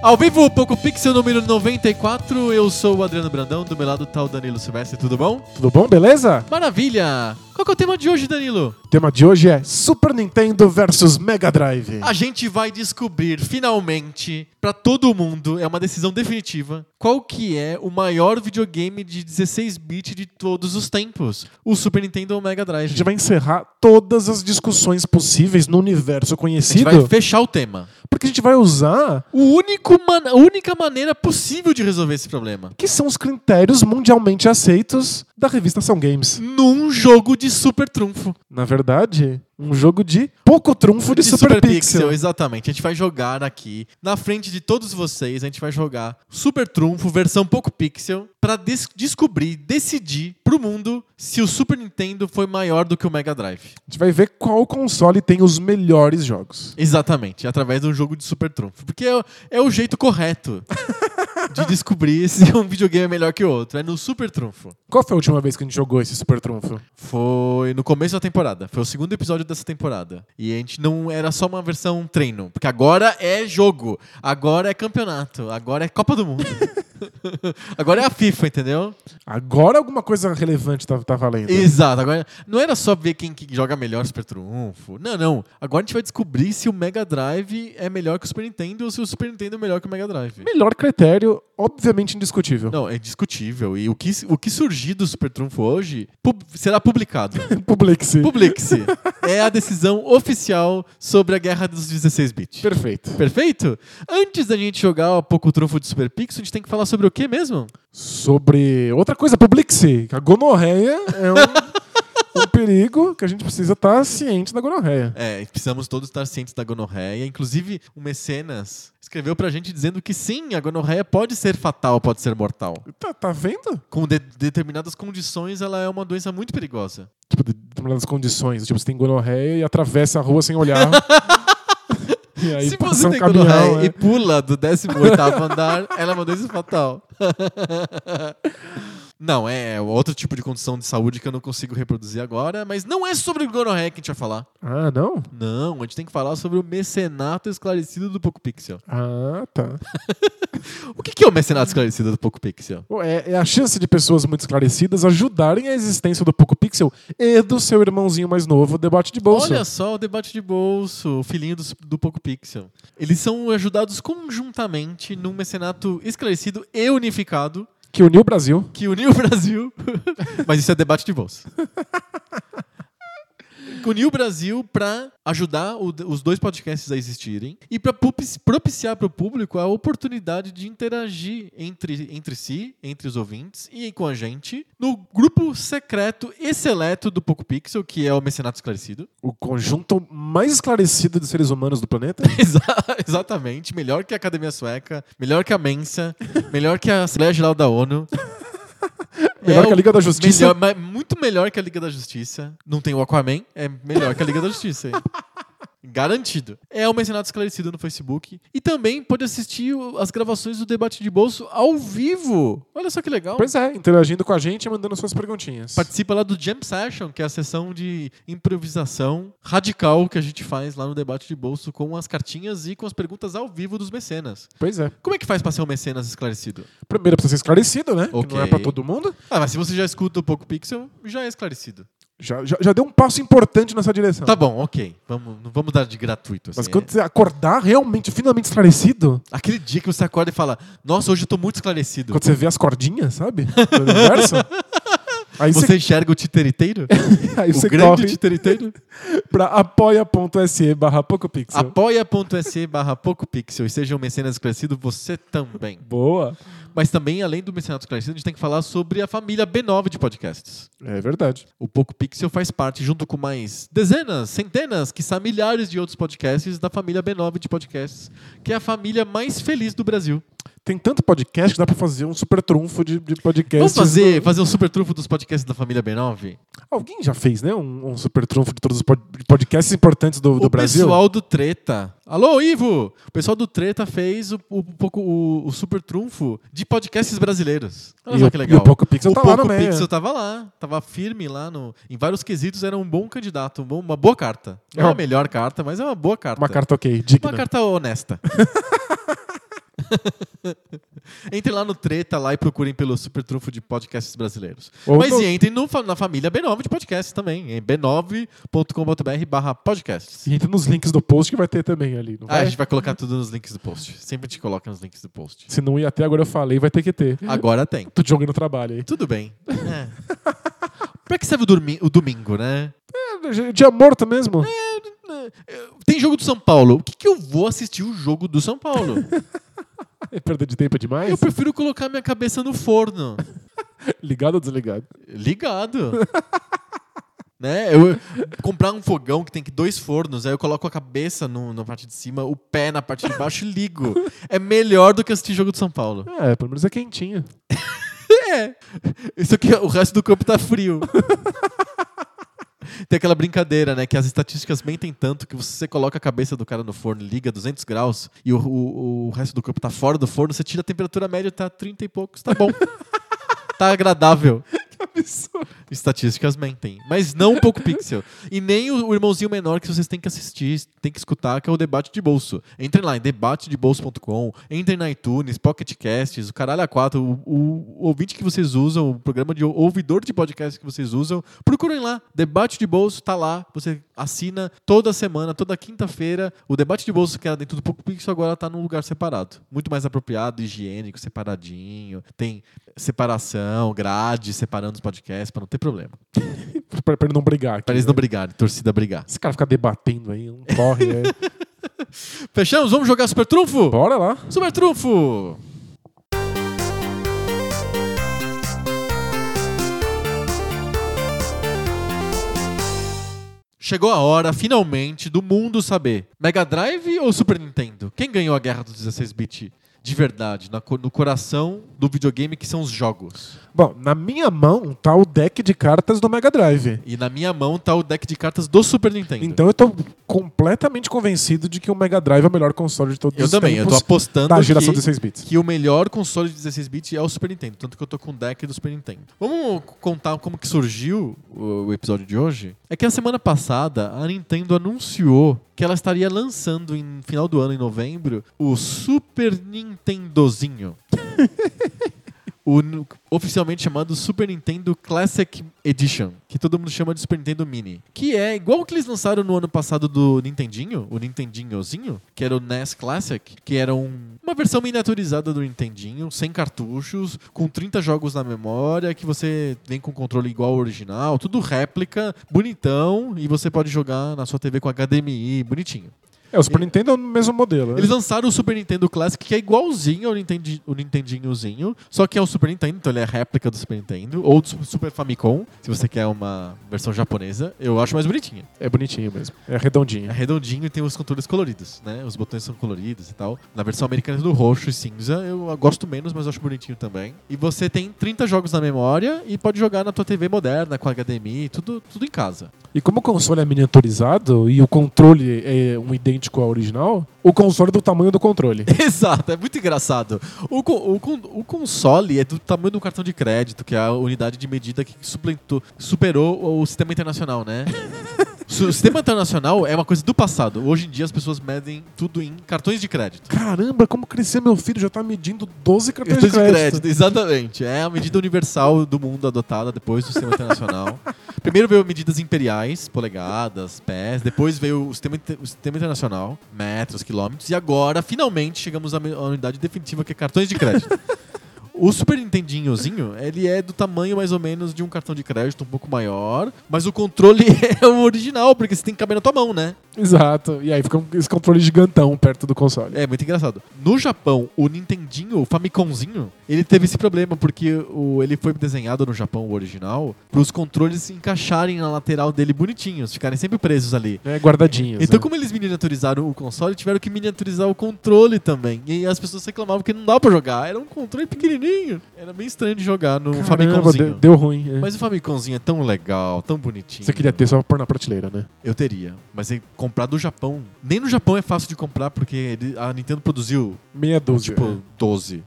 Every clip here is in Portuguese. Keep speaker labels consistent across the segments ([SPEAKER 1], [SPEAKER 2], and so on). [SPEAKER 1] Ao vivo, Poco Pixel número 94, eu sou o Adriano Brandão, do meu lado tá o Danilo Silvestre, tudo bom?
[SPEAKER 2] Tudo bom, beleza?
[SPEAKER 1] Maravilha! Qual que é o tema de hoje, Danilo?
[SPEAKER 2] O tema de hoje é Super Nintendo versus Mega Drive.
[SPEAKER 1] A gente vai descobrir finalmente, pra todo mundo, é uma decisão definitiva, qual que é o maior videogame de 16 bits de todos os tempos, o Super Nintendo ou o Mega
[SPEAKER 2] A
[SPEAKER 1] Drive.
[SPEAKER 2] gente vai encerrar todas as discussões possíveis no universo
[SPEAKER 1] A gente
[SPEAKER 2] conhecido,
[SPEAKER 1] vai fechar o tema.
[SPEAKER 2] porque a gente vai usar
[SPEAKER 1] O único man- a única maneira possível de resolver esse problema.
[SPEAKER 2] que são os critérios mundialmente aceitos da revista São Games.
[SPEAKER 1] Num jogo de super trunfo.
[SPEAKER 2] Na verdade, um jogo de pouco trunfo de,
[SPEAKER 1] de
[SPEAKER 2] Super, Pixel.
[SPEAKER 1] Exatamente. A gente vai jogar aqui, na frente de todos vocês, a gente vai jogar Super Trunfo, versão pouco pixel, pra des- descobrir, decidir pro mundo se o Super Nintendo foi maior do que o Mega Drive.
[SPEAKER 2] A gente vai ver qual console tem os melhores jogos.
[SPEAKER 1] Exatamente, através de um jogo de Super Trunfo. Porque é, o- é o jeito correto de descobrir se um videogame é melhor que o outro. É no Super Trunfo.
[SPEAKER 2] Qual foi a última vez que a gente jogou esse Super Trunfo?
[SPEAKER 1] Foi no começo da temporada. Foi o segundo episódio dessa temporada. E a gente não era só uma versão treino. Porque agora é jogo. Agora é campeonato. Agora é Copa do Mundo. agora é a FIFA, entendeu?
[SPEAKER 2] Agora alguma coisa relevante tá, tá valendo.
[SPEAKER 1] Exato. Agora é- não era só ver quem que joga melhor Super Trunfo. Não, não. Agora a gente vai descobrir se o Mega Drive é melhor que o Super Nintendo ou se o Super Nintendo é melhor que o Mega Drive.
[SPEAKER 2] Melhor critério, obviamente indiscutível.
[SPEAKER 1] Não, é indiscutível. E o que, o que surgir do Super Trunfo hoje pub- será publicado.
[SPEAKER 2] Publix.
[SPEAKER 1] Publique-se. é a decisão oficial sobre a guerra dos 16 bits.
[SPEAKER 2] Perfeito.
[SPEAKER 1] Perfeito? Antes da gente jogar o pouco trunfo de Super Pixel, a gente tem que falar sobre o que mesmo?
[SPEAKER 2] Sobre outra coisa, Publix. A gonorreia é um, um perigo que a gente precisa estar ciente da gonorreia.
[SPEAKER 1] É, precisamos todos estar cientes da gonorreia. Inclusive, o Mecenas escreveu pra gente dizendo que sim, a gonorreia pode ser fatal, pode ser mortal.
[SPEAKER 2] Tá, tá vendo?
[SPEAKER 1] Com de- determinadas condições, ela é uma doença muito perigosa.
[SPEAKER 2] Tipo, de determinadas condições. Tipo, você tem gonorreia e atravessa a rua sem olhar. e aí
[SPEAKER 1] Se
[SPEAKER 2] passa
[SPEAKER 1] você
[SPEAKER 2] um
[SPEAKER 1] tem
[SPEAKER 2] caminhão.
[SPEAKER 1] gonorreia
[SPEAKER 2] é.
[SPEAKER 1] e pula do 18 andar, ela é uma doença fatal. Não, é outro tipo de condição de saúde que eu não consigo reproduzir agora, mas não é sobre gonorreia que a gente vai falar.
[SPEAKER 2] Ah, não?
[SPEAKER 1] Não, a gente tem que falar sobre o mecenato esclarecido do Poco Pixel.
[SPEAKER 2] Ah, tá.
[SPEAKER 1] O que que é o mecenato esclarecido do Poco Pixel?
[SPEAKER 2] Bom, É, é a chance de pessoas muito esclarecidas ajudarem a existência do Poco Pixel e do seu irmãozinho mais novo, Debate de Bolsa.
[SPEAKER 1] Olha só o debate de bolso, o filhinho do, do Poco Pixel. Eles são ajudados conjuntamente num mecenato esclarecido e unificado
[SPEAKER 2] Que uniu o Brasil.
[SPEAKER 1] que uniu o Brasil. Mas isso é debate de bolsa. Que Uniu o Brasil para ajudar o- os dois podcasts a existirem e para propiciar para o público a oportunidade de interagir entre, entre si, entre os ouvintes e com a gente no grupo secreto e seleto do Poco Pixel, que é o Mecenato Esclarecido.
[SPEAKER 2] O conjunto mais esclarecido de seres humanos do planeta.
[SPEAKER 1] Exa- exatamente. Melhor que a Academia Sueca, melhor que a Mensa, melhor que a Assembleia Geral da ONU.
[SPEAKER 2] Melhor
[SPEAKER 1] É
[SPEAKER 2] que a
[SPEAKER 1] o-
[SPEAKER 2] Liga da
[SPEAKER 1] Melhor,
[SPEAKER 2] Justiça.
[SPEAKER 1] mas muito melhor que a Liga da Justiça. Não tem o Aquaman, é melhor que a Liga da Justiça. hein? Garantido. É o Mencionado Esclarecido no Facebook. E também pode assistir o- as gravações do Debate de Bolso ao vivo. Olha só que legal.
[SPEAKER 2] Pois é, interagindo com a gente e mandando suas perguntinhas.
[SPEAKER 1] Participa lá do Jam Session, que é a sessão de improvisação radical que a gente faz lá no Debate de Bolso com as cartinhas e com as perguntas ao vivo dos mecenas.
[SPEAKER 2] Pois é.
[SPEAKER 1] Como é que faz pra ser um mecenas esclarecido?
[SPEAKER 2] Primeiro precisa ser esclarecido, né? Que
[SPEAKER 1] Ok.
[SPEAKER 2] não é pra todo mundo.
[SPEAKER 1] Ah, mas se você já escuta o Poco Pixel, já é esclarecido.
[SPEAKER 2] Já, já, já deu um passo importante nessa direção.
[SPEAKER 1] Tá bom, ok. Vamos, não vamos dar de gratuito.
[SPEAKER 2] Mas
[SPEAKER 1] assim,
[SPEAKER 2] quando você acordar realmente, finalmente esclarecido,
[SPEAKER 1] é. Aquele dia que você acorda e fala, nossa, hoje eu tô muito esclarecido.
[SPEAKER 2] quando você vê as cordinhas, sabe? Do universo. Aí
[SPEAKER 1] Você
[SPEAKER 2] você,
[SPEAKER 1] enxerga o titeriteiro?
[SPEAKER 2] aí
[SPEAKER 1] o
[SPEAKER 2] você
[SPEAKER 1] grande
[SPEAKER 2] corre
[SPEAKER 1] titeriteiro?
[SPEAKER 2] pra apoia.se barra PocoPixel.
[SPEAKER 1] Apoia.se barra PocoPixel e seja um mecenas esclarecido você também.
[SPEAKER 2] Boa.
[SPEAKER 1] Mas também, além do mecenato esclarecido, a gente tem que falar sobre a família B9 de podcasts.
[SPEAKER 2] É verdade.
[SPEAKER 1] O PocoPixel faz parte, junto com mais dezenas, centenas, quiçá milhares de outros podcasts, da família B9 de podcasts, que é a família mais feliz do Brasil.
[SPEAKER 2] Tem tanto podcast que dá pra fazer um super trunfo de, de podcast.
[SPEAKER 1] Vamos fazer, fazer um super trufo dos podcasts da família B9?
[SPEAKER 2] Alguém já fez, né? Um, um super trunfo de todos os pod- podcasts importantes do, do
[SPEAKER 1] o
[SPEAKER 2] Brasil.
[SPEAKER 1] pessoal do Treta. Alô, Ivo! O pessoal do Treta fez o, o, pouco- o- o super trunfo de podcasts brasileiros. Olha
[SPEAKER 2] E
[SPEAKER 1] só
[SPEAKER 2] o-
[SPEAKER 1] que legal.
[SPEAKER 2] e o PocoPixel
[SPEAKER 1] O
[SPEAKER 2] tá lá no meio.
[SPEAKER 1] PocoPixel tava lá, tava firme lá. No, em vários quesitos era um bom candidato, um bom- uma boa carta. Não é,
[SPEAKER 2] É
[SPEAKER 1] a
[SPEAKER 2] uma-
[SPEAKER 1] melhor carta, mas é uma boa carta.
[SPEAKER 2] Uma carta ok, digna.
[SPEAKER 1] Uma carta honesta. entrem lá no Treta lá e procurem pelo Super Trunfo de Podcasts Brasileiros.
[SPEAKER 2] Ou
[SPEAKER 1] Mas
[SPEAKER 2] no-
[SPEAKER 1] e entrem no fa- na família B9 de podcasts também, em b9.com.br barra podcasts.
[SPEAKER 2] E entra nos links do post que vai ter também ali. Não
[SPEAKER 1] Ah, a
[SPEAKER 2] vai?
[SPEAKER 1] gente vai colocar tudo nos links do post. Sempre a gente coloca nos links do post.
[SPEAKER 2] Se não ia até agora eu falei, vai ter que ter.
[SPEAKER 1] Agora tem.
[SPEAKER 2] Tô jogando trabalho aí.
[SPEAKER 1] Tudo bem. É. Pra que serve o, dormi- o domingo, né?
[SPEAKER 2] É, Dia morto mesmo?
[SPEAKER 1] É. Tem jogo do São Paulo. O que, que eu vou assistir o jogo do São Paulo?
[SPEAKER 2] É perda de tempo demais?
[SPEAKER 1] Eu prefiro colocar minha cabeça no forno.
[SPEAKER 2] Ligado ou desligado?
[SPEAKER 1] Ligado. né? Eu comprar um fogão que tem que dois fornos, aí eu coloco a cabeça no- na parte de cima, o pé na parte de baixo e ligo. É melhor do que assistir jogo do São Paulo.
[SPEAKER 2] É, pelo menos é quentinho.
[SPEAKER 1] É. Isso aqui, o resto do campo tá frio. Tem aquela brincadeira, né? Que as estatísticas mentem tanto que você coloca a cabeça do cara no forno, liga 200 graus e o, o- o resto do campo tá fora do forno, você tira a temperatura média, tá 30 e poucos, tá bom. tá agradável.
[SPEAKER 2] Absurdo.
[SPEAKER 1] Estatísticas mentem. Mas não o pouco pixel. E nem o, o irmãozinho menor que vocês têm que assistir, têm que escutar, que é o debate de bolso. Entrem lá em debatedebolso.com, entrem na iTunes, Pocket Casts, o Caralho A4, o, o- o ouvinte que vocês usam, o programa de o- ouvidor de podcast que vocês usam. Procurem lá. Debate de bolso tá lá. Você assina toda semana, toda quinta-feira. O debate de bolso que era dentro do pouco pixel agora tá num lugar separado. Muito mais apropriado, higiênico, separadinho. Tem separação, grade, separando os podcasts pra não ter problema.
[SPEAKER 2] Pra, pra ele não brigar. Aqui,
[SPEAKER 1] Pra eles
[SPEAKER 2] né?
[SPEAKER 1] não brigarem, torcida brigar.
[SPEAKER 2] Esse cara fica debatendo aí, não corre. é.
[SPEAKER 1] Fechamos? Vamos jogar Super Trunfo?
[SPEAKER 2] Bora lá.
[SPEAKER 1] Super Trunfo! Chegou a hora, finalmente, do mundo saber. Mega Drive ou Super Nintendo? Quem ganhou a guerra dos 16-bit de verdade, na co- no coração do videogame, que são os jogos?
[SPEAKER 2] Bom, na minha mão tá o deck de cartas do Mega Drive.
[SPEAKER 1] E na minha mão tá o deck de cartas do Super Nintendo.
[SPEAKER 2] Então eu tô completamente convencido de que o Mega Drive é o melhor console de todos
[SPEAKER 1] eu
[SPEAKER 2] os
[SPEAKER 1] também, eu tô
[SPEAKER 2] tempos
[SPEAKER 1] apostando
[SPEAKER 2] da geração
[SPEAKER 1] que-
[SPEAKER 2] de 16 bits.
[SPEAKER 1] que o melhor console de 16 bits é o Super Nintendo, tanto que eu tô com o deck do Super Nintendo. Vamos contar como que surgiu o o episódio de hoje? É que a semana passada a Nintendo anunciou que ela estaria lançando em final do ano, em novembro, o Super Nintendozinho. O n- oficialmente chamado Super Nintendo Classic Edition, que todo mundo chama de Super Nintendo Mini. Que é igual o que eles lançaram no ano passado do Nintendinho, o Nintendinhozinho, que era o NES Classic, que era um- uma versão miniaturizada do Nintendinho, sem cartuchos, com 30 jogos na memória, que você vem com controle igual ao original, tudo réplica, bonitão, e você pode jogar na sua TV com HDMI, bonitinho.
[SPEAKER 2] É, o Super Nintendo é o mesmo modelo. né?
[SPEAKER 1] Eles lançaram o Super Nintendo Classic, que é igualzinho ao Nintendi, o Nintendinhozinho, só que é o Super Nintendo, então ele é réplica do Super Nintendo, ou do Su- Super Famicom, se você quer uma versão japonesa, eu acho mais bonitinha.
[SPEAKER 2] É bonitinho mesmo. É
[SPEAKER 1] É
[SPEAKER 2] redondinho.
[SPEAKER 1] redondinho e tem os controles coloridos, né? Os botões são coloridos e tal. Na versão americana é do roxo e cinza, eu gosto menos, mas eu acho bonitinho também. E você tem 30 jogos na memória e pode jogar na tua TV moderna, com HDMI, tudo, tudo em casa.
[SPEAKER 2] E como o console é miniaturizado e o controle é um idêntico ao original, o console é do tamanho do controle.
[SPEAKER 1] Exato, é muito engraçado. O, con- o con- o console é do tamanho do cartão de crédito, que é a unidade de medida que suplentou, superou o sistema internacional, né? Su- O sistema internacional é uma coisa do passado. Hoje em dia as pessoas medem tudo em cartões de crédito.
[SPEAKER 2] Caramba, como crescer meu filho já tá medindo 12 cartões de
[SPEAKER 1] Cartões
[SPEAKER 2] crédito.
[SPEAKER 1] exatamente. É a medida universal do mundo adotada depois do sistema internacional. Primeiro veio medidas imperiais, polegadas, pés, depois veio o sistema, inter- o sistema internacional, metros, quilômetros, e agora, finalmente, chegamos à me- à unidade definitiva que é cartões de crédito. O Super Nintendinhozinho, ele é do tamanho mais ou menos de um cartão de crédito, um pouco maior, mas o controle é o original, porque você tem que caber na tua mão, né?
[SPEAKER 2] Exato. E aí fica um- esse controle gigantão perto do console.
[SPEAKER 1] É muito engraçado. No Japão, o Nintendinho, o Famicomzinho, ele teve esse problema porque o, ele foi desenhado no Japão, o original, para os controles se encaixarem na lateral dele bonitinhos, ficarem sempre presos ali.
[SPEAKER 2] É, guardadinhos.
[SPEAKER 1] Então,
[SPEAKER 2] né?
[SPEAKER 1] como eles miniaturizaram o console, tiveram que miniaturizar o controle também. E aí as pessoas reclamavam que não dava pra jogar. Era um controle pequenininho. Era meio estranho de jogar no
[SPEAKER 2] Caramba,
[SPEAKER 1] Famicomzinho.
[SPEAKER 2] deu, deu ruim. é.
[SPEAKER 1] Mas o Famicomzinho é tão legal, tão bonitinho.
[SPEAKER 2] Você queria ter só pra pôr na prateleira, né?
[SPEAKER 1] Eu teria. Mas é comprar do Japão. Nem no Japão é fácil de comprar, porque ele- a Nintendo produziu
[SPEAKER 2] Meia dúzia. é.
[SPEAKER 1] Tipo, 12.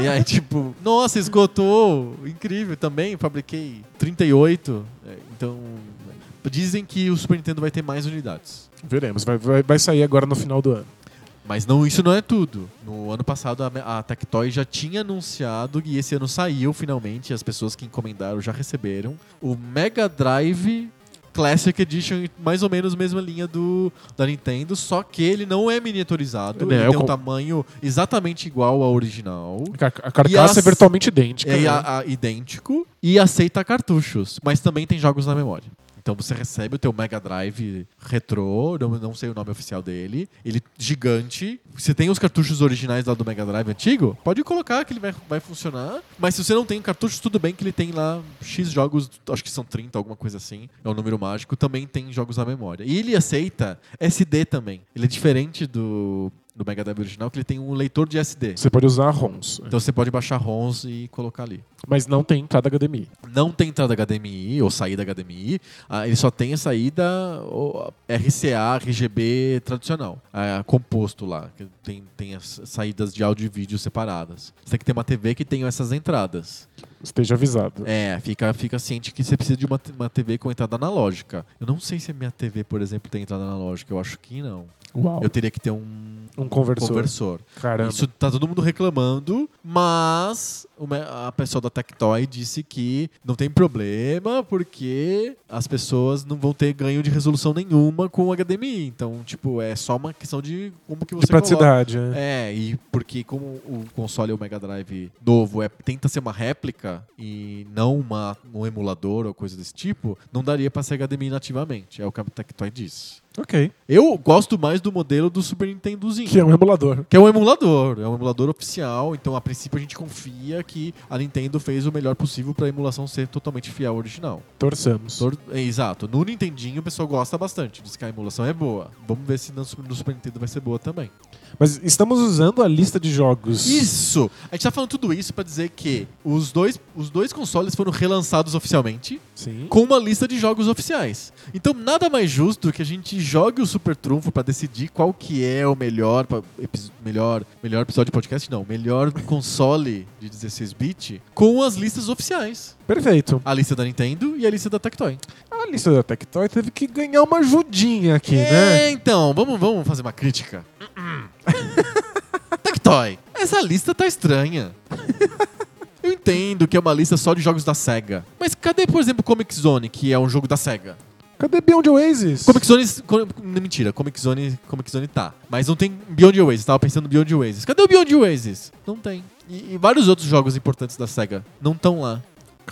[SPEAKER 1] e aí, tipo, nossa, esgotou! Incrível também, fabriquei 38. É, Então, dizem que o Super Nintendo vai ter mais unidades.
[SPEAKER 2] Veremos. Vai, vai- vai sair agora no final do ano.
[SPEAKER 1] Mas não, isso não é tudo. No ano passado, a, a Tectoy já tinha anunciado, e esse ano saiu finalmente, as pessoas que encomendaram já receberam, o Mega Drive Classic Edition, mais ou menos mesma linha do da Nintendo, só que ele não é miniaturizado,
[SPEAKER 2] Não,
[SPEAKER 1] ele
[SPEAKER 2] eu
[SPEAKER 1] tem um
[SPEAKER 2] com-
[SPEAKER 1] tamanho exatamente igual ao original.
[SPEAKER 2] A car- A carcaça
[SPEAKER 1] as-
[SPEAKER 2] é virtualmente idêntica.
[SPEAKER 1] É
[SPEAKER 2] né?
[SPEAKER 1] a- a- idêntico e aceita cartuchos, mas também tem jogos na memória. Então você recebe o teu Mega Drive retrô, não, não sei o nome oficial dele, ele gigante. Você tem os cartuchos originais lá do Mega Drive antigo? Pode colocar que ele vai, vai funcionar. Mas se você não tem cartuchos, tudo bem que ele tem lá X jogos, acho que são 30, alguma coisa assim. É um número mágico. Também tem jogos na memória. E ele aceita SD também. Ele é diferente do, do Mega Drive original, que ele tem um leitor de SD.
[SPEAKER 2] Você pode usar ROMs. é.
[SPEAKER 1] Então você pode baixar ROMs e colocar ali
[SPEAKER 2] Mas não tem entrada HDMI.
[SPEAKER 1] não tem entrada HDMI ou saída HDMI, ah, ele só tem a saída ó, RCA, RGB tradicional, ah, composto lá, que tem, tem as saídas de áudio e vídeo separadas. Você tem que ter uma TV que tenha essas entradas.
[SPEAKER 2] Esteja avisado.
[SPEAKER 1] É, fica, fica ciente que você precisa de uma, t- uma TV com entrada analógica. Eu não sei se a minha TV, por exemplo, tem entrada analógica, eu acho que não.
[SPEAKER 2] Uau.
[SPEAKER 1] Eu teria que ter um
[SPEAKER 2] Um conversor.
[SPEAKER 1] conversor.
[SPEAKER 2] Caramba.
[SPEAKER 1] Isso tá todo mundo reclamando, mas o me- a pessoa da Tectoy disse que não tem problema porque as pessoas não vão ter ganho de resolução nenhuma com o HDMI. Então, tipo, é só uma questão de como que você
[SPEAKER 2] de praticidade.
[SPEAKER 1] coloca.
[SPEAKER 2] né?
[SPEAKER 1] É, e porque como o console o Mega Drive novo é, tenta ser uma réplica e não uma, um emulador ou coisa desse tipo, não daria pra ser HDMI nativamente. É o que a Tectoy disse.
[SPEAKER 2] Ok.
[SPEAKER 1] Eu gosto mais do modelo do Super Nintendozinho.
[SPEAKER 2] Que é um emulador.
[SPEAKER 1] É. Que é um emulador, é um emulador oficial, então a princípio a gente confia que a Nintendo fez o melhor possível pra emulação ser totalmente fiel ao original.
[SPEAKER 2] Torçamos.
[SPEAKER 1] Tor- é, Exato, no Nintendinho o pessoal gosta bastante, diz que a emulação é boa. Vamos ver se no Super no Super Nintendo vai ser boa também.
[SPEAKER 2] Mas estamos usando a lista de jogos.
[SPEAKER 1] Isso! A gente tá falando tudo isso pra dizer que os dois, os dois consoles foram relançados oficialmente
[SPEAKER 2] Sim.
[SPEAKER 1] com uma lista de jogos oficiais. Então nada mais justo que a gente jogue o super trunfo pra decidir qual que é o melhor pa- epis- melhor melhor episódio de podcast não, melhor console de 16 bit com as listas oficiais.
[SPEAKER 2] Perfeito.
[SPEAKER 1] A lista da Nintendo e a lista da Tectoy.
[SPEAKER 2] A lista da Tectoy teve que ganhar uma ajudinha aqui, né?
[SPEAKER 1] É, então, vamos vamos fazer uma crítica. Tectoy, essa lista tá estranha. Eu entendo que é uma lista só de jogos da SEGA. Mas cadê, por exemplo, Comic Zone, que é um jogo da SEGA?
[SPEAKER 2] Cadê Beyond Oasis?
[SPEAKER 1] Comic Zone. co- não, Mentira, Comic Zone, Comic Zone tá. Mas não tem Beyond Oasis. Tava pensando no Beyond Oasis. Cadê o Beyond Oasis? Não tem. E, e vários outros jogos importantes da SEGA não estão lá.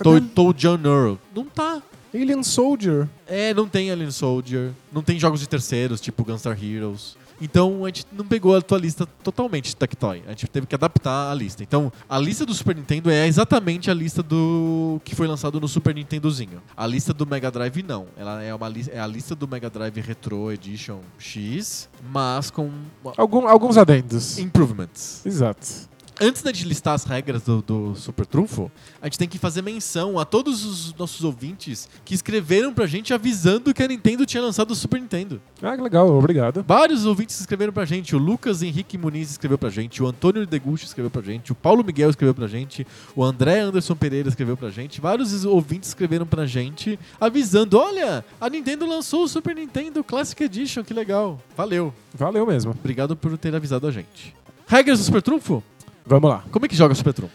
[SPEAKER 1] Tô,
[SPEAKER 2] Cadê
[SPEAKER 1] tô John Earl. Não tá.
[SPEAKER 2] Alien Soldier?
[SPEAKER 1] É, não tem Alien Soldier. Não tem jogos de terceiros, tipo Gunstar Heroes. Então a gente não pegou a tua lista totalmente, Tectoy. A gente teve que adaptar a lista. Então, a lista do Super Nintendo é exatamente a lista do que foi lançado no Super Nintendozinho. A lista do Mega Drive não. Ela é uma li... é a lista do Mega Drive Retro Edition X, mas com
[SPEAKER 2] Algum- alguns adendos.
[SPEAKER 1] improvements.
[SPEAKER 2] Exato.
[SPEAKER 1] Antes da gente listar as regras do, do Super Trunfo, a gente tem que fazer menção a todos os nossos ouvintes que escreveram pra gente avisando que a Nintendo tinha lançado o Super Nintendo.
[SPEAKER 2] Ah, que legal. Obrigado.
[SPEAKER 1] Vários ouvintes escreveram pra gente. O Lucas Henrique Muniz escreveu pra gente. O Antônio Deguchi escreveu pra gente. O Paulo Miguel escreveu pra gente. O André Anderson Pereira escreveu pra gente. Vários ouvintes escreveram pra gente avisando: olha, a Nintendo lançou o Super Nintendo Classic Edition. Que legal. Valeu.
[SPEAKER 2] Valeu mesmo.
[SPEAKER 1] Obrigado por ter avisado a gente. Regras do Super Trunfo?
[SPEAKER 2] Vamos lá.
[SPEAKER 1] Como é que joga o Super Trunfo?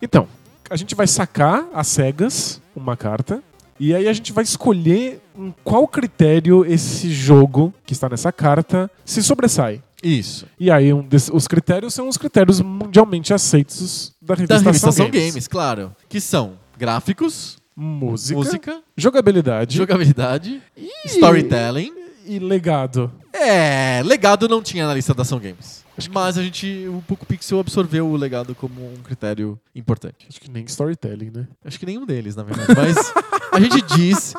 [SPEAKER 2] Então, a gente vai sacar às cegas uma carta e aí a gente vai um escolher em qual critério esse jogo que está nessa carta se sobressai.
[SPEAKER 1] Isso.
[SPEAKER 2] E aí, um desses- os critérios são os critérios mundialmente aceitos da
[SPEAKER 1] Da
[SPEAKER 2] revista,
[SPEAKER 1] revista
[SPEAKER 2] Ação
[SPEAKER 1] Então, São Games. claro. Que são gráficos,
[SPEAKER 2] Música,
[SPEAKER 1] música,
[SPEAKER 2] jogabilidade
[SPEAKER 1] jogabilidade,
[SPEAKER 2] e...
[SPEAKER 1] storytelling.
[SPEAKER 2] e legado.
[SPEAKER 1] É, legado não tinha na lista da Ação Games. Mas a gente, o Poco Pixel absorveu o legado como um critério importante.
[SPEAKER 2] Acho que nem storytelling, né?
[SPEAKER 1] Acho que nenhum deles, na verdade. Mas a gente diz,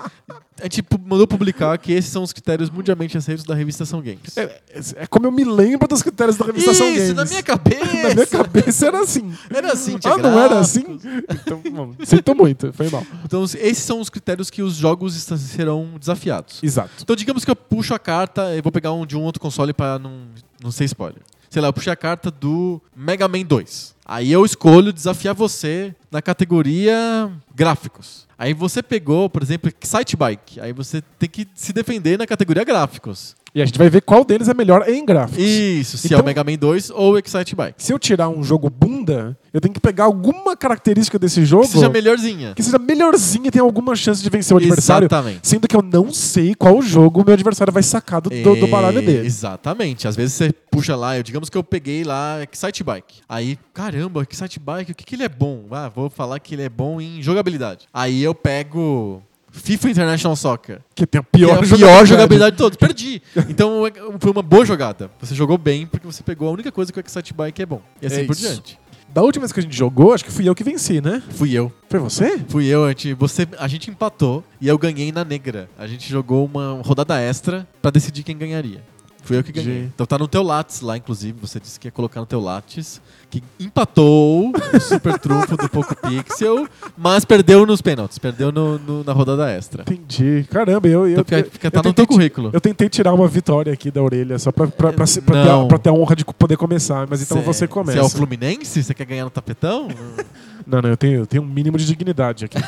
[SPEAKER 1] a gente pu- mandou publicar que esses são os critérios mundialmente aceitos da revista Ação Games.
[SPEAKER 2] É, é- é como eu me lembro dos critérios da revista Ação Games.
[SPEAKER 1] Isso, na minha cabeça.
[SPEAKER 2] Na minha cabeça era assim.
[SPEAKER 1] Era assim, tinha
[SPEAKER 2] Ah, não era
[SPEAKER 1] gráficos.
[SPEAKER 2] assim? Então, bom, sinto muito, foi mal.
[SPEAKER 1] Então, esses são os critérios que os jogos est- serão desafiados.
[SPEAKER 2] Exato.
[SPEAKER 1] Então, digamos que eu puxo a carta, eu vou pegar um de um outro console para não, não ser spoiler. Sei lá, eu puxei a carta do Mega Man 2. Aí eu escolho desafiar você na categoria gráficos. Aí você pegou, por exemplo, Excite Bike. Aí você tem que se defender na categoria gráficos.
[SPEAKER 2] E a gente vai ver qual deles é melhor em gráficos.
[SPEAKER 1] Isso, se é
[SPEAKER 2] Então-
[SPEAKER 1] o Mega Man 2 ou o Excite Bike.
[SPEAKER 2] Se eu tirar um jogo bunda, eu tenho que pegar alguma característica desse jogo
[SPEAKER 1] Que seja melhorzinha.
[SPEAKER 2] que seja melhorzinha e tenha alguma chance de vencer o adversário.
[SPEAKER 1] Exatamente.
[SPEAKER 2] Sendo que eu não sei qual jogo o meu adversário vai sacar do, do- do baralho
[SPEAKER 1] É,
[SPEAKER 2] dele.
[SPEAKER 1] Exatamente. Às vezes você puxa lá, eu, digamos que eu peguei lá Excite Bike. Aí, caramba, Excite Bike, o que, que ele é bom? Ah, vou falar que ele é bom em jogabilidade. Aí eu pego FIFA International Soccer.
[SPEAKER 2] Que tem a
[SPEAKER 1] que é
[SPEAKER 2] pior,
[SPEAKER 1] a pior jogabilidade de todos. Perdi. Então é- foi uma boa jogada. Você jogou bem porque você pegou a única coisa que o Excite Bike é bom. E assim
[SPEAKER 2] É
[SPEAKER 1] por
[SPEAKER 2] isso.
[SPEAKER 1] diante.
[SPEAKER 2] Da última vez que a gente jogou, acho que fui eu que venci, né?
[SPEAKER 1] Fui eu.
[SPEAKER 2] Foi você?
[SPEAKER 1] Fui eu, a gente, você, a gente empatou e eu ganhei na negra. A gente jogou uma rodada extra pra decidir quem ganharia. Fui eu que ganhei.
[SPEAKER 2] Gente.
[SPEAKER 1] Então tá no teu Lattes lá, inclusive. Você disse que ia colocar no teu Lattes, que empatou o super trunfo do Poco Pixel, mas perdeu nos pênaltis, perdeu no- no- na rodada extra.
[SPEAKER 2] Entendi. Caramba, eu. eu
[SPEAKER 1] Então fica,
[SPEAKER 2] eu-
[SPEAKER 1] fica-
[SPEAKER 2] eu
[SPEAKER 1] tá no
[SPEAKER 2] tentei
[SPEAKER 1] teu
[SPEAKER 2] ti-
[SPEAKER 1] currículo.
[SPEAKER 2] Eu tentei tirar uma vitória aqui da orelha, só pra, pra, pra, se- pra ter, a,
[SPEAKER 1] Não.
[SPEAKER 2] pra ter a honra de poder começar. Mas então
[SPEAKER 1] Cê-
[SPEAKER 2] você
[SPEAKER 1] Você
[SPEAKER 2] começa.
[SPEAKER 1] é o Fluminense? Você quer ganhar no tapetão?
[SPEAKER 2] Não, não, eu tenho, eu tenho um mínimo de dignidade aqui.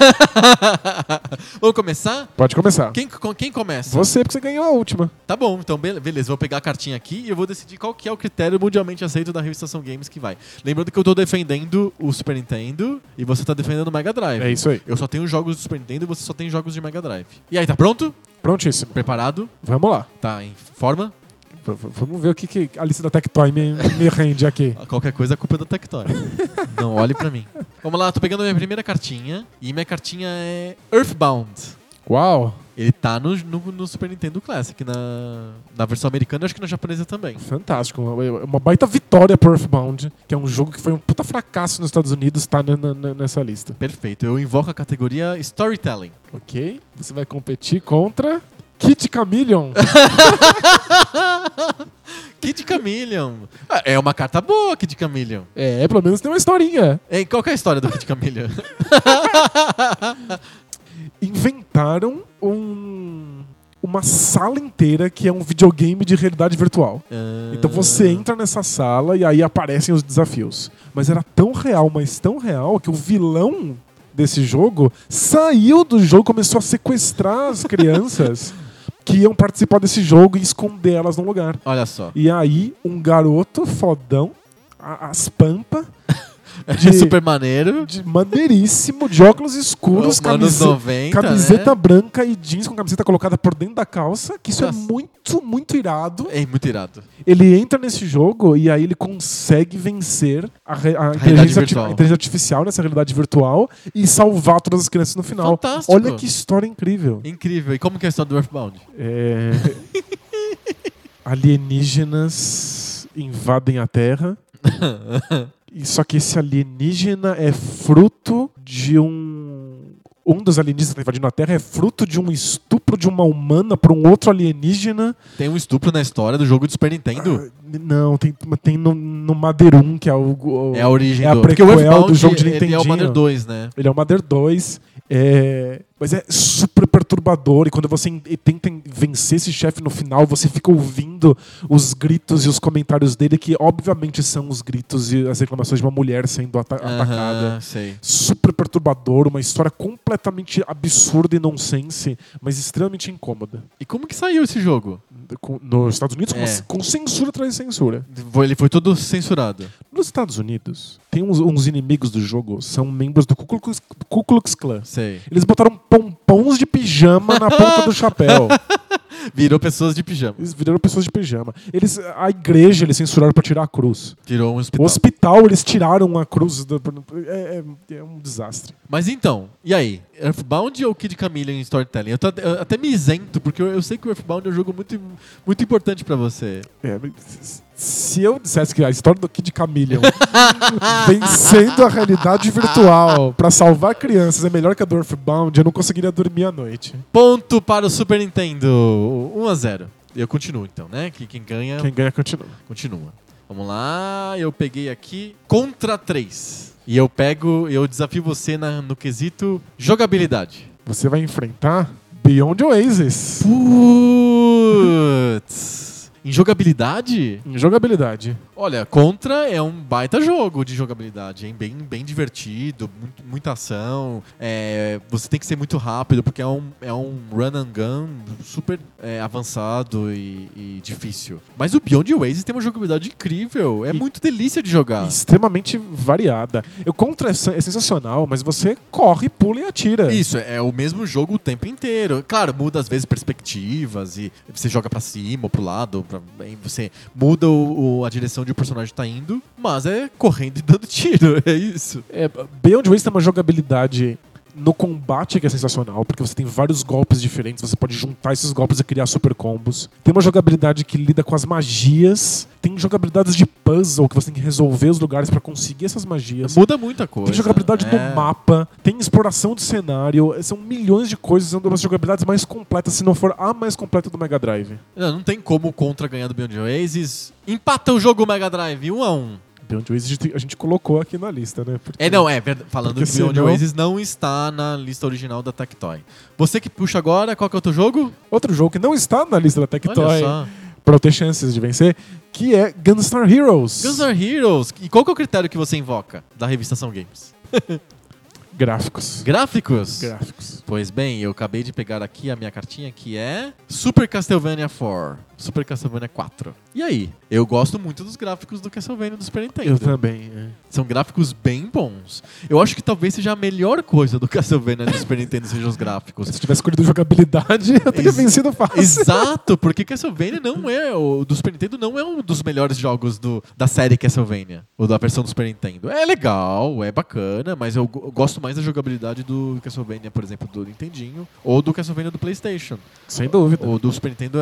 [SPEAKER 1] Vamos começar?
[SPEAKER 2] Pode começar.
[SPEAKER 1] Quem, com- quem começa?
[SPEAKER 2] Você, porque você ganhou a última.
[SPEAKER 1] Tá bom, então bele- beleza, vou pegar a cartinha aqui e eu vou decidir qual que é o critério mundialmente aceito da revista Ação Games que vai. Lembrando que eu tô defendendo o Super Nintendo e você tá defendendo o Mega Drive.
[SPEAKER 2] É isso aí.
[SPEAKER 1] Eu só tenho jogos do Super Nintendo e você só tem jogos de Mega Drive. E aí, tá pronto?
[SPEAKER 2] Prontíssimo.
[SPEAKER 1] Preparado?
[SPEAKER 2] Vamos lá.
[SPEAKER 1] Tá em forma?
[SPEAKER 2] V- v- vamos ver o que, que a lista da Tectoy me, me rende aqui.
[SPEAKER 1] Qualquer coisa, a culpa é da Tectoy. Não olhe pra mim. Vamos lá, tô pegando minha primeira cartinha e minha cartinha é Earthbound.
[SPEAKER 2] Uau!
[SPEAKER 1] Ele tá no, no- no Super Nintendo Classic, na, na versão americana e acho que na japonesa também.
[SPEAKER 2] Fantástico. É, Uma uma baita vitória pro Earthbound, que é um jogo que foi um puta fracasso nos Estados Unidos, tá na- na- na- nessa lista.
[SPEAKER 1] Perfeito, eu invoco a categoria Storytelling.
[SPEAKER 2] Ok? Você vai competir contra Kit Chameleon.
[SPEAKER 1] Kid Chameleon. Ah, É uma carta boa, Kid Chameleon.
[SPEAKER 2] é, pelo menos tem uma historinha.
[SPEAKER 1] Ei, qual que é a história do Kid Chameleon?
[SPEAKER 2] Inventaram um- uma sala inteira que é um videogame de realidade virtual.
[SPEAKER 1] Ah,
[SPEAKER 2] Então você entra nessa sala e aí aparecem os desafios. Mas era tão real, mas tão real, que o vilão desse jogo saiu do jogo, começou a sequestrar as crianças que iam participar desse jogo e esconder elas num lugar.
[SPEAKER 1] Olha só.
[SPEAKER 2] E aí, um garoto fodão, a- as pampa,
[SPEAKER 1] É super maneiro.
[SPEAKER 2] de maneiríssimo, de óculos escuros,
[SPEAKER 1] Os anos né?
[SPEAKER 2] camiseta,
[SPEAKER 1] 90,
[SPEAKER 2] camiseta branca e jeans com camiseta colocada por dentro da calça, que isso
[SPEAKER 1] Nossa.
[SPEAKER 2] é muito, muito irado.
[SPEAKER 1] né? É muito irado.
[SPEAKER 2] Ele entra nesse jogo e aí ele consegue vencer a, re- a inteligência, arti-
[SPEAKER 1] virtual.
[SPEAKER 2] a inteligência artificial nessa realidade virtual e salvar todas as crianças no final.
[SPEAKER 1] Fantástico.
[SPEAKER 2] Olha que história incrível.
[SPEAKER 1] Incrível. E como que é a história do Earthbound?
[SPEAKER 2] É, Alienígenas invadem a Terra. E Só que esse alienígena é fruto de um. Um dos alienígenas que está invadindo a Terra é fruto de um estupro de uma humana para um outro alienígena
[SPEAKER 1] Tem um estupro na história do jogo do Super Nintendo.
[SPEAKER 2] Ah, Não, tem, tem no, no Mother 1, que é o. o-
[SPEAKER 1] é a origem
[SPEAKER 2] é a
[SPEAKER 1] do...
[SPEAKER 2] prequel do
[SPEAKER 1] Earthbound,
[SPEAKER 2] jogo de
[SPEAKER 1] ele é o
[SPEAKER 2] Nintendinho.
[SPEAKER 1] Mother 2, né?
[SPEAKER 2] Ele é o Mother 2. é, mas é super perturbador. E quando você en- e tenta en- vencer esse chefe no final, você fica ouvindo os gritos e os comentários dele, que obviamente são os gritos e as reclamações de É uma mulher sendo ata- atacada.
[SPEAKER 1] Aham, sei.
[SPEAKER 2] Super perturbador, uma história completamente absurda e nonsense, mas extremamente incômoda.
[SPEAKER 1] E como que saiu esse jogo?
[SPEAKER 2] Com- nos Estados Unidos, com-
[SPEAKER 1] É.
[SPEAKER 2] com censura atrás de censura.
[SPEAKER 1] Ele foi todo censurado.
[SPEAKER 2] Nos Estados Unidos, tem uns, uns inimigos do jogo, são membros do Ku Klux, Ku Klux Klan.
[SPEAKER 1] Sei.
[SPEAKER 2] Eles botaram pompons de pijama na ponta do chapéu.
[SPEAKER 1] Virou pessoas de pijama.
[SPEAKER 2] Eles viraram pessoas de pijama. Eles, a igreja eles censuraram pra tirar a cruz.
[SPEAKER 1] Tirou um
[SPEAKER 2] O
[SPEAKER 1] hospital.
[SPEAKER 2] hospital eles tiraram a cruz. do- É, é- é um desastre.
[SPEAKER 1] Mas então, e aí? Earthbound ou Kid Chameleon em storytelling? Eu, tô- eu até me isento, porque eu, eu sei que o Earthbound é um jogo muito, muito importante pra você.
[SPEAKER 2] É, mas se eu dissesse que a história do Kid Chameleon vencendo a realidade virtual pra salvar crianças é melhor que a do Earthbound, eu não conseguiria dormir à noite.
[SPEAKER 1] Ponto para o Super Nintendo. 1 a 0. Eu continuo então, né? Que quem ganha,
[SPEAKER 2] Quem ganha continua.
[SPEAKER 1] continua. Vamos lá, eu peguei aqui contra 3. E eu pego, eu desafio você na- no quesito jogabilidade.
[SPEAKER 2] Você vai enfrentar Beyond Oasis.
[SPEAKER 1] Putz! Em jogabilidade?
[SPEAKER 2] Em jogabilidade.
[SPEAKER 1] Olha, Contra é um baita jogo de jogabilidade, hein? Bem, bem divertido, muito- muita ação. É, você tem que ser muito rápido, porque é um, é um run and gun super é, avançado e, e difícil. Mas o Beyond Ways tem uma jogabilidade incrível. É
[SPEAKER 2] E- é.
[SPEAKER 1] muito delícia de jogar.
[SPEAKER 2] Extremamente variada. O contra é sen- é sensacional, mas você corre, pula e atira.
[SPEAKER 1] Isso, é o mesmo jogo o tempo inteiro. Claro, muda às vezes perspectivas e você joga pra cima ou pro lado, pra- aí você muda o- o- a direção de o personagem tá indo, mas é correndo e dando tiro, é isso.
[SPEAKER 2] É, Beyond Waste tem uma jogabilidade no combate que é sensacional, porque você tem vários golpes diferentes, você pode juntar esses golpes e criar super combos. Tem uma jogabilidade que lida com as magias, tem jogabilidades de puzzle que você tem que resolver os lugares pra conseguir essas magias.
[SPEAKER 1] Muda muita coisa.
[SPEAKER 2] Tem jogabilidade
[SPEAKER 1] é.
[SPEAKER 2] do mapa, tem exploração do cenário, são milhões de coisas, é uma das jogabilidades mais completas, se não for a mais completa do Mega Drive.
[SPEAKER 1] Não, não tem como o contra ganhar do Beyond Oasis. Empata o jogo Mega Drive, um a um.
[SPEAKER 2] Beyond Waste a gente- a gente colocou aqui na lista, né? Porque-
[SPEAKER 1] É, não, é verdade. Falando
[SPEAKER 2] Porque
[SPEAKER 1] que Beyond
[SPEAKER 2] senão-
[SPEAKER 1] Oasis não está na lista original da Tectoy. Você que puxa agora, qual que é o teu jogo?
[SPEAKER 2] Outro jogo que não está na lista da
[SPEAKER 1] Olha
[SPEAKER 2] Tectoy,
[SPEAKER 1] só.
[SPEAKER 2] pra eu ter chances de vencer, que é Gunstar Heroes.
[SPEAKER 1] Guns N' Heroes. E qual que é o critério que você invoca da revistação Games?
[SPEAKER 2] Gráficos.
[SPEAKER 1] Gráficos?
[SPEAKER 2] Gráficos.
[SPEAKER 1] Pois bem, eu acabei de pegar aqui a minha cartinha que é Super Castlevania 4. Super Castlevania 4. E aí? Eu gosto muito dos gráficos do Castlevania do Super Nintendo.
[SPEAKER 2] Eu também. é.
[SPEAKER 1] São gráficos bem bons. Eu acho que talvez seja a melhor coisa do Castlevania do Super Nintendo sejam os gráficos.
[SPEAKER 2] Se eu tivesse escolhido jogabilidade, eu teria
[SPEAKER 1] Ex-
[SPEAKER 2] vencido fácil.
[SPEAKER 1] Exato, porque Castlevania não é. O do Super Nintendo não é um dos melhores jogos do- da série Castlevania. Ou da versão do Super Nintendo. É legal, é bacana, mas eu, go- eu gosto mais da jogabilidade do Castlevania, por exemplo, do Nintendinho, ou do Castlevania do PlayStation.
[SPEAKER 2] Sem dúvida.
[SPEAKER 1] O do Super Nintendo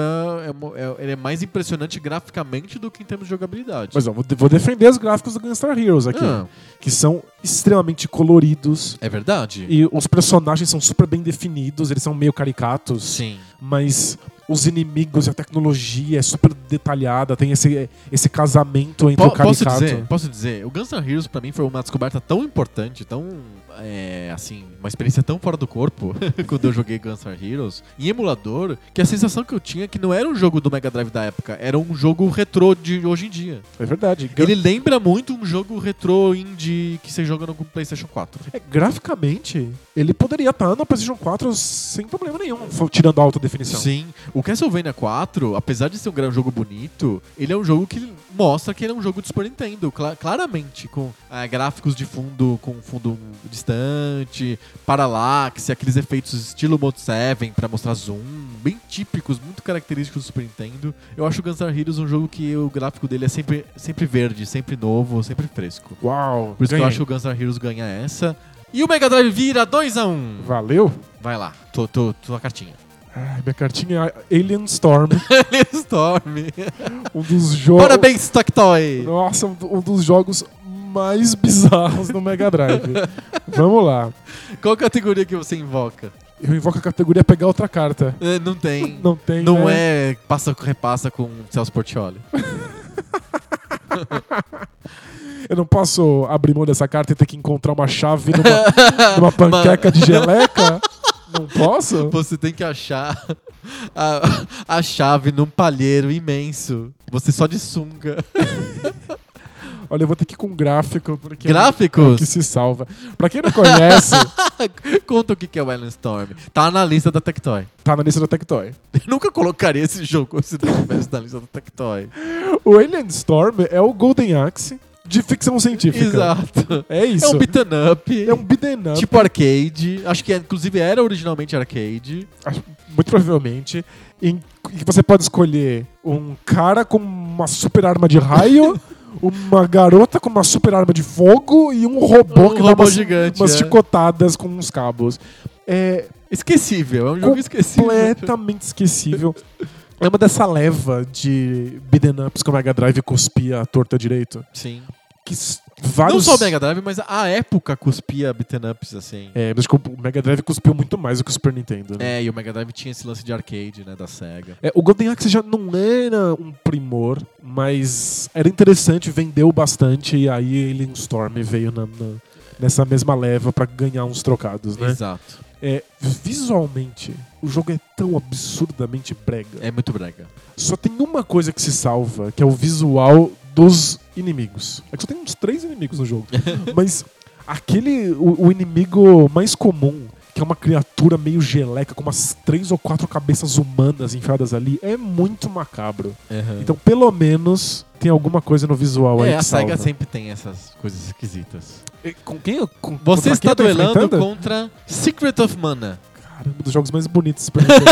[SPEAKER 1] é, é mo- é- ele é mais impressionante graficamente do que em termos de jogabilidade.
[SPEAKER 2] Mas ó, vou de- vou defender os gráficos do Gunstar Heroes aqui.
[SPEAKER 1] Ah,
[SPEAKER 2] Que são extremamente coloridos.
[SPEAKER 1] é verdade?
[SPEAKER 2] E os personagens são super bem definidos, eles são meio caricatos.
[SPEAKER 1] Sim.
[SPEAKER 2] Mas os inimigos e a tecnologia é super detalhada. Tem esse, esse casamento entre
[SPEAKER 1] Po-
[SPEAKER 2] o
[SPEAKER 1] posso
[SPEAKER 2] caricato.
[SPEAKER 1] dizer, posso dizer, o Guns N' Heroes pra mim foi uma descoberta tão importante, tão é, assim, uma experiência tão fora do corpo quando eu joguei Guns N' Heroes em emulador, que a sensação que eu tinha é que não era um jogo do Mega Drive da época, era um jogo retrô de hoje em dia.
[SPEAKER 2] É verdade. Gun-
[SPEAKER 1] Ele lembra muito um jogo retrô indie que você joga no PlayStation 4.
[SPEAKER 2] É, graficamente, ele poderia estar no PlayStation 4 sem problema nenhum, fo- tirando a alta definição.
[SPEAKER 1] Sim, o Castlevania 4, apesar de ser um grande jogo bonito, ele é um jogo que mostra que ele é um jogo de Super Nintendo, cla- claramente, com ah, gráficos de fundo com fundo distante, paralaxe, aqueles efeitos estilo Mode 7 pra mostrar zoom, bem típicos, muito característicos do Super Nintendo. Eu acho o Guns N' Heroes um jogo que o gráfico dele é sempre, sempre verde, sempre novo, sempre fresco.
[SPEAKER 2] Uau!
[SPEAKER 1] Por isso que eu
[SPEAKER 2] ganhei.
[SPEAKER 1] acho que o Guns N' Heroes ganha essa. E o Mega Drive vira 2x1.
[SPEAKER 2] Valeu?
[SPEAKER 1] Vai lá, tô, tô, tua cartinha.
[SPEAKER 2] Ai, minha cartinha é Alien Storm,
[SPEAKER 1] Storm.
[SPEAKER 2] um dos jogos.
[SPEAKER 1] Parabéns, Tactoy!
[SPEAKER 2] Nossa, um do- um dos jogos mais bizarros do Mega Drive. Vamos lá.
[SPEAKER 1] Qual categoria que você invoca?
[SPEAKER 2] Eu invoco a categoria pegar outra carta.
[SPEAKER 1] É, Não tem.
[SPEAKER 2] Não tem.
[SPEAKER 1] Não
[SPEAKER 2] né?
[SPEAKER 1] é passa repassa com Celso Portioli.
[SPEAKER 2] Eu não posso abrir mão dessa carta e ter que encontrar uma chave numa, numa panqueca de geleca? Não posso?
[SPEAKER 1] Você tem que achar a, a chave num palheiro imenso. Você só de sunga.
[SPEAKER 2] Olha, eu vou ter que ir com um gráfico, porque. é que
[SPEAKER 1] Gráficos?
[SPEAKER 2] se salva. Pra quem não conhece,
[SPEAKER 1] Conta o que que é o Ellen Storm. Tá na lista da Tectoy.
[SPEAKER 2] tá na lista do Tectoy.
[SPEAKER 1] Eu nunca colocaria esse jogo se não tivesse na lista da Tectoy.
[SPEAKER 2] O Alien Storm é o Golden Axe de ficção científica.
[SPEAKER 1] Exato.
[SPEAKER 2] É isso.
[SPEAKER 1] É um beat'em up.
[SPEAKER 2] É um beaten up,
[SPEAKER 1] Tipo arcade, acho que é- inclusive era originalmente arcade.
[SPEAKER 2] muito provavelmente, em que você pode escolher um cara com uma super arma de raio, uma garota com uma super arma de fogo e um robô
[SPEAKER 1] Um
[SPEAKER 2] que dá
[SPEAKER 1] robô
[SPEAKER 2] umas,
[SPEAKER 1] gigante,
[SPEAKER 2] umas
[SPEAKER 1] é.
[SPEAKER 2] chicotadas com uns cabos. É
[SPEAKER 1] Esquecível, é um jogo esquecível.
[SPEAKER 2] completamente esquecível. Lembra dessa leva de beaten ups que o Mega Drive cuspia a torta direito?
[SPEAKER 1] Sim.
[SPEAKER 2] Que s- vários...
[SPEAKER 1] Não só o Mega Drive, mas a época cuspia beat'em ups assim.
[SPEAKER 2] É, mas acho que o Mega Drive cuspiu muito mais do que o Super Nintendo. né?
[SPEAKER 1] É, e o Mega Drive tinha esse lance de arcade, né, da SEGA.
[SPEAKER 2] É, o Golden Axe já não era um primor, mas era interessante, vendeu bastante, e aí Alien Storm veio na- na- nessa mesma leva pra ganhar uns trocados, né?
[SPEAKER 1] Exato.
[SPEAKER 2] É, visualmente, o jogo é tão absurdamente brega.
[SPEAKER 1] É muito brega.
[SPEAKER 2] Só tem uma coisa que se salva, que é o visual dos inimigos. É que só tem uns três inimigos no jogo. Mas aquele. O, o inimigo mais comum, que é uma criatura meio geleca, com umas três ou quatro cabeças humanas enfiadas ali, é muito macabro. Então, pelo menos, tem alguma coisa no visual aí.
[SPEAKER 1] é,
[SPEAKER 2] que
[SPEAKER 1] a SEGA
[SPEAKER 2] salva.
[SPEAKER 1] sempre tem essas coisas esquisitas.
[SPEAKER 2] E Com quem? eu- Com, contra
[SPEAKER 1] Você
[SPEAKER 2] quem
[SPEAKER 1] está
[SPEAKER 2] eu tô
[SPEAKER 1] duelando
[SPEAKER 2] enfrentando?
[SPEAKER 1] contra Secret of Mana.
[SPEAKER 2] Caramba, um dos jogos mais bonitos do Super Nintendo.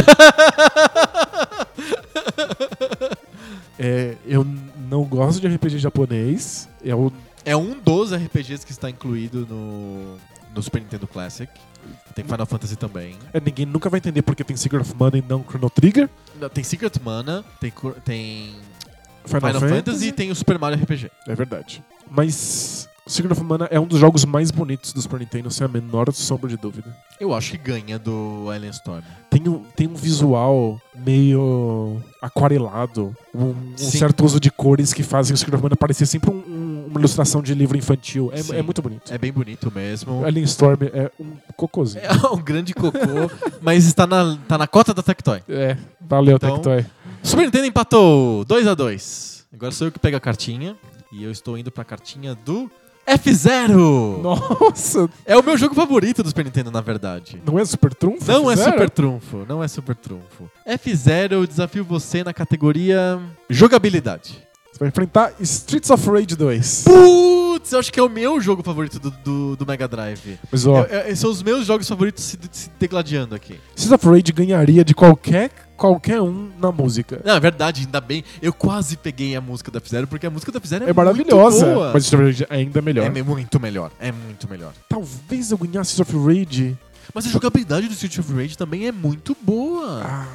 [SPEAKER 2] É, eu n- não gosto de RPG japonês. Eu
[SPEAKER 1] É um dos RPGs que está incluído no, no Super Nintendo Classic. Tem Final Fantasy também.
[SPEAKER 2] É, ninguém nunca vai entender porque tem Secret of Mana e não Chrono Trigger.
[SPEAKER 1] Não, Tem Secret Mana, tem, cor- tem
[SPEAKER 2] Final,
[SPEAKER 1] Final Fantasy e tem o Super Mario RPG.
[SPEAKER 2] É verdade. Mas Secret of Mana é um dos jogos mais bonitos do Super Nintendo, sem a menor sombra de dúvida.
[SPEAKER 1] Eu acho que ganha do Alien Storm.
[SPEAKER 2] Tem um, tem um visual meio aquarelado, um, um
[SPEAKER 1] Sim.
[SPEAKER 2] certo uso de cores que fazem o Secret of Mana parecer sempre um- um- uma ilustração de livro infantil.
[SPEAKER 1] Sim.
[SPEAKER 2] É, é muito bonito.
[SPEAKER 1] É bem bonito mesmo.
[SPEAKER 2] Alien Storm é um cocôzinho.
[SPEAKER 1] É um grande cocô, mas está na, tá na cota da Tectoy.
[SPEAKER 2] É, valeu,
[SPEAKER 1] Então-
[SPEAKER 2] Tectoy.
[SPEAKER 1] Super Nintendo empatou 2 a 2 Agora sou eu que pego a cartinha. E eu estou indo pra cartinha do F0!
[SPEAKER 2] Nossa,
[SPEAKER 1] É o meu jogo favorito do Super Nintendo, na verdade.
[SPEAKER 2] não é super trunfo?
[SPEAKER 1] Não é
[SPEAKER 2] Fizeram?
[SPEAKER 1] super trunfo, não é super trunfo. F0, eu desafio você na categoria jogabilidade.
[SPEAKER 2] Você vai enfrentar Streets of Rage 2.
[SPEAKER 1] Putz, eu acho que é o meu jogo favorito do, do, do Mega Drive.
[SPEAKER 2] Mas ó,
[SPEAKER 1] Eu- eu- são os meus jogos favoritos se, se degladiando aqui.
[SPEAKER 2] Seas of Rage ganharia de qualquer, qualquer um na música.
[SPEAKER 1] Não, é verdade, ainda bem. Eu quase peguei a música da F0, porque a música da F0 é,
[SPEAKER 2] É, maravilhosa,
[SPEAKER 1] muito boa.
[SPEAKER 2] mas Seas of Rage é ainda melhor.
[SPEAKER 1] É me- muito melhor, é muito melhor.
[SPEAKER 2] Talvez eu ganhasse Seas of Rage.
[SPEAKER 1] Mas a jogabilidade do Street of Rage também é muito boa.
[SPEAKER 2] Ah,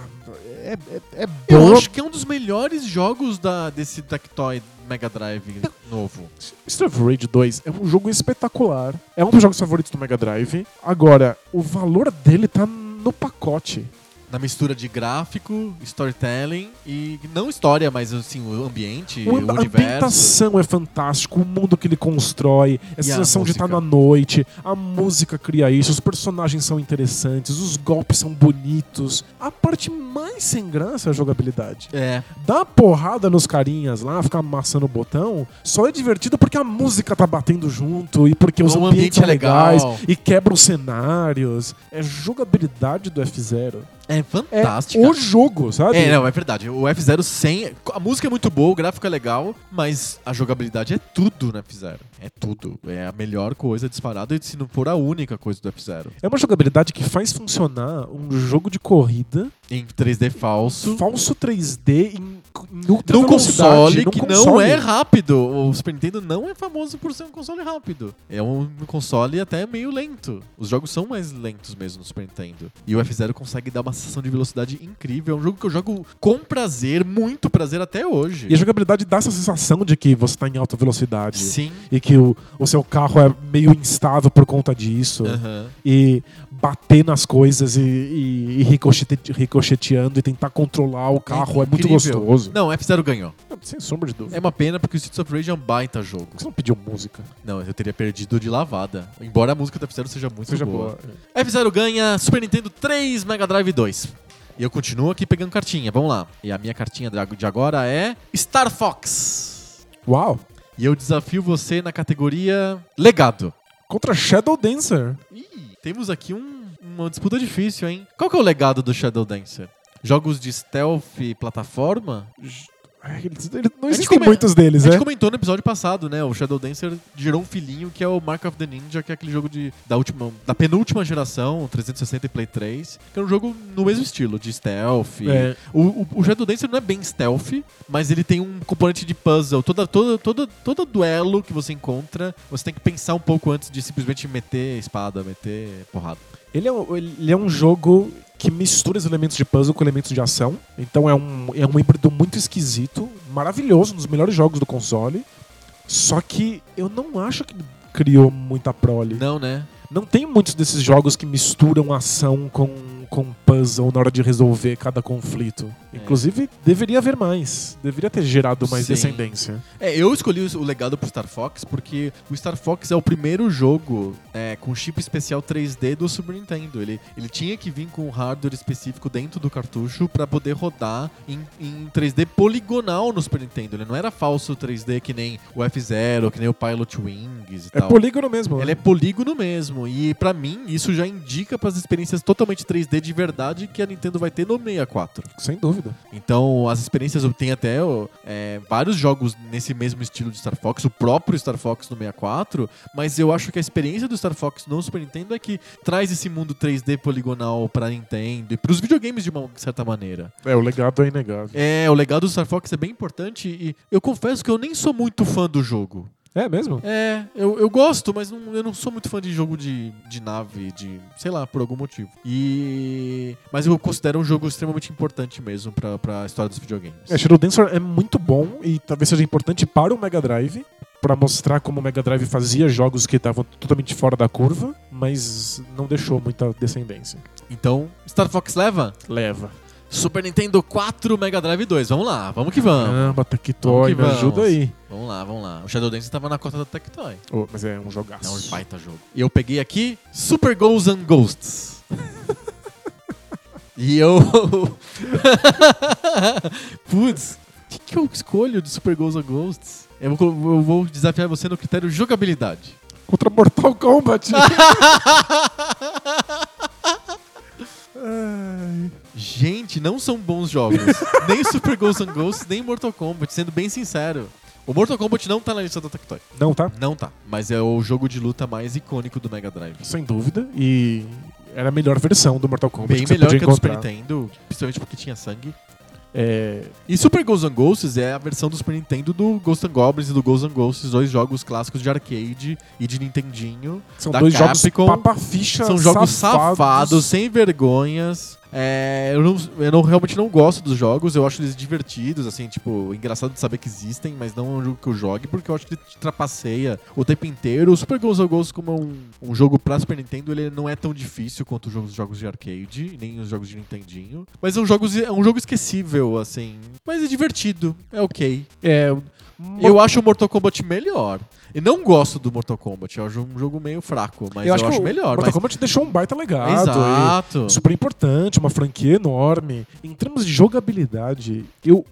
[SPEAKER 2] é, é, é
[SPEAKER 1] Eu
[SPEAKER 2] boa.
[SPEAKER 1] acho que é um dos melhores jogos da, desse Tectoy Mega Drive novo.
[SPEAKER 2] Street of Rage 2 é um jogo espetacular. É um dos jogos favoritos do Mega Drive. Agora, o valor dele tá no pacote.
[SPEAKER 1] Na mistura de gráfico, storytelling e não história, mas assim, o ambiente, o,
[SPEAKER 2] O amb- a
[SPEAKER 1] universo.
[SPEAKER 2] ambientação é fantástico, o mundo que ele constrói, a
[SPEAKER 1] E a
[SPEAKER 2] sensação de estar
[SPEAKER 1] música?
[SPEAKER 2] na noite, a música cria isso, os personagens são interessantes, os golpes são bonitos. A parte mais sem graça é a jogabilidade.
[SPEAKER 1] É,
[SPEAKER 2] Dar porrada nos carinhas lá, ficar amassando o botão, só é divertido porque a música tá batendo junto e porque os
[SPEAKER 1] O
[SPEAKER 2] ambientes
[SPEAKER 1] ambiente
[SPEAKER 2] são
[SPEAKER 1] é legal.
[SPEAKER 2] legais e quebra os cenários. É jogabilidade do F0.
[SPEAKER 1] é
[SPEAKER 2] É
[SPEAKER 1] fantástico.
[SPEAKER 2] o jogo, sabe?
[SPEAKER 1] É, não, é verdade. O F0 sem. A música é muito boa, o gráfico é legal, mas a jogabilidade é tudo no F0. É tudo. É a melhor coisa disparada, e se não for a única coisa do F0.
[SPEAKER 2] é uma jogabilidade que faz funcionar um jogo de corrida
[SPEAKER 1] Em 3D falso.
[SPEAKER 2] falso 3D em, em ultra
[SPEAKER 1] Num
[SPEAKER 2] velocidade,
[SPEAKER 1] console
[SPEAKER 2] num
[SPEAKER 1] que não
[SPEAKER 2] console.
[SPEAKER 1] é rápido. O Super Nintendo não é famoso por ser um console rápido. É um console até meio lento. Os jogos são mais lentos mesmo no Super Nintendo. E o F0 consegue dar uma sensação de velocidade incrível. É um jogo que eu jogo com prazer, muito prazer até hoje.
[SPEAKER 2] E é a jogabilidade dá essa sensação de que você tá em alta velocidade.
[SPEAKER 1] Sim.
[SPEAKER 2] E que o, o seu carro é meio instável por conta disso.
[SPEAKER 1] Aham.
[SPEAKER 2] E bater nas coisas e, e, e ricochete- ricocheteando e tentar controlar o carro é, muito
[SPEAKER 1] incrível.
[SPEAKER 2] gostoso.
[SPEAKER 1] Não, F0 ganhou.
[SPEAKER 2] Sem sombra de dúvida.
[SPEAKER 1] É uma pena porque o Streets of Rage é um baita jogo.
[SPEAKER 2] Você não pediu música.
[SPEAKER 1] Não, eu teria perdido de lavada. Embora a música do F0 seja muito
[SPEAKER 2] Seja
[SPEAKER 1] boa.
[SPEAKER 2] boa.
[SPEAKER 1] F0 ganha Super Nintendo 3, Mega Drive 2. E eu continuo aqui pegando cartinha, vamos lá. E a minha cartinha da- de agora é Star Fox.
[SPEAKER 2] Uau!
[SPEAKER 1] E eu desafio você na categoria Legado.
[SPEAKER 2] Contra Shadow Dancer.
[SPEAKER 1] Ih, temos aqui um- uma disputa difícil, hein? Qual que é o legado do Shadow Dancer? Jogos de stealth e plataforma?
[SPEAKER 2] Ai, eles- eles- não
[SPEAKER 1] gente
[SPEAKER 2] existem
[SPEAKER 1] come-
[SPEAKER 2] muitos deles,
[SPEAKER 1] A gente
[SPEAKER 2] né?
[SPEAKER 1] comentou no episódio passado, né? O Shadow Dancer gerou um filhinho que é o Mark of the Ninja, que é aquele jogo de, da, última, da penúltima geração, 360 e Play 3, que é um jogo no mesmo estilo, de stealth.
[SPEAKER 2] É.
[SPEAKER 1] O, o, o Shadow Dancer não é bem stealth, mas ele tem um componente de puzzle. Toda, toda, toda, todo duelo que você encontra, você tem que pensar um pouco antes de simplesmente meter espada, meter porrada.
[SPEAKER 2] Ele é, um- ele é um jogo que mistura os elementos de puzzle com elementos de ação. Então é um, é um híbrido muito esquisito, maravilhoso, um dos melhores jogos do console. Só que eu não acho que criou muita prole.
[SPEAKER 1] Não, né?
[SPEAKER 2] Não tem muitos desses jogos que misturam ação com, com puzzle na hora de resolver cada conflito.
[SPEAKER 1] É.
[SPEAKER 2] Inclusive, deveria haver mais. Deveria ter gerado mais
[SPEAKER 1] Sim.
[SPEAKER 2] descendência.
[SPEAKER 1] É, eu escolhi o o legado pro Star Fox porque o Star Fox é o primeiro jogo é, com chip especial 3D do Super Nintendo. Ele, ele tinha que vir com um hardware específico dentro do cartucho pra poder rodar em, em 3D poligonal no Super Nintendo. Ele não era falso 3D que nem o F-Zero, que nem o Pilot Wings e
[SPEAKER 2] É
[SPEAKER 1] tal.
[SPEAKER 2] polígono mesmo. né?
[SPEAKER 1] Ele é polígono mesmo. E pra mim, isso já indica pras experiências totalmente 3D de verdade que a Nintendo vai ter no 64.
[SPEAKER 2] Sem dúvida.
[SPEAKER 1] Então, as experiências tem até ó, é, vários jogos nesse mesmo estilo de Star Fox, o próprio Star Fox no 64, mas eu acho que a experiência do Star Fox no Super Nintendo é que traz esse mundo 3D poligonal pra Nintendo e pros videogames de uma certa maneira.
[SPEAKER 2] É, o legado é inegável.
[SPEAKER 1] É, o legado do Star Fox é bem importante e eu confesso que eu nem sou muito fã do jogo.
[SPEAKER 2] É mesmo?
[SPEAKER 1] É, eu, eu gosto, mas não- eu não sou muito fã de jogo de, de nave, de. sei lá, por algum motivo. E. Mas eu considero um jogo extremamente importante mesmo pra, pra história dos videogames.
[SPEAKER 2] É, Shadow Dancer é muito bom e talvez seja importante para o Mega Drive, para mostrar como o Mega Drive fazia jogos que estavam totalmente fora da curva, mas não deixou muita descendência.
[SPEAKER 1] Então, Star Fox leva?
[SPEAKER 2] Leva.
[SPEAKER 1] Super Nintendo 4 Mega Drive 2. Vamos lá, vamos que vamos.
[SPEAKER 2] Caramba,
[SPEAKER 1] Vamos
[SPEAKER 2] Tectoy,
[SPEAKER 1] que
[SPEAKER 2] me ajuda
[SPEAKER 1] vamos.
[SPEAKER 2] aí.
[SPEAKER 1] Vamos lá, vamos lá. O Shadow Dance tava na cota da Tectoy.
[SPEAKER 2] Oh, mas é um
[SPEAKER 1] É um
[SPEAKER 2] jogaço.
[SPEAKER 1] baita jogo. E eu peguei aqui Super Ghosts and Ghosts. e eu. Putz, o que, que eu escolho de Super Ghosts and Ghosts? Eu vou, eu vou desafiar você no critério jogabilidade.
[SPEAKER 2] Contra Mortal Kombat. Ai.
[SPEAKER 1] Gente, não são bons jogos. nem Super Ghosts and Ghosts, nem Mortal Kombat, sendo bem sincero. O Mortal Kombat não tá na lista da Tectoy.
[SPEAKER 2] Não, tá?
[SPEAKER 1] Não tá, mas é o jogo de luta mais icônico do Mega Drive.
[SPEAKER 2] Sem dúvida. E era a melhor versão do Mortal Kombat
[SPEAKER 1] Bem
[SPEAKER 2] que você
[SPEAKER 1] melhor
[SPEAKER 2] podia
[SPEAKER 1] que a do Super
[SPEAKER 2] encontrar.
[SPEAKER 1] Nintendo, principalmente porque tinha sangue.
[SPEAKER 2] É,
[SPEAKER 1] E Super Ghosts and Ghosts é a versão do Super Nintendo do Ghosts and Goblins e do Ghosts and Ghosts, dois jogos clássicos de arcade e de Nintendinho.
[SPEAKER 2] são
[SPEAKER 1] Da
[SPEAKER 2] dois
[SPEAKER 1] Capcom.
[SPEAKER 2] jogos papa-ficha
[SPEAKER 1] São jogos
[SPEAKER 2] safados.
[SPEAKER 1] safados, sem vergonhas. É, eu não, eu não- realmente não gosto dos jogos, eu acho eles divertidos, assim, tipo, engraçado de saber que existem, mas não é um jogo que eu jogue, porque eu acho que ele te trapaceia o tempo inteiro. O Super Ghosts and Ghosts, como é um, um jogo pra Super Nintendo, ele não é tão difícil quanto os jogos, jogos de arcade, nem os jogos de Nintendinho. Mas é um, jogos, é um jogo esquecível, assim, mas é divertido, é ok.
[SPEAKER 2] É,
[SPEAKER 1] Eu acho o Mortal Kombat melhor. E não gosto do Mortal Kombat, eu acho um jogo meio fraco, mas eu, acho,
[SPEAKER 2] o
[SPEAKER 1] melhor.
[SPEAKER 2] Mortal
[SPEAKER 1] mas-
[SPEAKER 2] Kombat deixou um baita legado.
[SPEAKER 1] Exato.
[SPEAKER 2] e Super importante, uma franquia enorme. Em termos de jogabilidade, eu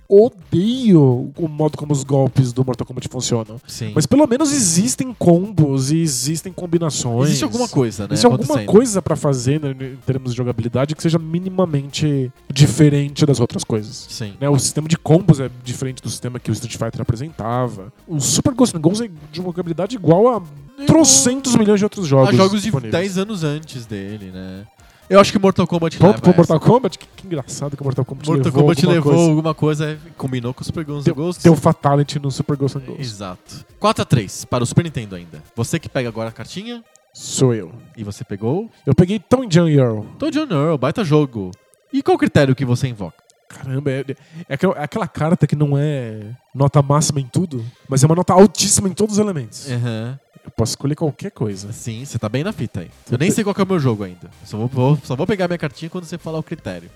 [SPEAKER 2] odeio o modo como os golpes do Mortal Kombat funcionam.
[SPEAKER 1] Sim.
[SPEAKER 2] Mas pelo menos existem combos e existem combinações.
[SPEAKER 1] existe alguma coisa, né?
[SPEAKER 2] Existe é alguma
[SPEAKER 1] acontecendo.
[SPEAKER 2] coisa pra fazer né, em termos de jogabilidade que seja minimamente diferente das outras coisas.
[SPEAKER 1] Sim.
[SPEAKER 2] Né, o sistema de combos é diferente do sistema que o Street Fighter apresentava. O Super Ghost Guns é de uma jogabilidade igual a trocentos milhões de outros jogos.
[SPEAKER 1] Há jogos de
[SPEAKER 2] disponíveis.
[SPEAKER 1] 10 anos antes dele, né? Eu acho que Mortal Kombat
[SPEAKER 2] Pronto pro
[SPEAKER 1] leva
[SPEAKER 2] Mortal Kombat? Que, que engraçado que o Mortal Kombat
[SPEAKER 1] essa. Mortal
[SPEAKER 2] levou.
[SPEAKER 1] Kombat
[SPEAKER 2] alguma
[SPEAKER 1] levou
[SPEAKER 2] coisa.
[SPEAKER 1] alguma coisa, e combinou com o Super Guns N'
[SPEAKER 2] Deu-
[SPEAKER 1] Ghosts.
[SPEAKER 2] Tem um Fatality no Super Ghost and Ghost.
[SPEAKER 1] Exato. 4x3 para o Super Nintendo ainda. Você que pega agora a cartinha
[SPEAKER 2] Sou eu.
[SPEAKER 1] e você pegou.
[SPEAKER 2] Eu peguei Tom John Earl.
[SPEAKER 1] Toad John Earl, é um baita jogo. E qual critério que você invoca?
[SPEAKER 2] Caramba, é, é aquela, é aquela carta que não é nota máxima em tudo, mas é uma nota altíssima em todos os elementos.
[SPEAKER 1] Aham.
[SPEAKER 2] Eu posso escolher qualquer coisa.
[SPEAKER 1] Sim, você tá bem na fita aí. Eu nem sei qual que é o meu jogo ainda. Só vou- vou, só vou pegar minha cartinha quando você falar o critério.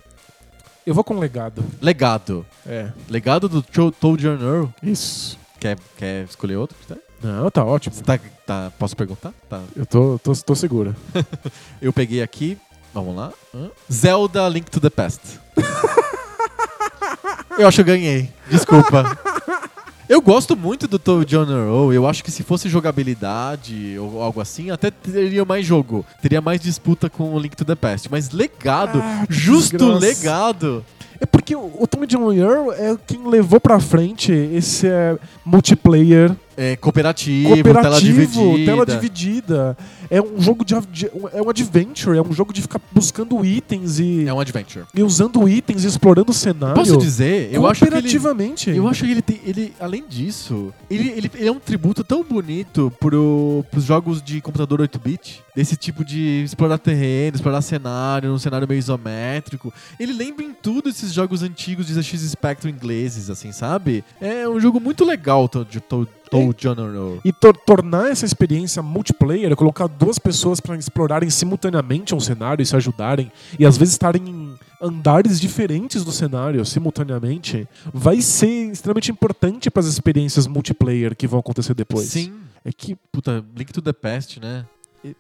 [SPEAKER 2] Eu vou com um legado.
[SPEAKER 1] Legado.
[SPEAKER 2] É,
[SPEAKER 1] Legado do Cho- Toad John Earl.
[SPEAKER 2] isso.
[SPEAKER 1] Quer, quer escolher outro critério?
[SPEAKER 2] Não, tá ótimo.
[SPEAKER 1] Você tá, tá- posso perguntar? Tá.
[SPEAKER 2] Eu tô, tô, tô segura.
[SPEAKER 1] Eu peguei aqui. Vamos lá. Hã? Zelda Link to the Past. eu acho que eu ganhei. Desculpa. Eu gosto muito do Toad John Roll. Eu acho que se fosse jogabilidade ou algo assim, até teria mais jogo. Teria mais disputa com o Link to the Past. Mas legado,
[SPEAKER 2] Ah, que
[SPEAKER 1] justo
[SPEAKER 2] desgraça.
[SPEAKER 1] legado.
[SPEAKER 2] É porque o o Tommy John Earl é quem levou pra frente esse é, multiplayer
[SPEAKER 1] É cooperativo,
[SPEAKER 2] cooperativo,
[SPEAKER 1] tela dividida.
[SPEAKER 2] tela dividida. É um jogo de, av- de- é um adventure, é um jogo de ficar buscando itens e,
[SPEAKER 1] É um adventure.
[SPEAKER 2] e usando itens, explorando o cenário.
[SPEAKER 1] Posso dizer? Eu acho que ele,
[SPEAKER 2] cooperativamente.
[SPEAKER 1] eu acho que ele tem, ele, além disso, ele, ele, ele é um tributo tão bonito pro, pros jogos de computador 8-bit, desse tipo de explorar terreno, explorar cenário, num cenário meio isométrico. Ele lembra em tudo esses jogos antigos de ZX Spectrum ingleses, assim, sabe? É um jogo muito legal, Toad to, to, John Earl.
[SPEAKER 2] E tor- tornar essa experiência multiplayer, colocar duas pessoas pra explorarem simultaneamente um cenário e se ajudarem, e às vezes estarem em andares diferentes do cenário simultaneamente, vai ser extremamente importante pras experiências multiplayer que vão acontecer depois.
[SPEAKER 1] Sim.
[SPEAKER 2] É que
[SPEAKER 1] Puta, Link to the Past, né?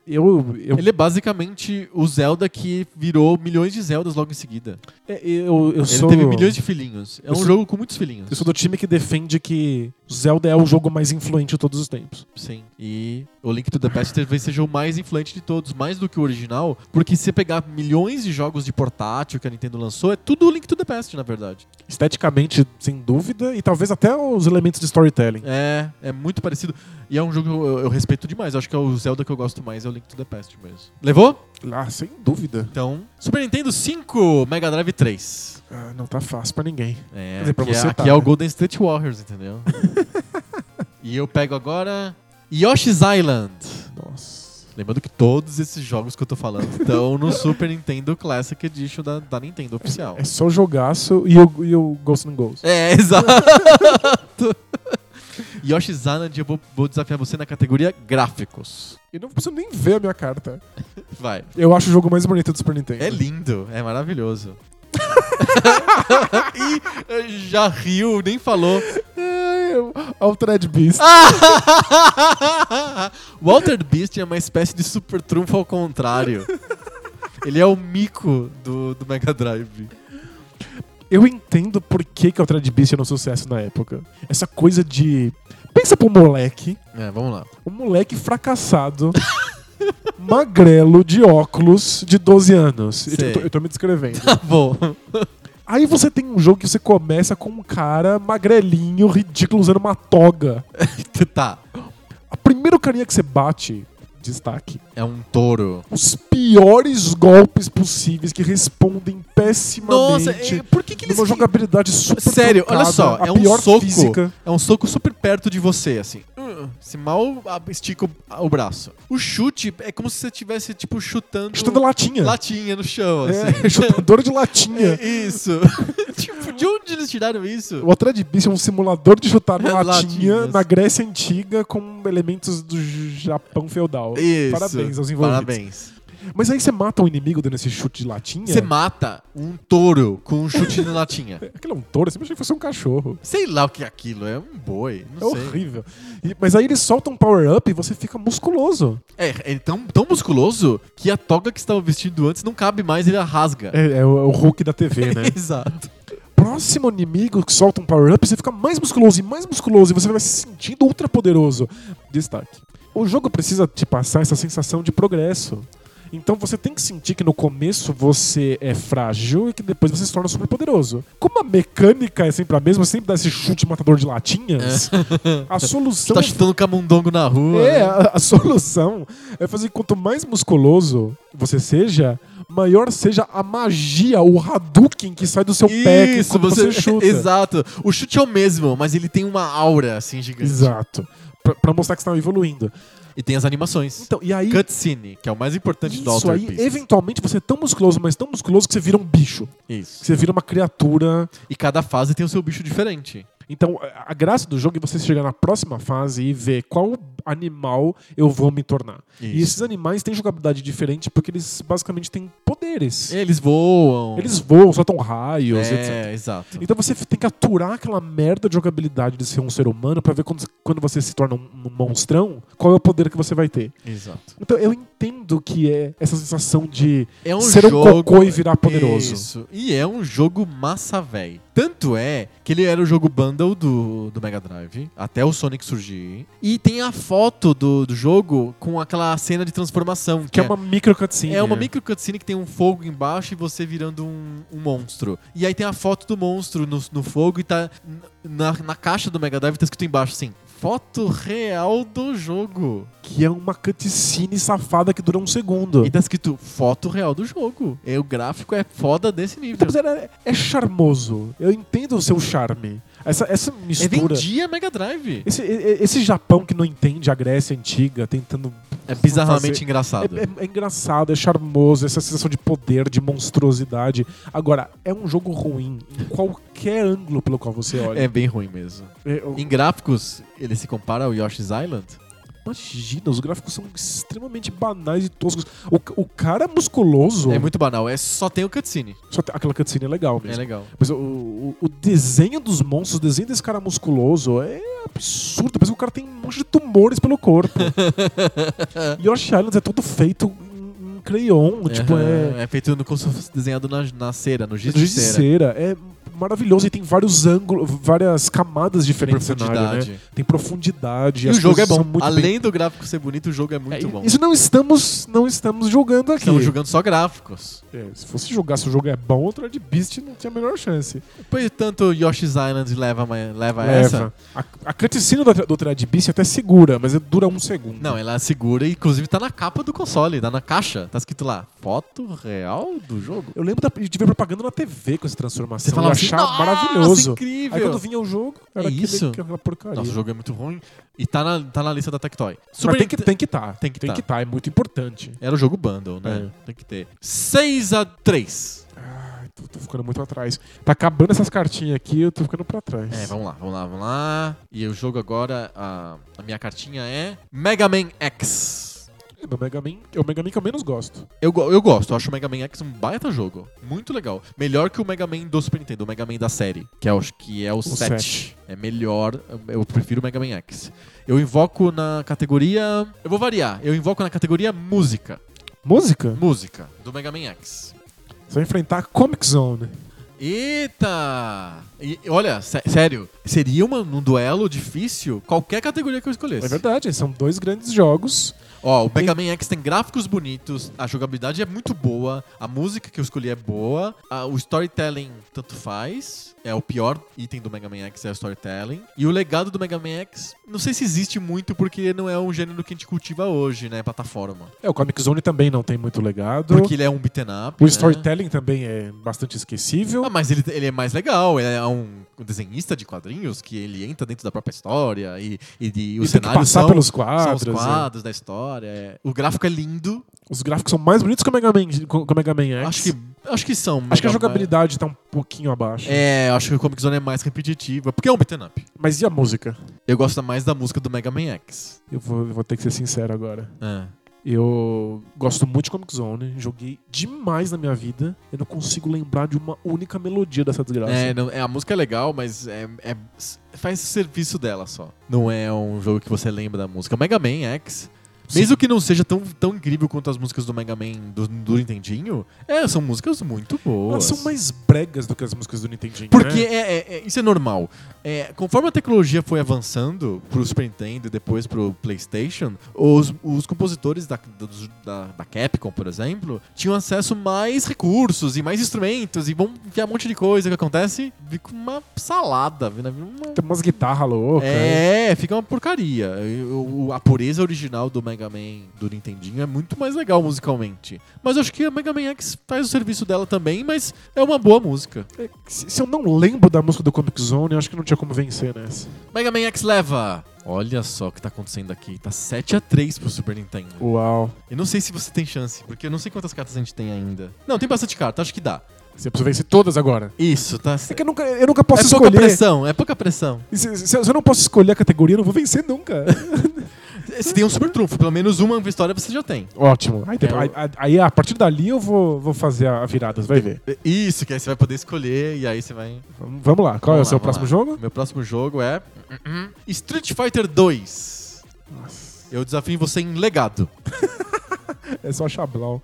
[SPEAKER 2] eu, eu,
[SPEAKER 1] Ele é basicamente o Zelda que virou milhões de Zeldas logo em seguida.
[SPEAKER 2] eu, é, eu, eu
[SPEAKER 1] Ele
[SPEAKER 2] sou.
[SPEAKER 1] teve milhões de filhinhos. É
[SPEAKER 2] Eu
[SPEAKER 1] um
[SPEAKER 2] sou-
[SPEAKER 1] jogo com muitos filhinhos.
[SPEAKER 2] Eu sou do time que defende que Zelda é o jogo mais influente de todos os tempos.
[SPEAKER 1] Sim. E o Link to the Past talvez seja o mais influente de todos, mais do que o original, porque se você pegar milhões de jogos de portátil que a Nintendo lançou, é tudo Link to the Past, na verdade.
[SPEAKER 2] Esteticamente, sem dúvida, e talvez até os elementos de storytelling.
[SPEAKER 1] É, é muito parecido. E é um jogo que eu, eu respeito demais. Eu acho que é o Zelda que eu gosto mais, é o Link to the Past mesmo. Levou?
[SPEAKER 2] Ah, sem dúvida.
[SPEAKER 1] Então, Super Nintendo 5, Mega Drive 3.
[SPEAKER 2] Ah, não tá fácil pra ninguém.
[SPEAKER 1] É,
[SPEAKER 2] Quer dizer, pra
[SPEAKER 1] aqui,
[SPEAKER 2] você
[SPEAKER 1] é,
[SPEAKER 2] tá,
[SPEAKER 1] aqui é o
[SPEAKER 2] né?
[SPEAKER 1] Golden State Warriors, entendeu? e eu pego agora Yoshi's Island.
[SPEAKER 2] Nossa.
[SPEAKER 1] Lembrando que todos esses jogos que eu tô falando estão no Super Nintendo Classic Edition da, da Nintendo oficial.
[SPEAKER 2] É só jogaço e o, e o Ghost and Ghost.
[SPEAKER 1] É, exato. Yoshi's Island, eu vou, vou desafiar você na categoria gráficos.
[SPEAKER 2] Eu não preciso nem ver a minha carta.
[SPEAKER 1] Vai.
[SPEAKER 2] Eu acho o jogo mais bonito do Super Nintendo.
[SPEAKER 1] É lindo, é maravilhoso. e eh, já riu, nem falou.
[SPEAKER 2] É, eu- Olha o Thread Beast.
[SPEAKER 1] Ah. o Altered Beast é uma espécie de super trunfo ao contrário. Ele é o mico do, do Mega Drive.
[SPEAKER 2] Eu entendo por que, que o Thread Beast era um sucesso na época. Essa coisa de. Pensa pro moleque.
[SPEAKER 1] É, vamos lá.
[SPEAKER 2] Um moleque fracassado. magrelo de óculos de 12 anos. Eu,
[SPEAKER 1] Sei.
[SPEAKER 2] tô- eu tô me descrevendo.
[SPEAKER 1] Tá bom.
[SPEAKER 2] Aí você tem um jogo que você começa com um cara magrelinho, ridículo, usando uma toga.
[SPEAKER 1] tá.
[SPEAKER 2] A primeiro carinha que você bate, destaque,
[SPEAKER 1] É um touro.
[SPEAKER 2] os piores golpes possíveis que respondem
[SPEAKER 1] Nossa,
[SPEAKER 2] pessimamente.
[SPEAKER 1] é- por que, que eles.
[SPEAKER 2] uma jogabilidade super
[SPEAKER 1] Sério,
[SPEAKER 2] truncada,
[SPEAKER 1] olha só,
[SPEAKER 2] a
[SPEAKER 1] é um
[SPEAKER 2] pior
[SPEAKER 1] soco.
[SPEAKER 2] física.
[SPEAKER 1] É um soco super perto de você, assim. Hum, Se mal ah, estica o, ah, o braço. O chute é como se você estivesse, tipo, chutando,
[SPEAKER 2] Chutando latinha.
[SPEAKER 1] latinha no chão, assim. É,
[SPEAKER 2] É, chutador de latinha.
[SPEAKER 1] Isso. tipo, de onde eles tiraram isso?
[SPEAKER 2] O Atrad Beast é um simulador de chutar latinha
[SPEAKER 1] Latinhas.
[SPEAKER 2] na Grécia Antiga com elementos do Japão feudal.
[SPEAKER 1] Isso.
[SPEAKER 2] Parabéns aos envolvidos.
[SPEAKER 1] Parabéns.
[SPEAKER 2] Mas aí você mata um inimigo dando esse chute de latinha?
[SPEAKER 1] Você mata um touro com um chute na latinha.
[SPEAKER 2] Aquilo é um touro, eu sempre achei que fosse um cachorro.
[SPEAKER 1] Sei lá o que é aquilo, é um boi,
[SPEAKER 2] É
[SPEAKER 1] não sei.
[SPEAKER 2] horrível. E- mas aí eles soltam um power-up e você fica musculoso.
[SPEAKER 1] É, ele é tão, tão musculoso que a toga que estava vestindo antes não cabe mais, ele a rasga.
[SPEAKER 2] É, é o, é o Hulk da TV, né?
[SPEAKER 1] Exato.
[SPEAKER 2] Próximo inimigo que solta um power-up, você fica mais musculoso e mais musculoso e você vai se sentindo ultra poderoso. Destaque. O jogo precisa te passar essa sensação de progresso. Então você tem que sentir que no começo você é frágil e que depois você se torna super poderoso. Como a mecânica é sempre a mesma, sempre dá esse chute matador de latinhas, a solução
[SPEAKER 1] tá
[SPEAKER 2] é
[SPEAKER 1] chutando camundongo na rua.
[SPEAKER 2] É,
[SPEAKER 1] né?
[SPEAKER 2] a, a solução é fazer que quanto mais musculoso você seja, maior seja a magia, o Hadouken que sai do seu pé que
[SPEAKER 1] Isso, é,
[SPEAKER 2] quando um você, chuta.
[SPEAKER 1] Exato. O chute é o mesmo, mas ele tem uma aura, assim, gigante.
[SPEAKER 2] Exato. Pra, pra mostrar que você tá evoluindo.
[SPEAKER 1] E tem as animações.
[SPEAKER 2] Então, e aí.
[SPEAKER 1] Cutscene, que é o mais importante do
[SPEAKER 2] Isso
[SPEAKER 1] Alter
[SPEAKER 2] aí,
[SPEAKER 1] Beast.
[SPEAKER 2] eventualmente você é tão musculoso, mas tão musculoso que você vira um bicho. Que
[SPEAKER 1] Isso.
[SPEAKER 2] você vira uma criatura.
[SPEAKER 1] E cada fase tem o seu bicho diferente.
[SPEAKER 2] Então, a a graça do jogo é você chegar na próxima fase e ver qual animal eu vou me tornar. E esses animais têm jogabilidade diferente porque eles basicamente têm poderes.
[SPEAKER 1] Eles voam.
[SPEAKER 2] Eles voam, soltam raios, etc.
[SPEAKER 1] É, exato.
[SPEAKER 2] Então você tem que aturar aquela merda de jogabilidade de ser um ser humano pra ver quando, quando você se torna um, um monstrão, qual é o poder que você vai ter.
[SPEAKER 1] Exato.
[SPEAKER 2] Então eu entendo que é essa sensação de
[SPEAKER 1] É um
[SPEAKER 2] ser um
[SPEAKER 1] jogo...
[SPEAKER 2] cocô e virar poderoso.
[SPEAKER 1] Isso. E é um jogo massa, velho. Tanto é que ele era o jogo bundle do, do Mega Drive, até o Sonic surgir. E tem a foto do, do jogo com aquela cena de transformação.
[SPEAKER 2] Que é uma micro cutscene.
[SPEAKER 1] É uma micro cutscene que tem um fogo embaixo e você virando um, um monstro. E aí tem a foto do monstro no, no fogo e tá n- na, na caixa do Mega Drive tá escrito embaixo assim: foto real do jogo.
[SPEAKER 2] Que é uma cutscene safada que dura um segundo.
[SPEAKER 1] E tá escrito foto real do jogo. E o gráfico é foda desse nível.
[SPEAKER 2] Então, mas era- é charmoso. Eu entendo o seu charme. Essa, essa
[SPEAKER 1] É
[SPEAKER 2] mistura.
[SPEAKER 1] vendia Mega Drive.
[SPEAKER 2] esse, e- esse Japão que não entende a Grécia antiga, tentando.
[SPEAKER 1] É bizarramente
[SPEAKER 2] fazer-
[SPEAKER 1] engraçado.
[SPEAKER 2] É, é- é engraçado, é charmoso, essa sensação de poder, de monstruosidade. Agora, é um jogo ruim em qualquer ângulo pelo qual você olha.
[SPEAKER 1] É bem ruim mesmo.
[SPEAKER 2] Eu-
[SPEAKER 1] Em gráficos, ele se compara ao Yoshi's Island.
[SPEAKER 2] Imagina, os gráficos são extremamente banais e toscos. O, ca- o cara musculoso.
[SPEAKER 1] É muito banal, é só tem o cutscene.
[SPEAKER 2] Só tem- aquela cutscene é legal
[SPEAKER 1] É
[SPEAKER 2] mesmo.
[SPEAKER 1] legal.
[SPEAKER 2] Mas o, o- o desenho dos monstros, o desenho desse cara musculoso é absurdo. Parece que o cara tem um monte de tumores pelo corpo. Yoshi Island é todo feito em, em crayon. Tipo, é.
[SPEAKER 1] Aham, feito no, como se fosse desenhado na, na cera, no giz
[SPEAKER 2] giz
[SPEAKER 1] de
[SPEAKER 2] de
[SPEAKER 1] cera.
[SPEAKER 2] cera. É maravilhoso e tem vários ângulos, várias camadas diferentes do cenário,
[SPEAKER 1] Profundidade.
[SPEAKER 2] né? Tem profundidade.
[SPEAKER 1] E o
[SPEAKER 2] as
[SPEAKER 1] jogo é
[SPEAKER 2] coisas
[SPEAKER 1] bom.
[SPEAKER 2] são muito
[SPEAKER 1] Além
[SPEAKER 2] bem-
[SPEAKER 1] do gráfico ser bonito, o jogo é muito
[SPEAKER 2] É,
[SPEAKER 1] bom.
[SPEAKER 2] Isso não estamos, não estamos julgando aqui.
[SPEAKER 1] Estamos jogando só gráficos.
[SPEAKER 2] É, se fosse julgar se o jogo é bom, o Thread Beast não tinha a menor chance. É,
[SPEAKER 1] Portanto, Yoshi's Island leva, ma- leva essa.
[SPEAKER 2] A, a cutscene do, do Thread Beast é até segura, mas dura um segundo.
[SPEAKER 1] Não, é ela segura e inclusive tá na capa do console, tá na caixa. Tá escrito lá, foto real do jogo.
[SPEAKER 2] Eu lembro da, de ver propaganda na TV com essa transformação.
[SPEAKER 1] Você falava
[SPEAKER 2] eu
[SPEAKER 1] assim,
[SPEAKER 2] achava
[SPEAKER 1] "Nossa,
[SPEAKER 2] maravilhoso.
[SPEAKER 1] incrível.
[SPEAKER 2] Aí quando vinha o jogo, era
[SPEAKER 1] É
[SPEAKER 2] aquele-
[SPEAKER 1] isso?
[SPEAKER 2] aquela porcaria.
[SPEAKER 1] Nossa, o jogo é muito ruim e tá na, tá na lista da Tectoy.
[SPEAKER 2] Mas
[SPEAKER 1] Super
[SPEAKER 2] tem que
[SPEAKER 1] Ninte-
[SPEAKER 2] tem que estar.
[SPEAKER 1] Tem que tá.
[SPEAKER 2] estar, é muito importante.
[SPEAKER 1] Era o jogo bundle, né? Tem que ter. 6x3.
[SPEAKER 2] Ai, tô, tô ficando muito atrás. Tá acabando essas cartinhas aqui, eu tô ficando pra trás.
[SPEAKER 1] É, vamos lá, vamos lá, vamos lá. E o jogo agora, a, a minha cartinha é Mega Man X.
[SPEAKER 2] É, meu Mega Man, é o Mega Man que eu menos gosto.
[SPEAKER 1] Eu, go- eu gosto, eu acho o Mega Man X um baita jogo. Muito legal. Melhor que o Mega Man do Super Nintendo, o Mega Man da série, que é o, que é o, 7.
[SPEAKER 2] sete.
[SPEAKER 1] É melhor, eu prefiro o Mega Man X. Eu invoco na categoria. Eu vou variar, eu invoco na categoria música.
[SPEAKER 2] Música?
[SPEAKER 1] Música, do Mega Man X.
[SPEAKER 2] Você vai enfrentar a Comic Zone.
[SPEAKER 1] Eita! E, olha, sé- sério, seria uma- um duelo difícil qualquer categoria que eu escolhesse.
[SPEAKER 2] É verdade, são dois grandes jogos.
[SPEAKER 1] Ó, o Mega Man X tem gráficos bonitos, a jogabilidade é muito boa, a música que eu escolhi é boa, a- o storytelling tanto faz, é o pior item do Mega Man X é o storytelling. E o legado do Mega Man X, não sei se existe muito porque não é um gênero que a gente cultiva hoje, né, plataforma.
[SPEAKER 2] É, o Comic Zone também não tem muito legado.
[SPEAKER 1] Porque ele é um beaten up.
[SPEAKER 2] o
[SPEAKER 1] né?
[SPEAKER 2] storytelling também é bastante esquecível.
[SPEAKER 1] Ah, mas ele, ele é mais legal, ele é um desenhista de quadrinhos que ele entra dentro da própria história e, e, de- e
[SPEAKER 2] E
[SPEAKER 1] os
[SPEAKER 2] tem que
[SPEAKER 1] cenários
[SPEAKER 2] passar
[SPEAKER 1] são,
[SPEAKER 2] pelos
[SPEAKER 1] são
[SPEAKER 2] quadros.
[SPEAKER 1] os quadros da história. é. O gráfico é lindo,
[SPEAKER 2] é. Os gráficos são mais bonitos que o Mega Man, que o Mega Man X.
[SPEAKER 1] acho que, acho que são.
[SPEAKER 2] Acho que
[SPEAKER 1] Mega
[SPEAKER 2] a
[SPEAKER 1] Man-
[SPEAKER 2] jogabilidade tá um pouquinho abaixo.
[SPEAKER 1] É, eu acho que o Comic Zone é mais repetitiva, porque é um beat'em up.
[SPEAKER 2] Mas e a música?
[SPEAKER 1] Eu gosto mais da música do Mega Man X.
[SPEAKER 2] Eu vou, eu vou ter que ser sincero agora.
[SPEAKER 1] É.
[SPEAKER 2] Eu gosto muito de Comic Zone, joguei demais na minha vida. Eu não consigo lembrar de uma única melodia dessa desgraça.
[SPEAKER 1] É, não- é, a música é legal, mas é, é- s- faz serviço dela só. Não é um jogo que você lembra da música. Mega Man X,
[SPEAKER 2] Sim.
[SPEAKER 1] mesmo que não seja tão, tão incrível quanto as músicas do Mega Man do, do Nintendinho, é, são músicas muito
[SPEAKER 2] Elas
[SPEAKER 1] boas.
[SPEAKER 2] são mais bregas do que as músicas do Nintendinho.
[SPEAKER 1] Porque
[SPEAKER 2] né?
[SPEAKER 1] é- é- é- isso é normal. É, conforme a tecnologia foi avançando pro Super Nintendo e depois pro PlayStation, os, os compositores da, dos- da, da Capcom, por exemplo, tinham acesso a mais recursos e mais instrumentos e vão enfiar um monte de coisa que acontece. Fica uma salada, vira vira uma.
[SPEAKER 2] tem umas guitarras loucas.
[SPEAKER 1] É, fica uma porcaria. Eu- eu- a pureza original do Mega Man do Nintendinho é muito mais legal musicalmente. Mas eu acho que a Mega Man X faz o serviço dela também, mas é uma boa música.
[SPEAKER 2] É, Se se eu não lembro da música do Comic Zone, eu acho que não tinha como vencer nessa.
[SPEAKER 1] Mega Man X leva! Olha só o que tá acontecendo aqui. Tá 7x3 pro Super Nintendo.
[SPEAKER 2] Uau.
[SPEAKER 1] Eu não sei se você tem chance, porque eu não sei quantas cartas a gente tem ainda. Não, tem bastante carta, acho que dá.
[SPEAKER 2] Você precisa vencer todas agora.
[SPEAKER 1] Isso, tá.
[SPEAKER 2] É
[SPEAKER 1] É
[SPEAKER 2] que eu nunca, eu nunca posso
[SPEAKER 1] pouca
[SPEAKER 2] escolher.
[SPEAKER 1] pressão, é pouca pressão.
[SPEAKER 2] Se, se- se eu não posso escolher a categoria, eu não vou vencer nunca.
[SPEAKER 1] Você tem um super trunfo, pelo menos uma vitória você já tem.
[SPEAKER 2] Ótimo. Aí, tem-
[SPEAKER 1] É, eu-
[SPEAKER 2] aí- aí, a partir dali eu vou, vou fazer a virada, você vai ver.
[SPEAKER 1] Isso, que aí você vai poder escolher e aí você vai.
[SPEAKER 2] Vamos vamos lá. Qual
[SPEAKER 1] Vamos
[SPEAKER 2] é o
[SPEAKER 1] lá,
[SPEAKER 2] seu
[SPEAKER 1] vamos
[SPEAKER 2] próximo
[SPEAKER 1] lá.
[SPEAKER 2] jogo?
[SPEAKER 1] uh-uh, Meu próximo jogo é. Street Fighter 2.
[SPEAKER 2] Nossa.
[SPEAKER 1] Eu desafio você em legado.
[SPEAKER 2] É só chablau.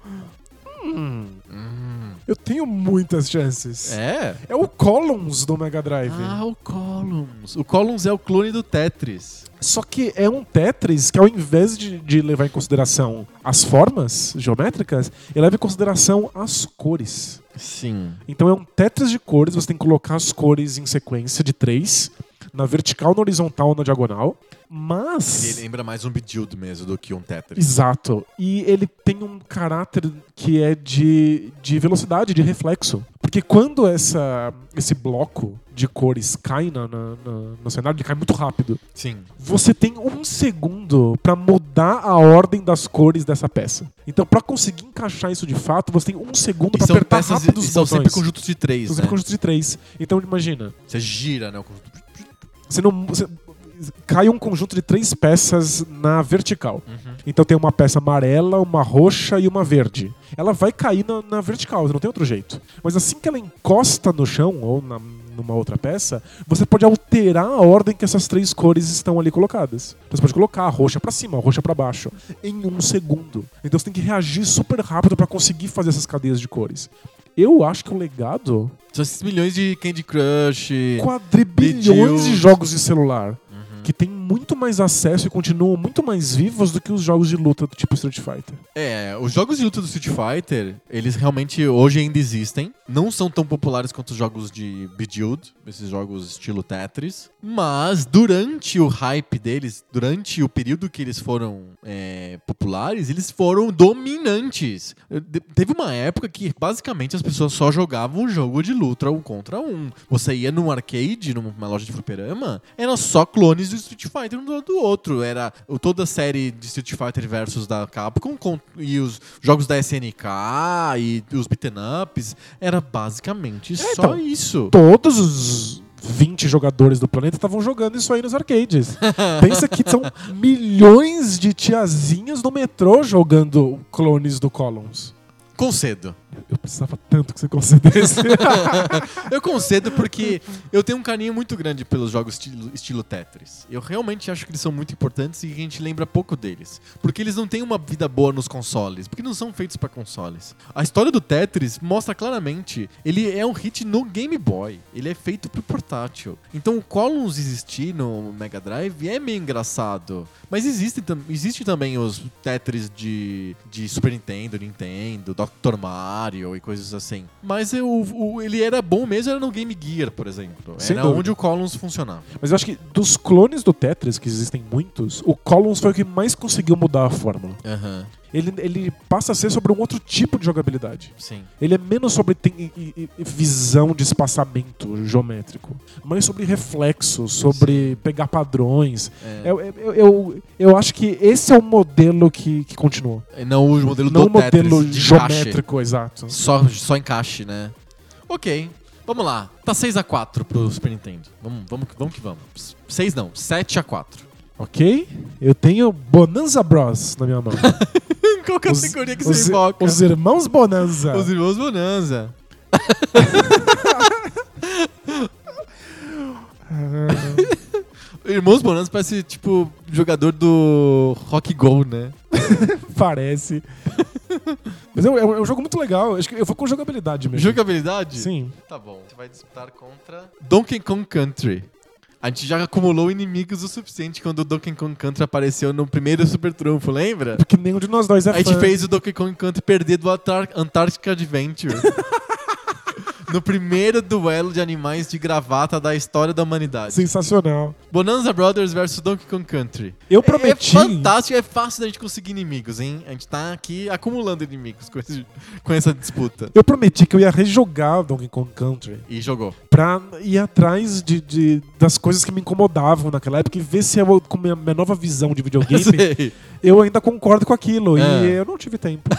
[SPEAKER 2] Eu tenho muitas chances.
[SPEAKER 1] Hum. É?
[SPEAKER 2] É o Columns do Mega Drive.
[SPEAKER 1] Ah, o Columns. O Columns é o clone do Tetris.
[SPEAKER 2] Só que é um Tetris que, ao invés de, de levar em consideração as formas geométricas, ele leva em consideração as cores.
[SPEAKER 1] Sim.
[SPEAKER 2] Então é um Tetris de cores, você tem que colocar as cores em sequência de três, na vertical, na horizontal, na diagonal. Mas.
[SPEAKER 1] Ele lembra mais um Bejeweled mesmo do que um Tetris.
[SPEAKER 2] Exato. E ele tem um caráter que é de, de velocidade, de reflexo. Porque quando essa, esse bloco de cores cai na, na- na- no cenário, ele cai muito rápido.
[SPEAKER 1] Sim.
[SPEAKER 2] Você tem um segundo pra mudar a ordem das cores dessa peça. Então, pra conseguir encaixar isso de fato, você tem um segundo
[SPEAKER 1] E
[SPEAKER 2] pra
[SPEAKER 1] são
[SPEAKER 2] apertar
[SPEAKER 1] peças
[SPEAKER 2] rápido
[SPEAKER 1] e
[SPEAKER 2] os
[SPEAKER 1] são
[SPEAKER 2] botões.
[SPEAKER 1] sempre conjuntos de três,
[SPEAKER 2] São
[SPEAKER 1] né?
[SPEAKER 2] sempre conjuntos de três. Então, imagina.
[SPEAKER 1] Você gira, né? o conjunto.
[SPEAKER 2] Você não. você- cai um conjunto de três peças na vertical. Então tem uma peça amarela, uma roxa e uma verde. Ela vai cair na, na vertical, não tem outro jeito. Mas assim que ela encosta no chão ou na- numa outra peça, você pode alterar a ordem que essas três cores estão ali colocadas. Então você pode colocar a roxa pra cima, a roxa pra baixo, em um segundo. Então você tem que reagir super rápido pra conseguir fazer essas cadeias de cores. Eu acho que o legado
[SPEAKER 1] São esses milhões de Candy Crush.
[SPEAKER 2] quadribilhões de
[SPEAKER 1] Bejeweled.
[SPEAKER 2] jogos de celular que tem muito mais acesso e continuam muito mais vivos do que os jogos de luta do tipo Street Fighter.
[SPEAKER 1] É, os jogos de luta do Street Fighter, eles realmente hoje ainda existem. Não são tão populares quanto os jogos de Bejeweled, esses jogos estilo Tetris. Mas durante o hype deles, durante o período que eles foram é, populares, eles foram dominantes. Eh, De- teve uma época que basicamente as pessoas só jogavam o jogo de luta um contra um. Você ia num arcade, numa loja de fliperama, eram só clones do Street Fighter um do, do outro. Era o- toda a série de Street Fighter versus da Capcom com- e os jogos da SNK e os beaten ups. Era basicamente só
[SPEAKER 2] então,
[SPEAKER 1] isso.
[SPEAKER 2] Todos os 20 jogadores do planeta estavam jogando isso aí nos arcades. Pensa que são milhões de tiazinhas no metrô jogando clones do Columns.
[SPEAKER 1] Concedo.
[SPEAKER 2] Eu precisava tanto que você concedesse.
[SPEAKER 1] Eu concedo porque eu tenho um carinho muito grande pelos jogos estilo, estilo Tetris. Eu realmente acho que eles são muito importantes e a gente lembra pouco deles. Porque eles não têm uma vida boa nos consoles, porque não são feitos pra consoles. A história do Tetris mostra claramente, ele é um hit no Game Boy, ele é feito pro portátil. Então o Columns existir no Mega Drive é meio engraçado. Mas existem tam- existe também os Tetris de, de Super Nintendo, Nintendo, Dr. Mario e coisas assim. Mas eu, o- ele era bom mesmo, era no Game Gear, por exemplo.
[SPEAKER 2] Sem
[SPEAKER 1] era
[SPEAKER 2] dúvida.
[SPEAKER 1] onde o Columns funcionava.
[SPEAKER 2] Mas eu acho que dos clones do Tetris, que existem muitos, o Columns foi o que mais conseguiu mudar a fórmula.
[SPEAKER 1] Aham,
[SPEAKER 2] Ele, ele passa a ser sobre um outro tipo de jogabilidade.
[SPEAKER 1] sim.
[SPEAKER 2] Ele é menos sobre tem- e- e- e visão de espaçamento geométrico, mais sobre reflexo, sobre pegar padrões.
[SPEAKER 1] É.
[SPEAKER 2] Eu, eu, eu, eu acho que esse é o modelo que, que continua.
[SPEAKER 1] É, Não o modelo
[SPEAKER 2] Não
[SPEAKER 1] do
[SPEAKER 2] o modelo
[SPEAKER 1] Tetris, de encaixe.
[SPEAKER 2] geométrico, exato.
[SPEAKER 1] Só, só encaixe, né? Ok, vamos lá. Tá 6x4 pro Super Nintendo. Vamos, vamos, que- vamos que vamos. 6 não, 7x4.
[SPEAKER 2] Ok? Eu tenho Bonanza Bros na minha mão.
[SPEAKER 1] Qual
[SPEAKER 2] Os-
[SPEAKER 1] categoria que
[SPEAKER 2] os,
[SPEAKER 1] você invoca?
[SPEAKER 2] os irmãos Bonanza.
[SPEAKER 1] Os irmãos Bonanza.
[SPEAKER 2] Ah,
[SPEAKER 1] Irmãos Bonanza parece, tipo, jogador do Rock Go, né?
[SPEAKER 2] Parece. Mas é um, é um- é um jogo muito legal. Acho que eu vou com jogabilidade mesmo.
[SPEAKER 1] Jogabilidade?
[SPEAKER 2] Sim.
[SPEAKER 1] Tá bom. Você vai disputar contra Donkey Kong Country. A gente já acumulou inimigos o suficiente quando o Donkey Kong Country apareceu no primeiro Super Trunfo, lembra?
[SPEAKER 2] Porque nenhum de nós dois é
[SPEAKER 1] A gente
[SPEAKER 2] fã.
[SPEAKER 1] fez o Donkey Kong Country perder do Antar Antarctic Adventure. no primeiro duelo de animais de gravata da história da humanidade.
[SPEAKER 2] Sensacional.
[SPEAKER 1] Bonanza Brothers versus Donkey Kong Country.
[SPEAKER 2] Eu
[SPEAKER 1] É-
[SPEAKER 2] prometi.
[SPEAKER 1] É fantástico, é fácil da gente conseguir inimigos, hein? A gente tá aqui acumulando inimigos com, esse- com essa disputa.
[SPEAKER 2] Eu prometi que eu ia rejogar Donkey Kong Country
[SPEAKER 1] E jogou.
[SPEAKER 2] pra ir atrás de, de- das coisas que me incomodavam naquela época e ver se eu, com minha, minha nova visão de videogame,
[SPEAKER 1] Sei.
[SPEAKER 2] eu ainda concordo com aquilo.
[SPEAKER 1] É.
[SPEAKER 2] E eu não tive tempo.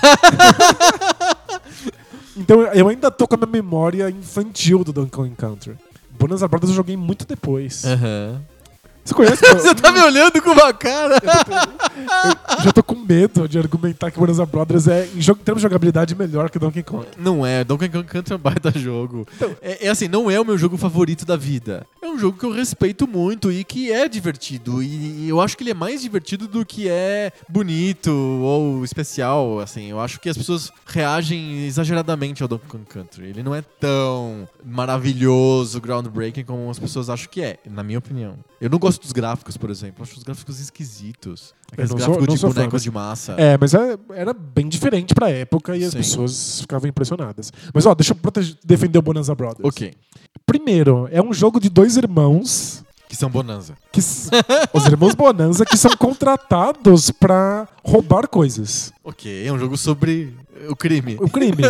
[SPEAKER 2] então eu ainda tô com a minha memória infantil do Donkey Kong Country. Bonanza Brothers eu joguei muito depois.
[SPEAKER 1] Aham.
[SPEAKER 2] Você conhece?
[SPEAKER 1] É. Você tá me olhando com uma cara.
[SPEAKER 2] Eu já tô com medo de argumentar que Bonanza Brothers é, em jogo- em termos de jogabilidade, melhor que Donkey Kong.
[SPEAKER 1] Não é, Donkey Kong Country é um baita jogo.
[SPEAKER 2] Então-
[SPEAKER 1] É, é assim, não é o meu jogo favorito da vida. É um jogo que eu respeito muito e que é divertido. E, e eu acho que ele é mais divertido do que é bonito ou especial. Assim, eu acho que as pessoas reagem exageradamente ao Donkey Kong Country. Ele não é tão maravilhoso, groundbreaking como as pessoas acham que é, na minha opinião. Eu não gosto dos gráficos, por exemplo. Eu acho os gráficos esquisitos. Aqueles
[SPEAKER 2] não sou-
[SPEAKER 1] gráficos
[SPEAKER 2] não
[SPEAKER 1] de
[SPEAKER 2] sou fã,
[SPEAKER 1] bonecos
[SPEAKER 2] mas-
[SPEAKER 1] de massa.
[SPEAKER 2] É, mas é- era bem diferente pra época e as
[SPEAKER 1] Sim.
[SPEAKER 2] pessoas ficavam impressionadas. Mas ó, deixa eu protege- defender o Bonanza Brothers.
[SPEAKER 1] Ok.
[SPEAKER 2] Primeiro, é um jogo de dois irmãos.
[SPEAKER 1] Que são bonanza.
[SPEAKER 2] Que s- os irmãos Bonanza que são contratados pra roubar coisas.
[SPEAKER 1] Ok, é um jogo sobre o crime.
[SPEAKER 2] O crime.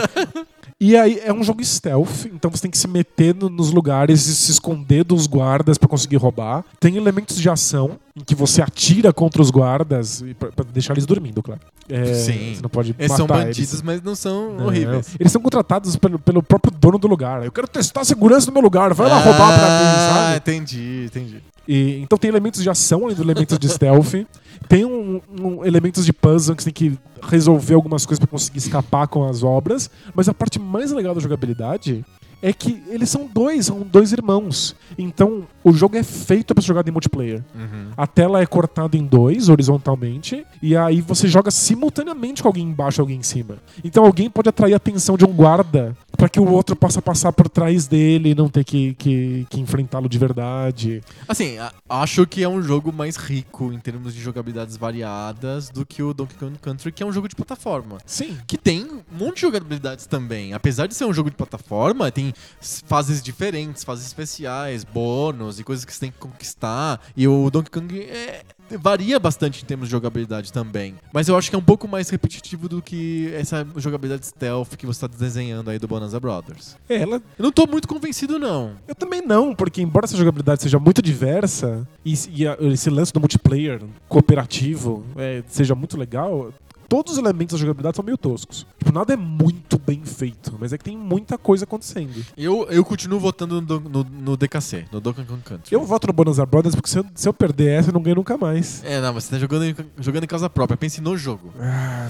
[SPEAKER 2] E aí é um jogo stealth, então você tem que se meter no- nos lugares e se esconder dos guardas pra conseguir roubar. Tem elementos de ação em que você atira contra os guardas e pra, pra deixar eles dormindo, claro. É,
[SPEAKER 1] Sim.
[SPEAKER 2] Você não pode
[SPEAKER 1] Eles
[SPEAKER 2] matar
[SPEAKER 1] são
[SPEAKER 2] eles.
[SPEAKER 1] bandidos, mas não são
[SPEAKER 2] Não,
[SPEAKER 1] horríveis.
[SPEAKER 2] Eles são contratados pelo, pelo próprio dono do lugar. Eu quero testar a segurança do meu lugar, vai lá roubar pra mim,
[SPEAKER 1] Ah,
[SPEAKER 2] sabe?
[SPEAKER 1] entendi, entendi.
[SPEAKER 2] E, então tem elementos de ação, além do elementos de stealth. Tem um, um- elementos de puzzle que você tem que resolver algumas coisas pra conseguir escapar com as obras. Mas a parte mais legal da jogabilidade é que eles são dois, são dois irmãos. Então o jogo é feito pra ser jogado em multiplayer.
[SPEAKER 1] Uhum.
[SPEAKER 2] A tela é cortada em dois, horizontalmente, e aí você joga simultaneamente com alguém embaixo e alguém em cima. Então alguém pode atrair a atenção de um guarda pra que o outro possa passar por trás dele e não ter que, que, que enfrentá-lo de verdade.
[SPEAKER 1] Assim, a- acho que é um jogo mais rico em termos de jogabilidades variadas do que o Donkey Kong Country, que é um jogo de plataforma.
[SPEAKER 2] Sim.
[SPEAKER 1] Que tem um monte de jogabilidades também. Apesar de ser um jogo de plataforma, tem s- fases diferentes, fases especiais, bônus e coisas que você tem que conquistar. E o Donkey Kong é- varia bastante em termos de jogabilidade também. Mas eu acho que é um pouco mais repetitivo do que essa jogabilidade stealth que você está desenhando aí do Bonanza Brothers.
[SPEAKER 2] É, ela,
[SPEAKER 1] Eu não tô muito convencido, não.
[SPEAKER 2] eu também não, porque embora essa jogabilidade seja muito diversa e, se- e a- esse lance do multiplayer cooperativo é, seja muito legal. Todos os elementos da jogabilidade são meio toscos. Tipo, nada é muito bem feito, mas é que tem muita coisa acontecendo.
[SPEAKER 1] Eu, eu continuo votando no, Don- no, no DKC, no Donkey Kong Country.
[SPEAKER 2] Eu voto no Bonanza Brothers porque se eu, se eu perder essa, eu não ganho nunca mais.
[SPEAKER 1] É, não, mas você tá jogando em, jogando em casa própria. Pense no jogo.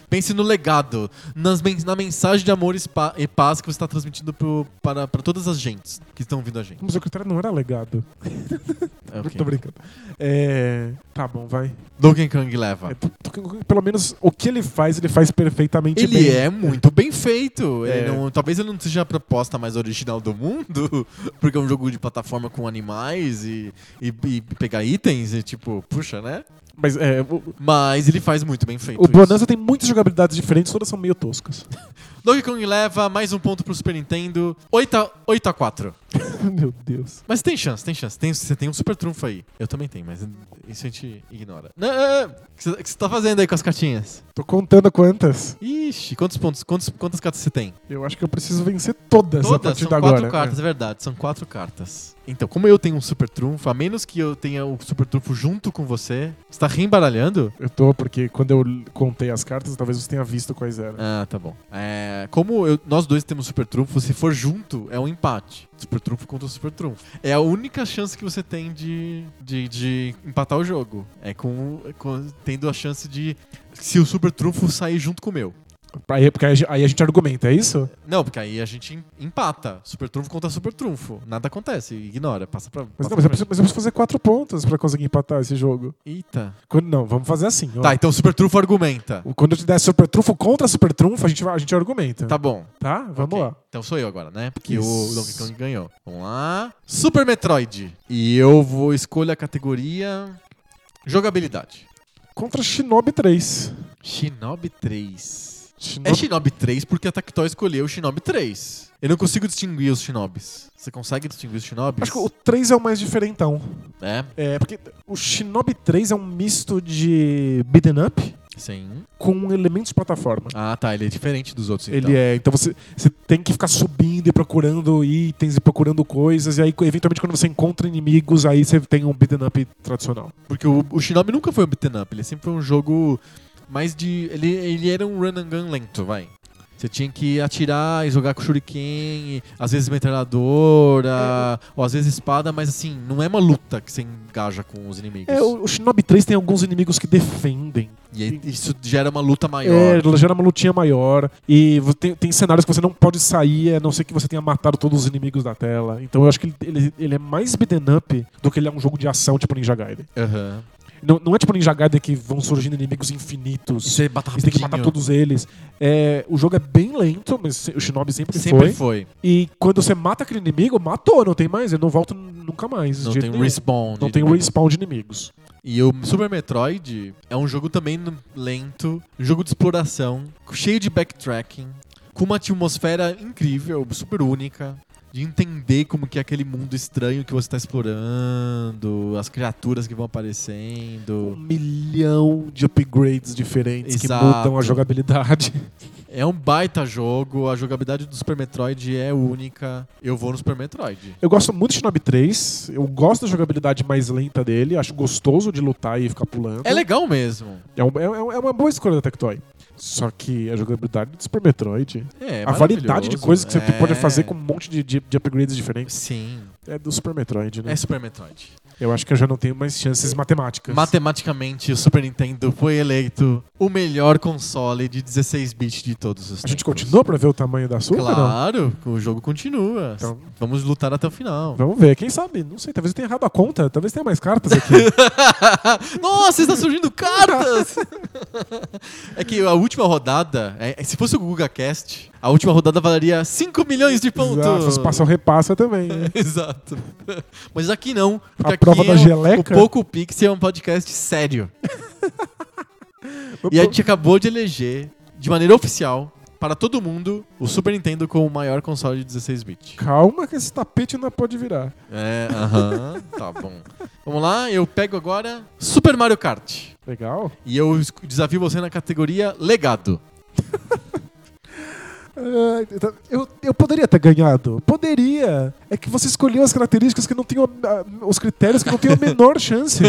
[SPEAKER 1] Pense no legado. nas men- na mensagem de amor e spa- e paz que você tá transmitindo pro- para, para todas as gentes que estão ouvindo a gente.
[SPEAKER 2] Mas o critério não era legado.
[SPEAKER 1] É, ok.
[SPEAKER 2] Tô brincando. É. Tá bom, vai.
[SPEAKER 1] Donkey Kong leva.
[SPEAKER 2] É, p- p- pelo menos o que ele faz, ele faz perfeitamente bem.
[SPEAKER 1] Ele é muito bem feito. Ele
[SPEAKER 2] tipo, É.
[SPEAKER 1] não- talvez ele não seja a proposta mais original do mundo, porque é um jogo de plataforma com animais e, e- e pegar itens e tipo, puxa, né?
[SPEAKER 2] Mas é. O,
[SPEAKER 1] Mas ele faz muito bem feito.
[SPEAKER 2] o
[SPEAKER 1] isso.
[SPEAKER 2] Bonanza tem muitas jogabilidades diferentes, todas são meio toscas.
[SPEAKER 1] Donkey Kong leva mais um ponto pro Super Nintendo. 8 a, 8 a 4.
[SPEAKER 2] Meu Deus.
[SPEAKER 1] Mas tem chance, tem chance. Tem, você tem um super trunfo aí. Eu também tenho, mas isso a gente ignora. Não, não, não. O que você- o que você tá fazendo aí com as cartinhas?
[SPEAKER 2] Tô contando quantas.
[SPEAKER 1] Ixi, quantos pontos, quantos, quantas cartas você tem?
[SPEAKER 2] Eu acho que eu preciso vencer todas, a
[SPEAKER 1] Todas?
[SPEAKER 2] partir
[SPEAKER 1] São
[SPEAKER 2] de
[SPEAKER 1] quatro
[SPEAKER 2] agora. né?
[SPEAKER 1] cartas, é. verdade. São quatro cartas. Então, como eu tenho um super trunfo, a menos que eu tenha o super trunfo junto com você, você tá reembaralhando?
[SPEAKER 2] É, eu tô, porque quando eu contei as cartas, talvez você tenha visto quais eram.
[SPEAKER 1] Ah, tá bom. É, como eu- nós dois temos super trunfo, se for junto, é um empate. Super trunfo contra super trunfo. É a única chance que você tem de, de, de empatar o jogo. É com, com- tendo a chance de se o super trunfo sair junto com o meu.
[SPEAKER 2] Aí, porque aí a gen- aí a gente argumenta, é isso?
[SPEAKER 1] Não, porque aí a gente em- empata. Super trunfo contra super trunfo. Nada acontece. Ignora. Passa pra. passa
[SPEAKER 2] Mas, não, mas,
[SPEAKER 1] pra
[SPEAKER 2] eu preciso, mas eu preciso fazer quatro pontos pra conseguir empatar esse jogo.
[SPEAKER 1] mim. Eita.
[SPEAKER 2] Quando, não, vamos fazer assim. ó.
[SPEAKER 1] Tá, então super trunfo argumenta.
[SPEAKER 2] Quando eu te der super trunfo contra super trunfo, a gente, vai- a gente argumenta.
[SPEAKER 1] Tá bom.
[SPEAKER 2] Tá? Vamos
[SPEAKER 1] Ok.
[SPEAKER 2] lá.
[SPEAKER 1] Então sou eu agora, né? Porque
[SPEAKER 2] Isso.
[SPEAKER 1] o Donkey Kong ganhou. Vamos lá. Super Metroid. E eu vou escolher a categoria jogabilidade.
[SPEAKER 2] Contra Shinobi 3.
[SPEAKER 1] Shinobi 3.
[SPEAKER 2] Shinobi...
[SPEAKER 1] É Shinobi 3 porque a Tactoy escolheu o Shinobi 3. Eu não consigo distinguir os Shinobis. Você consegue distinguir os Shinobis?
[SPEAKER 2] Acho que o 3 é o mais diferentão.
[SPEAKER 1] É,
[SPEAKER 2] É, porque o Shinobi 3 é um misto de beaten up
[SPEAKER 1] sim.
[SPEAKER 2] com elementos de plataforma.
[SPEAKER 1] Ah, tá. Ele é diferente dos outros, então.
[SPEAKER 2] Ele é, então você, você tem que ficar subindo e procurando itens e procurando coisas, e aí eventualmente quando você encontra inimigos, aí você tem um beaten up tradicional.
[SPEAKER 1] Porque o, o Shinobi nunca foi um beat'em up. Ele sempre foi um jogo mais de... Ele, ele era um run and gun lento, vai. Você tinha que atirar e jogar com shuriken, e às vezes metralhadora,
[SPEAKER 2] É,
[SPEAKER 1] ou às vezes espada, mas assim, não é uma luta que você engaja com os inimigos.
[SPEAKER 2] É, o o Shinobi 3 tem alguns inimigos que defendem.
[SPEAKER 1] E aí isso gera uma luta
[SPEAKER 2] É,
[SPEAKER 1] maior.
[SPEAKER 2] ela gera uma lutinha maior. E vo- tem, tem cenários que você não pode sair, a não ser que você tenha matado todos os inimigos da tela. Então eu acho que ele, ele, ele é mais beaten up do que ele é um jogo de ação tipo Ninja Gaiden.
[SPEAKER 1] Aham.
[SPEAKER 2] Não, não é tipo Ninja Gaiden que vão surgindo inimigos infinitos.
[SPEAKER 1] E você bata
[SPEAKER 2] Você tem que
[SPEAKER 1] é rapidinho.
[SPEAKER 2] matar todos eles. É, o jogo é bem lento, mas se- o Shinobi sempre,
[SPEAKER 1] Sempre
[SPEAKER 2] foi.
[SPEAKER 1] foi.
[SPEAKER 2] E quando você mata aquele inimigo, matou, não tem mais. Ele não volta n- nunca mais. de
[SPEAKER 1] Não
[SPEAKER 2] jeito
[SPEAKER 1] tem
[SPEAKER 2] nenhum.
[SPEAKER 1] respawn.
[SPEAKER 2] Não tem respawn de inimigos.
[SPEAKER 1] E o Super Metroid é um jogo também n- lento, um jogo de exploração, cheio de backtracking, com uma atmosfera incrível, super única, de entender como que é aquele mundo estranho que você está explorando, as criaturas que vão
[SPEAKER 2] Um
[SPEAKER 1] aparecendo.
[SPEAKER 2] milhão de upgrades diferentes
[SPEAKER 1] Exato.
[SPEAKER 2] que mudam a jogabilidade.
[SPEAKER 1] É um baita jogo, a jogabilidade do Super Metroid é única. Eu vou no Super Metroid.
[SPEAKER 2] Eu gosto muito de Shinobi 3. Eu gosto da jogabilidade mais lenta dele. Acho gostoso de lutar e ficar pulando.
[SPEAKER 1] É legal mesmo.
[SPEAKER 2] É, um- é um- é uma boa escolha da Tectoy. Só que a jogabilidade do Super Metroid.
[SPEAKER 1] É,
[SPEAKER 2] a variedade de
[SPEAKER 1] maravilhoso.
[SPEAKER 2] coisas que você
[SPEAKER 1] É.
[SPEAKER 2] pode fazer com um monte de, de- de upgrades diferentes
[SPEAKER 1] Sim,
[SPEAKER 2] é do Super Metroid, né?
[SPEAKER 1] é Super Metroid.
[SPEAKER 2] Eu acho que eu já não tenho mais chances matemáticas.
[SPEAKER 1] Matematicamente, o Super Nintendo foi eleito o melhor console de 16 bits de todos os
[SPEAKER 2] a
[SPEAKER 1] tempos.
[SPEAKER 2] gente continua pra ver o tamanho da sua? ou Não?
[SPEAKER 1] Claro, o jogo continua.
[SPEAKER 2] Então-
[SPEAKER 1] Vamos lutar até o final.
[SPEAKER 2] Vamos ver. Quem sabe? Não sei. Talvez eu tenha errado a conta. Talvez tenha mais cartas aqui.
[SPEAKER 1] Nossa, está surgindo cartas! é que a última rodada, é- é- se fosse o GugaCast, a última rodada valeria 5 milhões de
[SPEAKER 2] Exato,
[SPEAKER 1] pontos.
[SPEAKER 2] se passar o repassa também. né?
[SPEAKER 1] Exato. Mas aqui não, porque
[SPEAKER 2] A prova
[SPEAKER 1] aqui
[SPEAKER 2] da
[SPEAKER 1] é o-
[SPEAKER 2] geleca?
[SPEAKER 1] o Poco Pixel é um podcast sério. E a gente acabou de eleger, de maneira oficial, para todo mundo, o Super Nintendo como o maior console de 16-bit.
[SPEAKER 2] Calma que esse tapete ainda pode virar.
[SPEAKER 1] É, aham, tá bom. Vamos lá, eu pego agora Super Mario Kart.
[SPEAKER 2] Legal.
[SPEAKER 1] E eu es- desafio você na categoria Legado.
[SPEAKER 2] Ah, então, Eu, eu poderia ter ganhado. Poderia. É que você escolheu as características que não tem os critérios que não tem a menor chance.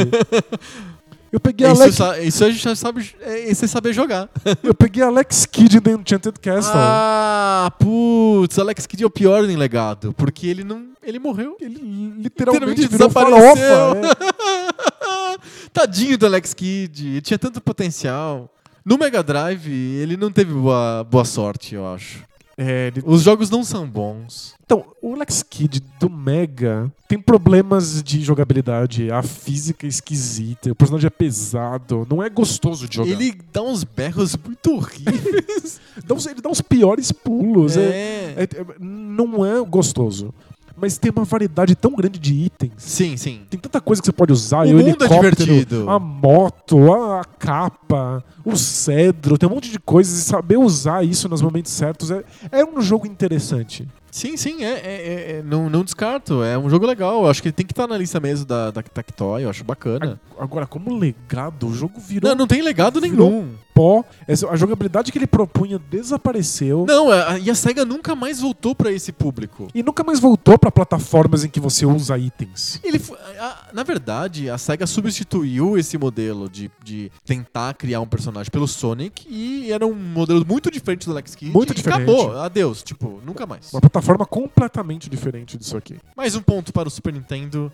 [SPEAKER 2] Eu peguei,
[SPEAKER 1] É isso,
[SPEAKER 2] Alex,
[SPEAKER 1] sa- isso a gente já sabe, é, isso é saber jogar.
[SPEAKER 2] eu peguei Alex Kidd do Enchanted Castle.
[SPEAKER 1] Ah, putz, Alex Kidd é o pior em Legado, porque ele não, ele morreu.
[SPEAKER 2] Ele literalmente
[SPEAKER 1] Literalmente
[SPEAKER 2] virou farofa.
[SPEAKER 1] desapareceu.
[SPEAKER 2] é.
[SPEAKER 1] Tadinho do Alex Kidd, ele tinha tanto potencial. No Mega Drive, ele não teve boa, boa sorte, eu acho.
[SPEAKER 2] É, ele-
[SPEAKER 1] Os jogos não são bons.
[SPEAKER 2] Então, o Alex Kidd do Mega tem problemas de jogabilidade. A física é esquisita, o personagem é pesado, não é gostoso de jogar.
[SPEAKER 1] Ele dá uns berros muito horríveis.
[SPEAKER 2] dá uns, ele dá os piores pulos. é-
[SPEAKER 1] É.
[SPEAKER 2] É, é, não é gostoso. Mas tem uma variedade tão grande de itens.
[SPEAKER 1] Sim, sim.
[SPEAKER 2] Tem tanta coisa que você pode usar.
[SPEAKER 1] O
[SPEAKER 2] e
[SPEAKER 1] mundo é
[SPEAKER 2] helicóptero,
[SPEAKER 1] divertido.
[SPEAKER 2] A moto, a, a capa, o cedro. Tem um monte de coisas. E saber usar isso nos momentos certos é, é um jogo interessante.
[SPEAKER 1] Sim, sim, é, é- é- é- não, não descarto. É um jogo legal. Eu acho que ele tem que estar na lista mesmo da, da Tectoy, eu acho bacana.
[SPEAKER 2] Agora, como legado, o jogo virou
[SPEAKER 1] Não, não tem legado
[SPEAKER 2] virou- um
[SPEAKER 1] nenhum.
[SPEAKER 2] pó. Essa- A jogabilidade que ele propunha desapareceu.
[SPEAKER 1] Não, a- a- e a SEGA nunca mais voltou pra esse público.
[SPEAKER 2] E nunca mais voltou pra plataformas em que você usa itens.
[SPEAKER 1] Ele, fo- a- a- na verdade, a SEGA substituiu esse modelo de, de tentar criar um personagem pelo Sonic e era um modelo muito diferente do Alex Kidd.
[SPEAKER 2] Muito
[SPEAKER 1] e
[SPEAKER 2] diferente.
[SPEAKER 1] Acabou, adeus, tipo, nunca mais.
[SPEAKER 2] Uma plataforma completamente diferente disso aqui.
[SPEAKER 1] Mais um ponto para o Super Nintendo.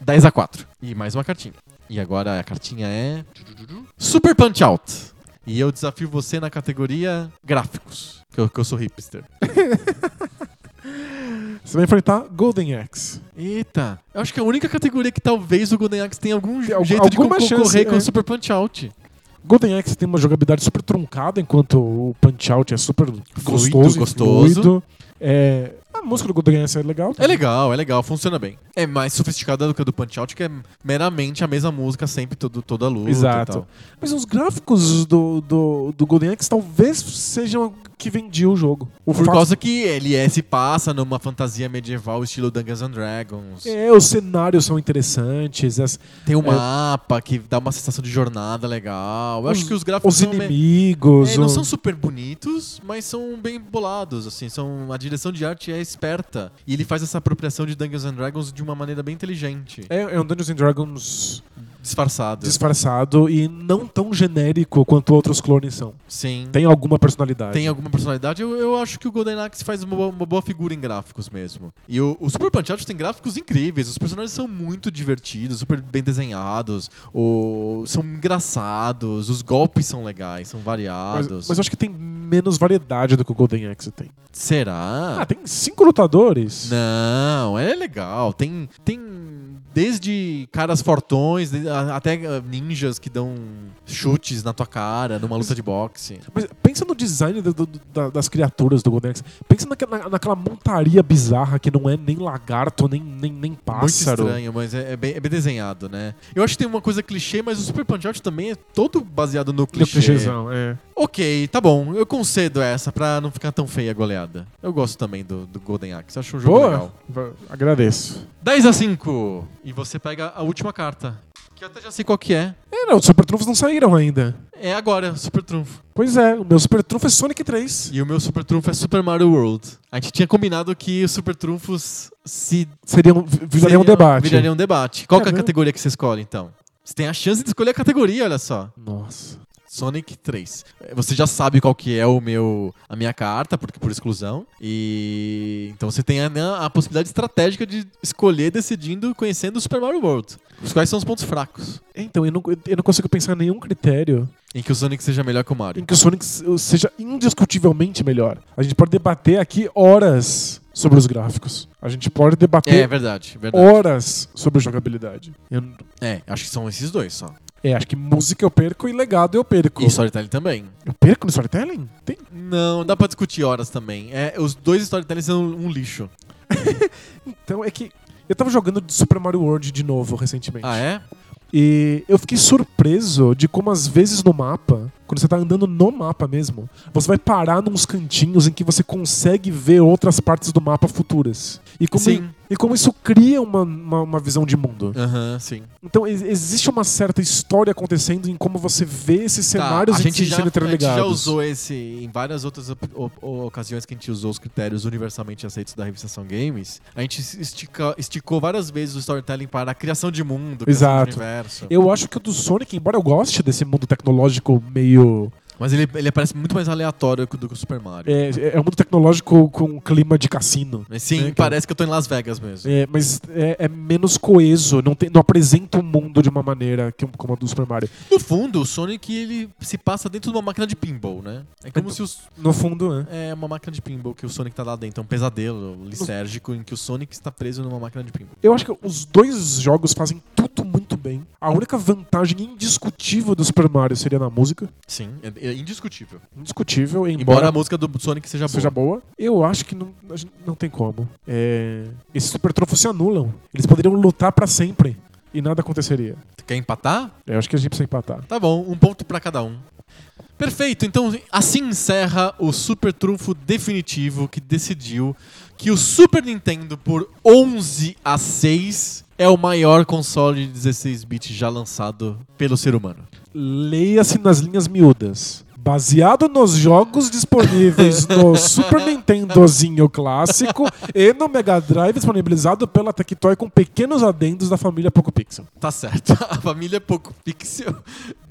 [SPEAKER 1] 10 a 4. E mais uma cartinha. E agora a cartinha é. Super Punch Out. E eu desafio você na categoria gráficos. Que eu, que eu sou hipster.
[SPEAKER 2] Você vai enfrentar Golden Axe.
[SPEAKER 1] Eita! Eu acho que é a única categoria que talvez o Golden Axe tenha algum
[SPEAKER 2] al-
[SPEAKER 1] jeito de
[SPEAKER 2] alguma
[SPEAKER 1] concorrer
[SPEAKER 2] chance,
[SPEAKER 1] com
[SPEAKER 2] é.
[SPEAKER 1] o Super Punch Out.
[SPEAKER 2] Golden Axe tem uma jogabilidade super truncada, enquanto o Punch Out é super gostoso. e
[SPEAKER 1] gostoso.
[SPEAKER 2] fluido. É, a música do Golden Axe é legal.
[SPEAKER 1] É legal, é legal, funciona bem. É mais sofisticada do que a do Punch Out, que é meramente a mesma música, sempre todo, toda luta
[SPEAKER 2] Exato.
[SPEAKER 1] e tal.
[SPEAKER 2] Mas os gráficos do, do, do Golden Axe talvez sejam o que vendia o jogo. O
[SPEAKER 1] Por
[SPEAKER 2] fato-
[SPEAKER 1] causa que ele é, se passa numa fantasia medieval estilo Dungeons and Dragons.
[SPEAKER 2] É, os cenários são interessantes, as-
[SPEAKER 1] Tem um
[SPEAKER 2] É.
[SPEAKER 1] mapa que dá uma sensação de jornada legal. Eu acho que os gráficos
[SPEAKER 2] os
[SPEAKER 1] são me-
[SPEAKER 2] inimigos.
[SPEAKER 1] É, não
[SPEAKER 2] o-
[SPEAKER 1] são super bonitos, mas são bem bolados, assim, são a direção de arte é esperta e ele faz essa apropriação de Dungeons and Dragons de uma maneira bem inteligente.
[SPEAKER 2] É, é um Dungeons and Dragons
[SPEAKER 1] disfarçada.
[SPEAKER 2] disfarçado e não tão genérico quanto outros clones são.
[SPEAKER 1] Sim.
[SPEAKER 2] Tem alguma personalidade.
[SPEAKER 1] Tem alguma personalidade? Eu, eu acho que o Golden Axe faz uma, boa- uma boa figura em gráficos mesmo. E o, o Super Punch Out tem gráficos incríveis. Os personagens são muito divertidos, super bem desenhados, o, são engraçados, os golpes são legais, são
[SPEAKER 2] mas,
[SPEAKER 1] variados.
[SPEAKER 2] mas eu acho que tem menos variedade do que o Golden Axe tem.
[SPEAKER 1] Será?
[SPEAKER 2] Ah, tem cinco lutadores?
[SPEAKER 1] Não, é legal. Tem, tem desde caras fortões de- a- até ah, ninjas que dão chutes na tua cara numa luta de boxe.
[SPEAKER 2] Mas pensa no design do- do- da- das criaturas do Golden Axe. Pensa naque- na- naquela montaria bizarra que não é nem lagarto, nem, nem, nem pássaro.
[SPEAKER 1] Muito estranho, mas é, é bem, é bem desenhado, né? Eu acho que tem uma coisa clichê, mas o Super Punch Out também é todo baseado no
[SPEAKER 2] Meu
[SPEAKER 1] clichê.
[SPEAKER 2] clichêzão, é.
[SPEAKER 1] Ok, tá bom. Eu concedo essa pra não ficar tão feia a goleada. Eu gosto também do, do Golden Axe. Acho um jogo
[SPEAKER 2] Boa,
[SPEAKER 1] legal.
[SPEAKER 2] va- agradeço.
[SPEAKER 1] 10 a 5. E você pega a última carta. Que eu até já sei qual que é.
[SPEAKER 2] É, não, os super trunfos não saíram ainda.
[SPEAKER 1] É agora, Super Trunfo.
[SPEAKER 2] Pois é, o meu super trunfo é Sonic 3.
[SPEAKER 1] E o meu Super Trunfo é Super Mario World. A gente tinha combinado que os Super Trunfos se
[SPEAKER 2] Seria um, vi- viraria um
[SPEAKER 1] seriam-
[SPEAKER 2] debate.
[SPEAKER 1] Viraria um debate. Qual que é a
[SPEAKER 2] Caramba.
[SPEAKER 1] categoria que você escolhe, então? Você tem a chance de escolher a categoria, olha só.
[SPEAKER 2] Nossa.
[SPEAKER 1] Sonic 3. Eh, Você já sabe qual que é o meu, a minha carta, porque por exclusão. E então você tem a, né, a possibilidade estratégica de escolher decidindo conhecendo o Super Mario World. Os quais são os pontos fracos
[SPEAKER 2] Então, eu não, eu não consigo pensar em nenhum critério
[SPEAKER 1] em que o Sonic seja melhor que o
[SPEAKER 2] em
[SPEAKER 1] Mario.
[SPEAKER 2] que o Sonic se- seja indiscutivelmente melhor. A gente pode debater aqui horas sobre os gráficos. A gente pode
[SPEAKER 1] É
[SPEAKER 2] debater
[SPEAKER 1] verdade, verdade.
[SPEAKER 2] horas sobre jogabilidade. Eu,
[SPEAKER 1] É, acho que são esses dois só.
[SPEAKER 2] é, acho que música eu perco e legado eu perco.
[SPEAKER 1] E Storytelling também.
[SPEAKER 2] Eu perco no storytelling? Tem-
[SPEAKER 1] Não, dá pra discutir horas também. É, os dois storytelling são um lixo.
[SPEAKER 2] Então é que. Eu tava jogando de Super Mario World de novo recentemente.
[SPEAKER 1] Ah, é?
[SPEAKER 2] E eu fiquei surpreso de como às vezes no mapa, quando você tá andando no mapa mesmo, você vai parar nos cantinhos em que você consegue ver outras partes do mapa futuras. E como,
[SPEAKER 1] Sim.
[SPEAKER 2] E como isso cria uma, uma, uma visão de mundo.
[SPEAKER 1] Aham, sim.
[SPEAKER 2] Então ex- existe uma certa história acontecendo em como você vê esses
[SPEAKER 1] Tá,
[SPEAKER 2] cenários
[SPEAKER 1] a
[SPEAKER 2] em
[SPEAKER 1] gente
[SPEAKER 2] si
[SPEAKER 1] já,
[SPEAKER 2] sendo
[SPEAKER 1] a gente já
[SPEAKER 2] interligados.
[SPEAKER 1] usou esse em várias outras op- op- ocasiões que a gente usou os critérios universalmente aceitos da revistação Games. A gente estica- esticou várias vezes o storytelling para a criação de mundo, criação
[SPEAKER 2] Exato.
[SPEAKER 1] de universo.
[SPEAKER 2] Eu acho que o do Sonic, embora eu goste desse mundo tecnológico meio.
[SPEAKER 1] Mas ele, ele parece muito mais aleatório que o do que o Super Mario.
[SPEAKER 2] É, é um mundo tecnológico com clima de cassino.
[SPEAKER 1] Mas sim,
[SPEAKER 2] É, que-
[SPEAKER 1] parece que eu tô em Las Vegas mesmo.
[SPEAKER 2] É, mas é, é menos coeso, não, tem- não apresenta o mundo de uma maneira que, um, como a do Super Mario.
[SPEAKER 1] No fundo, o Sonic ele se passa dentro de uma máquina de pinball, né? É como
[SPEAKER 2] Então-
[SPEAKER 1] se os,
[SPEAKER 2] No fundo, né?
[SPEAKER 1] É uma máquina de pinball que o Sonic tá lá dentro. É um pesadelo lisérgico em que o Sonic está preso numa máquina de pinball.
[SPEAKER 2] Eu acho que os dois jogos fazem tudo muito bem. A única vantagem indiscutível do Super Mario seria na música.
[SPEAKER 1] Sim, é, é indiscutível.
[SPEAKER 2] Indiscutível,
[SPEAKER 1] Embora
[SPEAKER 2] embora,
[SPEAKER 1] a música do Sonic seja,
[SPEAKER 2] seja
[SPEAKER 1] boa.
[SPEAKER 2] boa. Eu acho que não, a gente não tem como. É, esses super trofos se anulam. Eles poderiam lutar pra sempre e nada aconteceria.
[SPEAKER 1] Tu Quer empatar?
[SPEAKER 2] Eu acho que a gente precisa empatar.
[SPEAKER 1] Tá bom, um ponto pra cada um. Perfeito, então assim encerra o super trunfo definitivo que decidiu que o Super Nintendo, por 11 a 6, é o maior console de 16 bits já lançado pelo ser humano.
[SPEAKER 2] Leia-se nas linhas miúdas. Baseado nos jogos disponíveis no Super Nintendozinho clássico e no Mega Drive disponibilizado pela Tectoy com pequenos adendos da família Poco Pixel.
[SPEAKER 1] Tá certo. A família Poco Pixel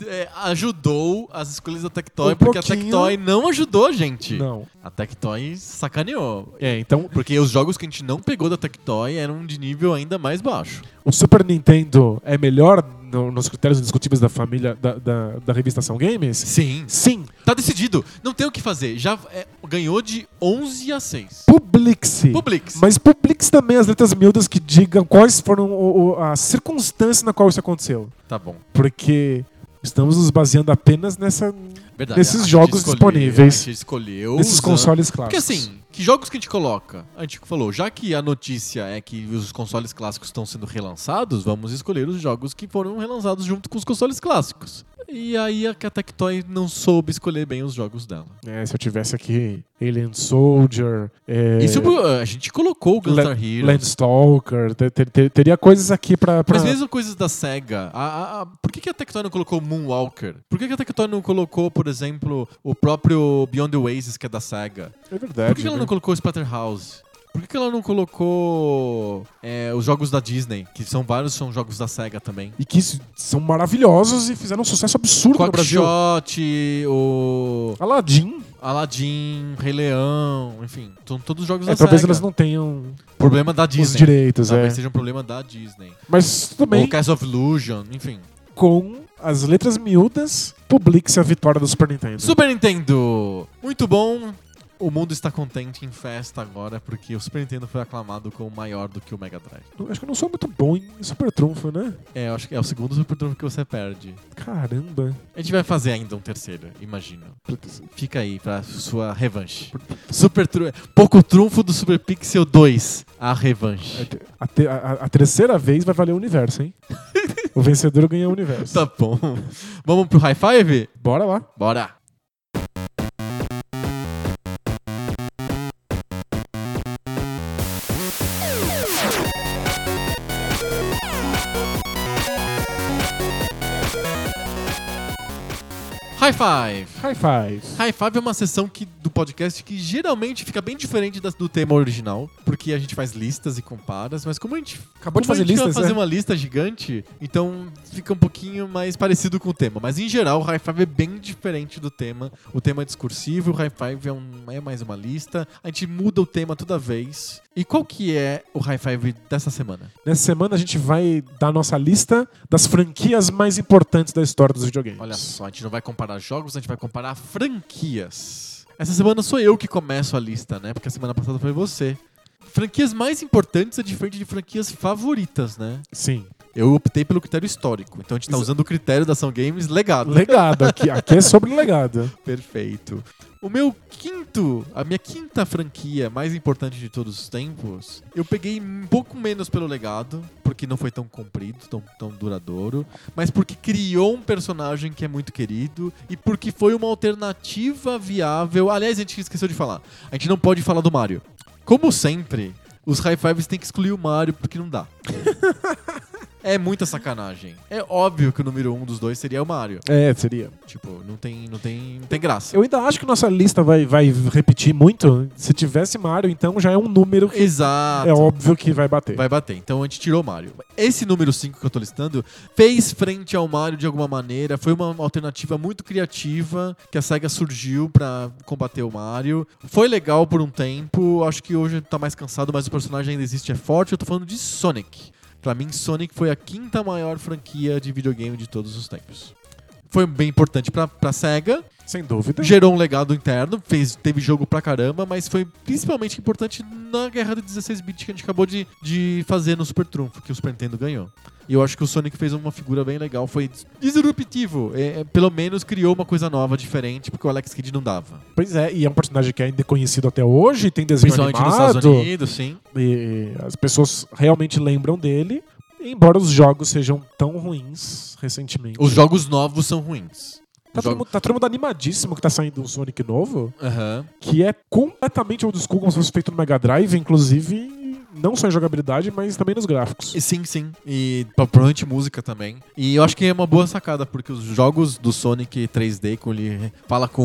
[SPEAKER 1] é, ajudou as escolhas da Tectoy,
[SPEAKER 2] Um
[SPEAKER 1] porque a
[SPEAKER 2] pouquinho.
[SPEAKER 1] Tectoy não ajudou a gente.
[SPEAKER 2] Não.
[SPEAKER 1] A Tectoy sacaneou.
[SPEAKER 2] É, então
[SPEAKER 1] Porque os jogos que a gente não pegou da Tectoy eram de nível ainda mais baixo.
[SPEAKER 2] o Super Nintendo é melhor no- nos critérios discutíveis da família da, da, da revistação Games?
[SPEAKER 1] Sim.
[SPEAKER 2] Sim.
[SPEAKER 1] Tá decidido. Não tem o que fazer. Já é, ganhou de 11 a 6.
[SPEAKER 2] Publique-se.
[SPEAKER 1] Publix.
[SPEAKER 2] Mas publique também as letras miúdas que digam quais foram o- o- a circunstância na qual isso aconteceu.
[SPEAKER 1] Tá bom.
[SPEAKER 2] Porque estamos nos baseando apenas nessa,
[SPEAKER 1] Verdade.
[SPEAKER 2] Nesses
[SPEAKER 1] A gente
[SPEAKER 2] jogos
[SPEAKER 1] escolheu-
[SPEAKER 2] disponíveis.
[SPEAKER 1] A gente escolheu.
[SPEAKER 2] nesses
[SPEAKER 1] usando-
[SPEAKER 2] consoles
[SPEAKER 1] Porque
[SPEAKER 2] clássicos.
[SPEAKER 1] assim, que jogos que a gente coloca? A gente falou, já que a notícia é que os consoles clássicos estão sendo relançados, vamos escolher os jogos que foram relançados junto com os consoles clássicos. E aí a que a Tectoy não soube escolher bem os jogos dela.
[SPEAKER 2] É, se eu tivesse aqui Alien Soldier, é,
[SPEAKER 1] Isso uh, a gente colocou o Gunstar Heroes.
[SPEAKER 2] Landstalker, ter- ter- ter- teria coisas aqui pra. pra-
[SPEAKER 1] Mas mesmo coisas da SEGA. A, a- a- por que, que a Tectoy não colocou Moonwalker? Por que, que a Tectoy não colocou, por exemplo, o próprio Beyond the Oasis, que é da SEGA?
[SPEAKER 2] É
[SPEAKER 1] Por
[SPEAKER 2] verdade.
[SPEAKER 1] que, que ela
[SPEAKER 2] né?
[SPEAKER 1] não colocou Splatterhouse? Por que que ela não colocou é, os jogos da Disney? Que são vários, são jogos da SEGA também.
[SPEAKER 2] E que s- são maravilhosos e fizeram um sucesso absurdo no Brasil.
[SPEAKER 1] Quackshot, o
[SPEAKER 2] Aladdin.
[SPEAKER 1] Aladdin, Rei Leão, enfim. São todos jogos
[SPEAKER 2] É,
[SPEAKER 1] da
[SPEAKER 2] talvez
[SPEAKER 1] SEGA.
[SPEAKER 2] elas não tenham
[SPEAKER 1] Problema da
[SPEAKER 2] os
[SPEAKER 1] Disney.
[SPEAKER 2] direitos, é.
[SPEAKER 1] Talvez seja um problema da Disney.
[SPEAKER 2] Mas também
[SPEAKER 1] Ou Cast of Illusion, enfim.
[SPEAKER 2] com as letras miúdas, publique-se a vitória do Super Nintendo.
[SPEAKER 1] Super Nintendo! Muito bom. O mundo está contente em festa agora porque o Super Nintendo foi aclamado como maior do que o Mega Drive.
[SPEAKER 2] Eu Acho que eu não sou muito bom em Super Trunfo, né?
[SPEAKER 1] É, eu acho que é o segundo Super Trunfo que você perde.
[SPEAKER 2] Caramba.
[SPEAKER 1] A gente vai fazer ainda um terceiro, imagino. Fica aí pra sua revanche. Super tru... Pouco trunfo do Super Pixel 2. A revanche.
[SPEAKER 2] A, te- a- a- a terceira vez vai valer o universo, hein? o vencedor ganha o universo.
[SPEAKER 1] Tá bom. Vamos pro high five?
[SPEAKER 2] Bora lá.
[SPEAKER 1] Bora! High five!
[SPEAKER 2] High five.
[SPEAKER 1] High Five é uma sessão que, do podcast que geralmente fica bem diferente das- do tema original, porque a gente faz listas e comparas, mas como a gente
[SPEAKER 2] Acabou de
[SPEAKER 1] como
[SPEAKER 2] fazer
[SPEAKER 1] a gente vai
[SPEAKER 2] listas,
[SPEAKER 1] fazer
[SPEAKER 2] né?
[SPEAKER 1] uma lista gigante, então fica um pouquinho mais parecido com o tema. Mas em geral, o High Five é bem diferente do tema. O tema é discursivo, o High Five é, um- é mais uma lista. A gente muda o tema toda vez. E qual que é o High Five dessa semana?
[SPEAKER 2] Nessa semana a gente vai dar a nossa lista das franquias mais importantes da história dos videogames.
[SPEAKER 1] Olha só, a gente não vai comparar jogos, a gente vai comparar franquias. Essa semana sou eu que começo a lista, né? Porque a semana passada foi você. Franquias mais importantes é diferente de franquias favoritas, né?
[SPEAKER 2] Sim.
[SPEAKER 1] Eu optei pelo critério histórico. Então a gente tá
[SPEAKER 2] Isso.
[SPEAKER 1] usando o critério da Ação Games legado.
[SPEAKER 2] Legado. Aqui, aqui é sobre legado.
[SPEAKER 1] Perfeito. O meu quinto, a minha quinta franquia mais importante de todos os tempos, eu peguei um pouco menos pelo legado, porque não foi tão comprido, tão, tão duradouro, mas porque criou um personagem que é muito querido e porque foi uma alternativa viável. Aliás, a gente esqueceu de falar. A gente não pode falar do Mario. Como sempre, os high fives têm que excluir o Mario porque não dá. É muita sacanagem. É óbvio que o número um dos dois seria o Mario.
[SPEAKER 2] É, seria.
[SPEAKER 1] Tipo, não tem, não tem, não tem graça.
[SPEAKER 2] Eu ainda acho que nossa lista vai, vai repetir muito. Se tivesse Mario, então já é um número que
[SPEAKER 1] Exato.
[SPEAKER 2] é óbvio que vai bater.
[SPEAKER 1] Vai bater. Então a gente tirou o Mario. Esse número 5 que eu tô listando fez frente ao Mario de alguma maneira. Foi uma alternativa muito criativa que a SEGA surgiu pra combater o Mario. Foi legal por um tempo. Acho que hoje tá mais cansado, mas o personagem ainda existe, é forte. Eu tô falando de Sonic. Pra mim, Sonic foi a quinta maior franquia de videogame de todos os tempos. Foi bem importante pra, pra SEGA.
[SPEAKER 2] Sem dúvida.
[SPEAKER 1] gerou um legado interno, fez, teve jogo pra caramba, mas foi principalmente importante na guerra de 16-bit que a gente acabou de, de fazer no Super Trunfo, que o Super Nintendo ganhou. E eu acho que o Sonic fez uma figura bem legal, foi disruptivo, é, é, pelo menos criou uma coisa nova, diferente, porque o Alex Kidd não dava.
[SPEAKER 2] Pois é, e é um personagem que ainda é conhecido até hoje, tem desenho
[SPEAKER 1] Principalmente nos
[SPEAKER 2] animado,
[SPEAKER 1] Estados Unidos, sim.
[SPEAKER 2] e as pessoas realmente lembram dele, embora os jogos sejam tão ruins recentemente.
[SPEAKER 1] Os jogos novos são ruins.
[SPEAKER 2] Tá,
[SPEAKER 1] Os
[SPEAKER 2] todo
[SPEAKER 1] jogos-
[SPEAKER 2] mundo, tá todo mundo animadíssimo que tá saindo um Sonic novo,
[SPEAKER 1] Aham.
[SPEAKER 2] que é completamente old school, como se fosse feito no Mega Drive, inclusive não só em jogabilidade, mas também nos gráficos.
[SPEAKER 1] E Sim, sim. E pro- provavelmente música também. E eu acho que é uma boa sacada, porque os jogos do Sonic 3D, quando ele fala com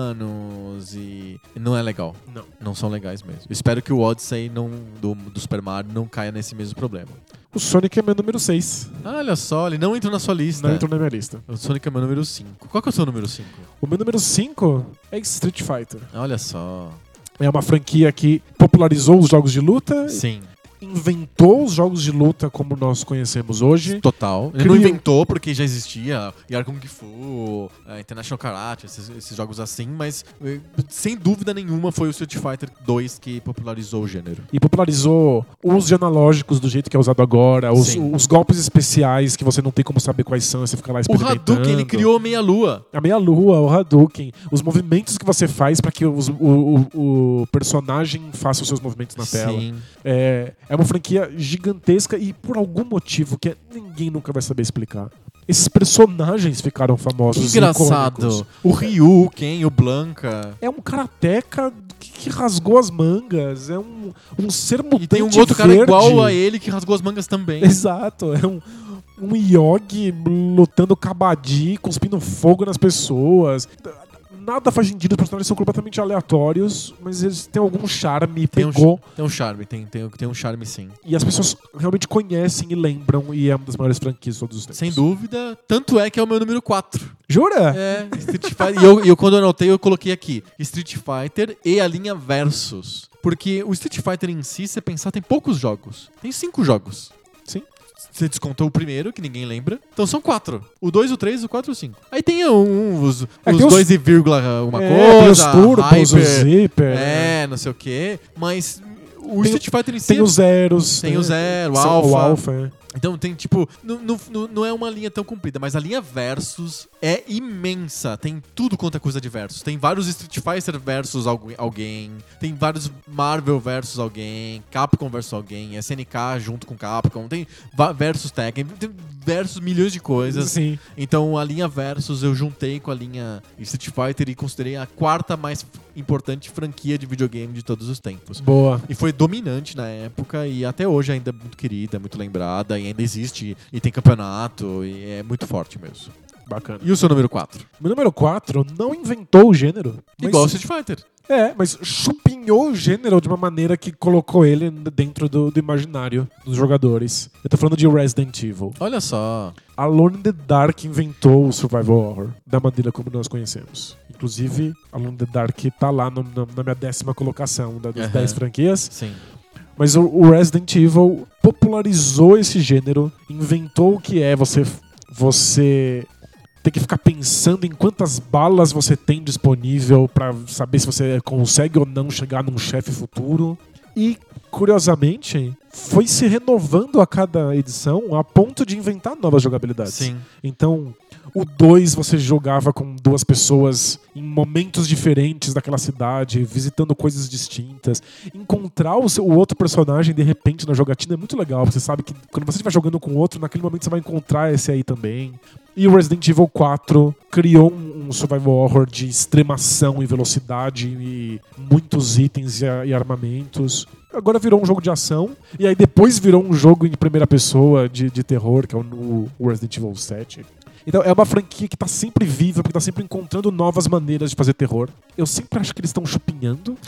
[SPEAKER 1] humanos e. Não é legal.
[SPEAKER 2] Não.
[SPEAKER 1] Não são legais mesmo. Eu espero que o Odyssey não, do, do Super Mario não caia nesse mesmo problema.
[SPEAKER 2] O Sonic é meu número 6,
[SPEAKER 1] Ah, olha só, ele não entra na sua lista.
[SPEAKER 2] não entrou na minha lista.
[SPEAKER 1] O Sonic é meu número 5. Qual que é o seu número 5?
[SPEAKER 2] O meu número 5 é Street Fighter.
[SPEAKER 1] Olha só.
[SPEAKER 2] É uma franquia que popularizou os jogos de luta,
[SPEAKER 1] Sim.
[SPEAKER 2] inventou os jogos de luta como nós conhecemos hoje.
[SPEAKER 1] Total. Ele
[SPEAKER 2] Crio-
[SPEAKER 1] não inventou porque já existia Yar Kung Fu, eh, International Karate, esses, esses jogos assim, mas eh, sem dúvida nenhuma foi o Street Fighter 2 que popularizou o gênero.
[SPEAKER 2] e popularizou o uso de analógicos do jeito que é usado agora, os,
[SPEAKER 1] Sim.
[SPEAKER 2] os golpes especiais que você não tem como saber quais são, você fica lá
[SPEAKER 1] O
[SPEAKER 2] experimentando.
[SPEAKER 1] Hadouken, ele criou a meia-lua.
[SPEAKER 2] A meia-lua, o Hadouken, os movimentos que você faz para que os- o, o- o personagem faça os seus movimentos na tela.
[SPEAKER 1] Sim.
[SPEAKER 2] É, é uma franquia gigantesca e por algum motivo que ninguém nunca vai saber explicar. Esses personagens ficaram
[SPEAKER 1] Que
[SPEAKER 2] famosos. e icônicos.
[SPEAKER 1] engraçado. O Ryu, o Ken, o Blanca.
[SPEAKER 2] É um karateca que, que rasgou as mangas. É um, um ser mutante
[SPEAKER 1] E tem um outro cara
[SPEAKER 2] verde.
[SPEAKER 1] igual a ele que rasgou as mangas também.
[SPEAKER 2] Exato, é um, um yogi lutando kabaddi, cuspindo fogo nas pessoas. nada faz sentido, os personagens são completamente aleatórios, mas eles têm algum charme,
[SPEAKER 1] Tem um,
[SPEAKER 2] pegou.
[SPEAKER 1] tem um charme, tem, tem, tem um charme sim.
[SPEAKER 2] E as pessoas realmente conhecem e lembram, e é uma das maiores franquias de todos os tempos.
[SPEAKER 1] Sem dúvida. Tanto é que é o meu número 4.
[SPEAKER 2] Jura?
[SPEAKER 1] É, Street Fighter. e eu, e eu, quando eu anotei, eu coloquei aqui: Street Fighter e a linha Versus. Porque o Street Fighter em si, se você pensar, tem poucos jogos. Tem cinco jogos.
[SPEAKER 2] Sim.
[SPEAKER 1] Você descontou o primeiro, que ninguém lembra. Então são quatro. O dois, o três, o quatro e o cinco. Aí tem um, um, os,
[SPEAKER 2] É,
[SPEAKER 1] os
[SPEAKER 2] tem os-
[SPEAKER 1] dois e vírgula uma
[SPEAKER 2] É, tem os
[SPEAKER 1] coisa.
[SPEAKER 2] turbos,
[SPEAKER 1] hyper,
[SPEAKER 2] os zíper.
[SPEAKER 1] É, não sei o quê. Mas o
[SPEAKER 2] Tem-
[SPEAKER 1] Street Fighter em si.
[SPEAKER 2] Tem
[SPEAKER 1] é-
[SPEAKER 2] os zeros.
[SPEAKER 1] Tem
[SPEAKER 2] né?
[SPEAKER 1] o zero, o
[SPEAKER 2] São-
[SPEAKER 1] alfa.
[SPEAKER 2] O alfa, é.
[SPEAKER 1] Então tem tipo, não, não, não- não é uma linha tão comprida, mas a linha Versus é imensa. Tem tudo quanto é coisa de Versus. Tem vários Street Fighter versus algu- alguém, tem vários Marvel versus alguém, Capcom versus alguém, SNK junto com Capcom, tem va- versus Tekken, tem versus milhões de coisas.
[SPEAKER 2] Sim.
[SPEAKER 1] Então a linha Versus eu juntei com a linha Street Fighter e considerei a quarta mais f- importante franquia de videogame de todos os tempos.
[SPEAKER 2] Boa.
[SPEAKER 1] E foi dominante na época e até hoje ainda é muito querida, muito lembrada e ainda existe e tem campeonato e é muito forte mesmo.
[SPEAKER 2] Bacana.
[SPEAKER 1] E o seu número 4?
[SPEAKER 2] Meu número 4 não inventou o gênero. mas-
[SPEAKER 1] Igual Street Fighter.
[SPEAKER 2] É, mas chupinhou o gênero de uma maneira que colocou ele dentro do, do imaginário dos jogadores. Eu tô falando de Resident Evil.
[SPEAKER 1] Olha só.
[SPEAKER 2] Alone in the Dark inventou o survival horror da maneira como nós conhecemos. Inclusive, Alone in the Dark tá lá no- na- na minha décima colocação da- das
[SPEAKER 1] Aham.
[SPEAKER 2] 10 franquias.
[SPEAKER 1] Sim.
[SPEAKER 2] Mas o, o Resident Evil popularizou esse gênero, inventou o que é você você ter que ficar pensando em quantas balas você tem disponível pra saber se você consegue ou não chegar num chefe futuro. E curiosamente, foi se renovando a cada edição a ponto de inventar novas jogabilidades.
[SPEAKER 1] Sim.
[SPEAKER 2] Então, o 2 você jogava com duas pessoas em momentos diferentes daquela cidade, visitando coisas distintas. Encontrar o, seu- o outro personagem de repente na jogatina é muito legal. Você sabe que quando você estiver jogando com outro, naquele momento você vai encontrar esse aí também. E o Resident Evil 4 criou um, um survival horror de extremação e velocidade e muitos itens e, a- e armamentos. Agora virou um jogo de ação e aí depois virou um jogo em primeira pessoa de, de terror, que é o, no- o Resident Evil 7. Então é uma franquia que tá sempre viva, porque tá sempre encontrando novas maneiras de fazer terror. Eu sempre acho que eles estão chupinhando.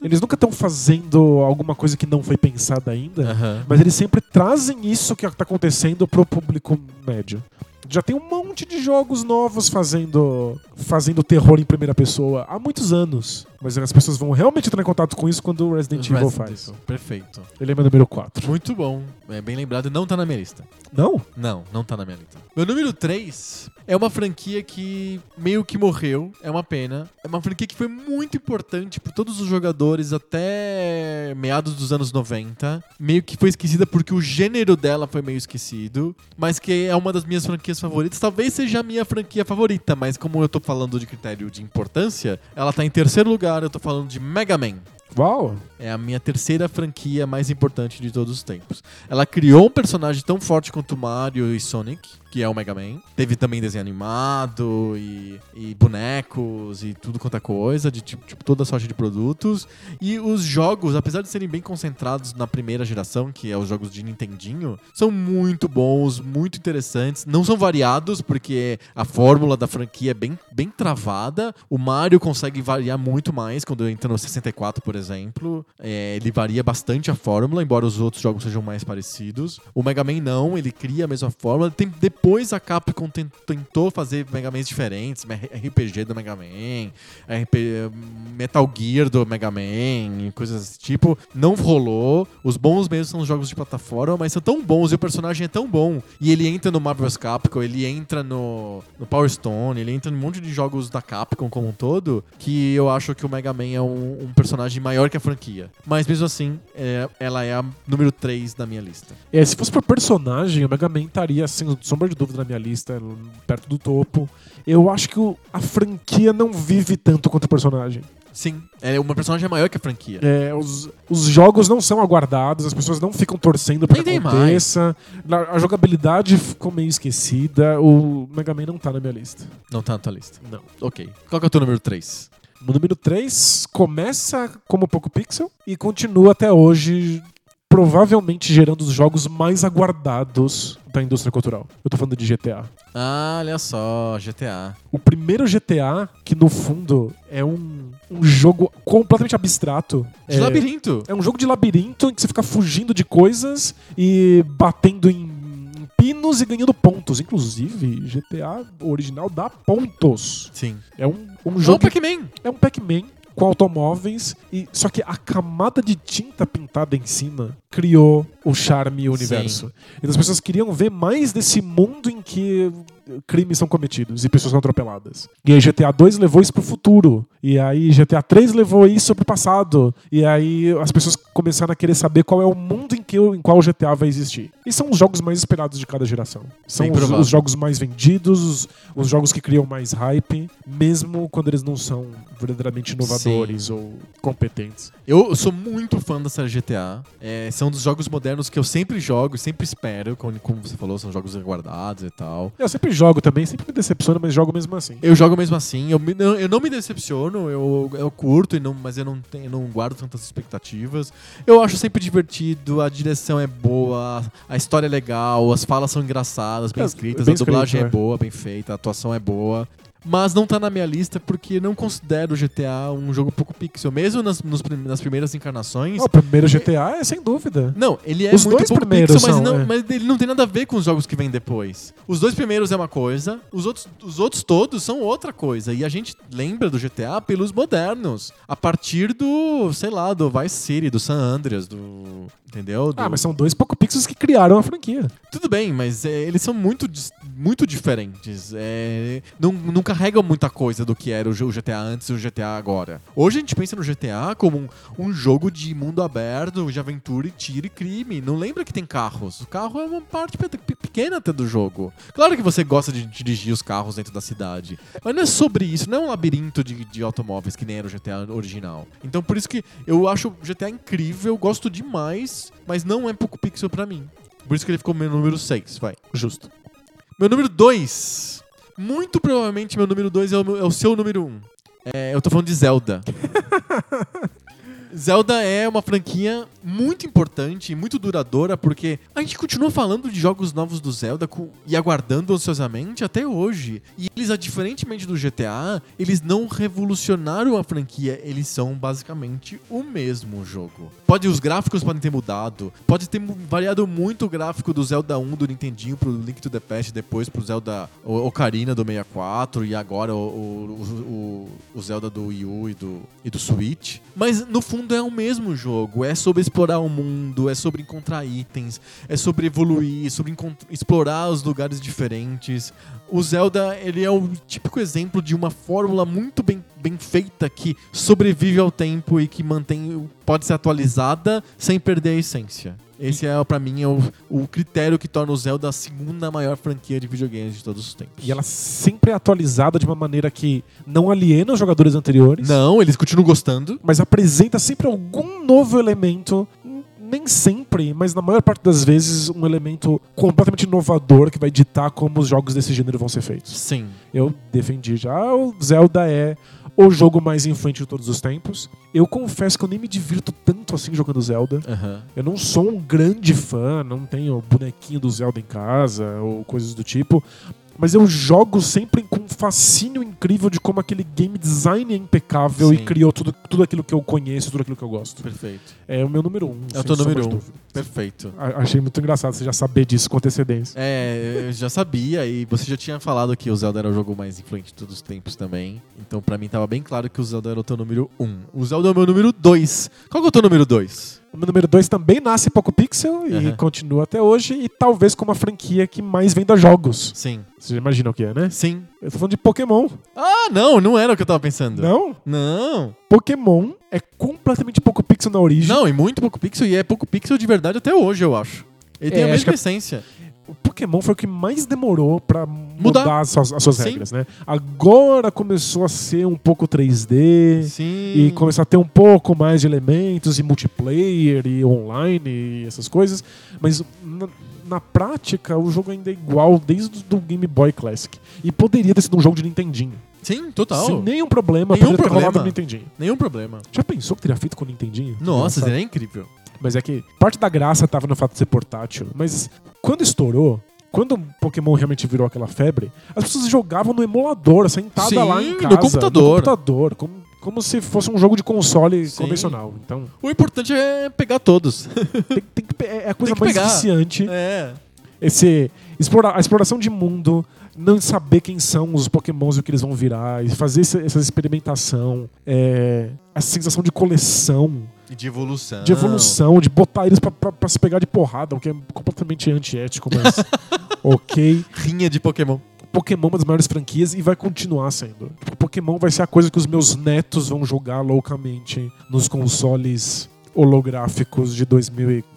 [SPEAKER 2] eles nunca estão fazendo alguma coisa que não foi pensada ainda.
[SPEAKER 1] Aham.
[SPEAKER 2] Mas eles sempre trazem isso que tá acontecendo pro público médio. Já tem um monte de jogos novos fazendo fazendo terror em primeira pessoa há muitos anos. Mas as pessoas vão realmente entrar em contato com isso quando o Resident Evil
[SPEAKER 1] Resident
[SPEAKER 2] faz.
[SPEAKER 1] Evil. Perfeito.
[SPEAKER 2] Ele é meu número 4.
[SPEAKER 1] Muito bom. É bem lembrado. Não tá na minha lista.
[SPEAKER 2] Não?
[SPEAKER 1] Não, não tá na minha lista. Meu número 3 é uma franquia que meio que morreu, é uma pena. É uma franquia que foi muito importante para todos os jogadores até meados dos anos 90. Meio que foi esquecida porque o gênero dela foi meio esquecido, mas que é uma das minhas franquias favoritas. Talvez seja a minha franquia favorita, mas como eu tô falando de critério de importância, ela tá em terceiro lugar, eu tô falando de Mega Man.
[SPEAKER 2] Uau!
[SPEAKER 1] É a minha terceira franquia mais importante de todos os tempos. Ela criou um personagem tão forte quanto Mario e Sonic, que é o Mega Man. Teve também desenho animado e, e bonecos e tudo quanto é coisa, de tipo, tipo, toda sorte de produtos. E os jogos, apesar de serem bem concentrados na primeira geração, que é os jogos de Nintendinho, são muito bons, muito interessantes. Não são variados, porque a fórmula da franquia é bem, bem travada. O Mario consegue variar muito mais quando entra no 64, por exemplo. É, ele varia bastante a fórmula, embora os outros jogos sejam mais parecidos. O Mega Man não, ele cria a mesma fórmula. Tem- depois a Capcom ten- tentou fazer Mega Mans diferentes, RPG do Mega Man, RP, Metal Gear do Mega Man e coisas desse tipo. Não rolou. Os bons mesmo são os jogos de plataforma, mas são tão bons e o personagem é tão bom. E ele entra no Marvel's Capcom, ele entra no, no Power Stone, ele entra num monte de jogos da Capcom como um todo, que eu acho que o Mega Man é um, um personagem maior que a franquia. Mas mesmo assim, é- ela é a número 3 da minha lista.
[SPEAKER 2] É, se fosse pra personagem, o Mega Man estaria, sem sombra de dúvida, na minha lista, perto do topo. Eu acho que o- a franquia não vive tanto quanto o personagem.
[SPEAKER 1] Sim, é uma personagem é maior que a franquia.
[SPEAKER 2] É, os, os jogos não são aguardados, as pessoas não ficam torcendo pra que
[SPEAKER 1] Nem tem
[SPEAKER 2] aconteça. Na- A jogabilidade ficou meio esquecida. O Mega Man não tá na minha lista.
[SPEAKER 1] Não tá na tua lista.
[SPEAKER 2] Não.
[SPEAKER 1] Ok. Qual que é o teu número 3?
[SPEAKER 2] O número 3 começa como pouco pixel e continua até hoje provavelmente gerando os jogos mais aguardados da indústria cultural. Eu tô falando de GTA.
[SPEAKER 1] Ah, olha só, GTA.
[SPEAKER 2] O primeiro GTA, que no fundo é um, um jogo completamente abstrato.
[SPEAKER 1] De
[SPEAKER 2] é,
[SPEAKER 1] labirinto.
[SPEAKER 2] é um jogo de labirinto em que você fica fugindo de coisas e batendo em, em pinos e ganhando pontos. Inclusive, GTA original dá pontos.
[SPEAKER 1] Sim.
[SPEAKER 2] É um, um
[SPEAKER 1] Jogo
[SPEAKER 2] jogo.
[SPEAKER 1] Pac-Man.
[SPEAKER 2] É um Pac-Man com automóveis e só que a camada de tinta pintada em cima criou o charme e o
[SPEAKER 1] Sim.
[SPEAKER 2] universo. Então as pessoas queriam ver mais desse mundo em que crimes são cometidos e pessoas são atropeladas. E aí GTA 2 levou isso pro futuro. E aí GTA 3 levou isso pro passado. E aí as pessoas começaram a querer saber qual é o mundo em que o- em qual o GTA vai existir. E são os jogos mais esperados de cada geração. São
[SPEAKER 1] Bem
[SPEAKER 2] os,
[SPEAKER 1] provável.
[SPEAKER 2] os jogos mais vendidos, os, os jogos que criam mais hype, mesmo quando eles não são verdadeiramente inovadores ou competentes.
[SPEAKER 1] Eu sou muito fã dessa GTA. É, são dos jogos modernos que eu sempre jogo, sempre espero. Como, como você falou, são jogos aguardados e tal.
[SPEAKER 2] Eu sempre jogo também, sempre me decepciono, mas jogo mesmo assim.
[SPEAKER 1] Eu jogo mesmo assim, eu, me- não, eu não me decepciono, eu, eu curto, e não, mas eu não, tenho, eu não guardo tantas expectativas. Eu acho sempre divertido, a direção é boa, a história é legal, as falas são engraçadas, bem
[SPEAKER 2] É,
[SPEAKER 1] escritas,
[SPEAKER 2] bem
[SPEAKER 1] a dublagem
[SPEAKER 2] escrito,
[SPEAKER 1] é
[SPEAKER 2] é.
[SPEAKER 1] boa, bem feita, a atuação é boa. Mas não tá na minha lista porque não considero o GTA um jogo pouco pixel. Mesmo nas, nos prim- nas primeiras encarnações,
[SPEAKER 2] Ah, o primeiro GTA é sem dúvida.
[SPEAKER 1] Não, ele é
[SPEAKER 2] Os
[SPEAKER 1] muito
[SPEAKER 2] dois
[SPEAKER 1] pouco
[SPEAKER 2] primeiros
[SPEAKER 1] pixel, mas,
[SPEAKER 2] são,
[SPEAKER 1] não,
[SPEAKER 2] é.
[SPEAKER 1] mas ele não tem nada a ver com os jogos que vêm depois. Os dois primeiros é uma coisa, os outros, os outros todos são outra coisa. E a gente lembra do GTA pelos modernos. A partir do, sei lá, do Vice City, do San Andreas, do... Entendeu? Do-
[SPEAKER 2] Ah, mas são dois pouco pixels que criaram a franquia.
[SPEAKER 1] Tudo bem, mas é, eles são muito, dis- muito diferentes. É, não, não carregam muita coisa do que era o jo- o GTA antes e o GTA agora. Hoje a gente pensa no GTA como um, um jogo de mundo aberto, de aventura e tiro e crime. Não lembra que tem carros. O carro é uma parte pe- pe- pequena até do jogo. Claro que você gosta de dirigir os carros dentro da cidade. Mas não é sobre isso, não é um labirinto de, de automóveis que nem era o GTA original. Então por isso que eu acho o GTA incrível, gosto demais, mas não é pouco pixel pra mim. Por isso que ele ficou meu número 6, vai.
[SPEAKER 2] Justo.
[SPEAKER 1] Meu número 2. Muito provavelmente meu número 2 é, o meu- é o seu número 1. Um. É, eu tô falando de Zelda. Zelda é uma franquia muito importante e muito duradoura, porque a gente continua falando de jogos novos do Zelda com- e aguardando ansiosamente até hoje. E eles, ah, diferentemente do GTA, eles não revolucionaram a franquia, eles são basicamente o mesmo jogo. Pode Os gráficos podem ter mudado, pode ter mu- variado muito o gráfico do Zelda 1 do Nintendinho pro Link to the Past, depois pro Zelda o- Ocarina do 64 e agora o, o- o- o Zelda do Wii U e do, e do Switch. Mas no fundo é o mesmo jogo. É sobre explorar o mundo, é sobre encontrar itens, é sobre evoluir, sobre encont- explorar os lugares diferentes. O Zelda ele é o típico exemplo de uma fórmula muito bem, bem feita que sobrevive ao tempo e que mantém pode ser atualizada sem perder a essência. Esse é para mim é o, o critério que torna o Zelda a segunda maior franquia de videogames de todos os tempos.
[SPEAKER 2] E ela sempre é atualizada de uma maneira que não aliena os jogadores anteriores,
[SPEAKER 1] Não, eles continuam gostando.
[SPEAKER 2] mas apresenta sempre algum novo elemento. n- Nem sempre, mas na maior parte das vezes, um elemento completamente inovador que vai ditar como os jogos desse gênero vão ser feitos.
[SPEAKER 1] Sim.
[SPEAKER 2] Eu defendi já, "Ah, o Zelda é o jogo mais influente de todos os tempos. Eu confesso que eu nem me divirto tanto assim jogando Zelda.
[SPEAKER 1] Aham.
[SPEAKER 2] Eu não sou um grande fã, não tenho bonequinho do Zelda em casa ou coisas do tipo, mas eu jogo sempre com um fascínio incrível de como aquele game design é impecável
[SPEAKER 1] Sim.
[SPEAKER 2] e criou tudo, tudo aquilo que eu conheço, tudo aquilo que eu gosto.
[SPEAKER 1] Perfeito.
[SPEAKER 2] É o meu número um.
[SPEAKER 1] É o
[SPEAKER 2] sem
[SPEAKER 1] teu
[SPEAKER 2] sombra
[SPEAKER 1] número
[SPEAKER 2] de
[SPEAKER 1] um.
[SPEAKER 2] dúvida.
[SPEAKER 1] Perfeito.
[SPEAKER 2] A- Achei muito engraçado você já saber disso com antecedência.
[SPEAKER 1] É, eu já sabia e você já tinha falado que o Zelda era o jogo mais influente de todos os tempos também. Então pra mim tava bem claro que o Zelda era o teu número 1. Um. O Zelda é o meu número 2. Qual que é o teu número 2?
[SPEAKER 2] O meu número dois também nasce em Poco Pixel e
[SPEAKER 1] Aham.
[SPEAKER 2] continua até hoje, e talvez como a franquia que mais venda jogos.
[SPEAKER 1] Sim.
[SPEAKER 2] Você já imagina o que é, né?
[SPEAKER 1] Sim.
[SPEAKER 2] Eu tô falando de Pokémon.
[SPEAKER 1] Ah, não, não era o que eu tava pensando.
[SPEAKER 2] Não?
[SPEAKER 1] Não,
[SPEAKER 2] Pokémon é completamente Poco Pixel na origem.
[SPEAKER 1] não, e muito pouco pixel, e é pouco pixel de verdade até hoje, eu acho. Ele tem
[SPEAKER 2] É,
[SPEAKER 1] a
[SPEAKER 2] acho
[SPEAKER 1] mesma
[SPEAKER 2] que é-
[SPEAKER 1] essência.
[SPEAKER 2] O Pokémon foi o que mais demorou pra mudar,
[SPEAKER 1] Mudar.
[SPEAKER 2] as suas, as suas
[SPEAKER 1] Sim.
[SPEAKER 2] regras, né? Agora começou a ser um pouco 3D
[SPEAKER 1] Sim.
[SPEAKER 2] e começou a ter um pouco mais de elementos e multiplayer e online e essas coisas, mas na, na prática o jogo ainda é igual desde o Game Boy Classic. E poderia ter sido um jogo de Nintendinho.
[SPEAKER 1] Sim, total.
[SPEAKER 2] Sem nenhum problema,
[SPEAKER 1] Nenhum
[SPEAKER 2] poderia ter rolado
[SPEAKER 1] problema.
[SPEAKER 2] no Nintendinho.
[SPEAKER 1] Nenhum problema.
[SPEAKER 2] Já pensou que teria feito com o Nintendinho?
[SPEAKER 1] Nossa,
[SPEAKER 2] Engraçado.
[SPEAKER 1] seria incrível.
[SPEAKER 2] Mas é que parte da graça tava no fato de ser portátil. Mas quando estourou, quando o Pokémon realmente virou aquela febre, as pessoas jogavam no emulador, sentada
[SPEAKER 1] Sim,
[SPEAKER 2] lá em
[SPEAKER 1] no
[SPEAKER 2] casa.
[SPEAKER 1] computador.
[SPEAKER 2] computador, como, como se fosse um jogo de console
[SPEAKER 1] Sim.
[SPEAKER 2] convencional. Então,
[SPEAKER 1] O importante é pegar todos.
[SPEAKER 2] tem, tem que pe- é a coisa
[SPEAKER 1] que
[SPEAKER 2] mais
[SPEAKER 1] pegar.
[SPEAKER 2] viciante.
[SPEAKER 1] é.
[SPEAKER 2] Esse, explora, a exploração de mundo, não saber quem são os pokémons e o que eles vão virar, e fazer essa, essa experimentação, é, a sensação de coleção,
[SPEAKER 1] E de evolução.
[SPEAKER 2] de evolução, de botar eles pra, pra- pra se pegar de porrada, o que é completamente antiético, mas ok.
[SPEAKER 1] Rinha de Pokémon.
[SPEAKER 2] Pokémon é uma das maiores franquias e vai continuar sendo. Tipo, Pokémon vai ser a coisa que os meus netos vão jogar loucamente nos consoles holográficos de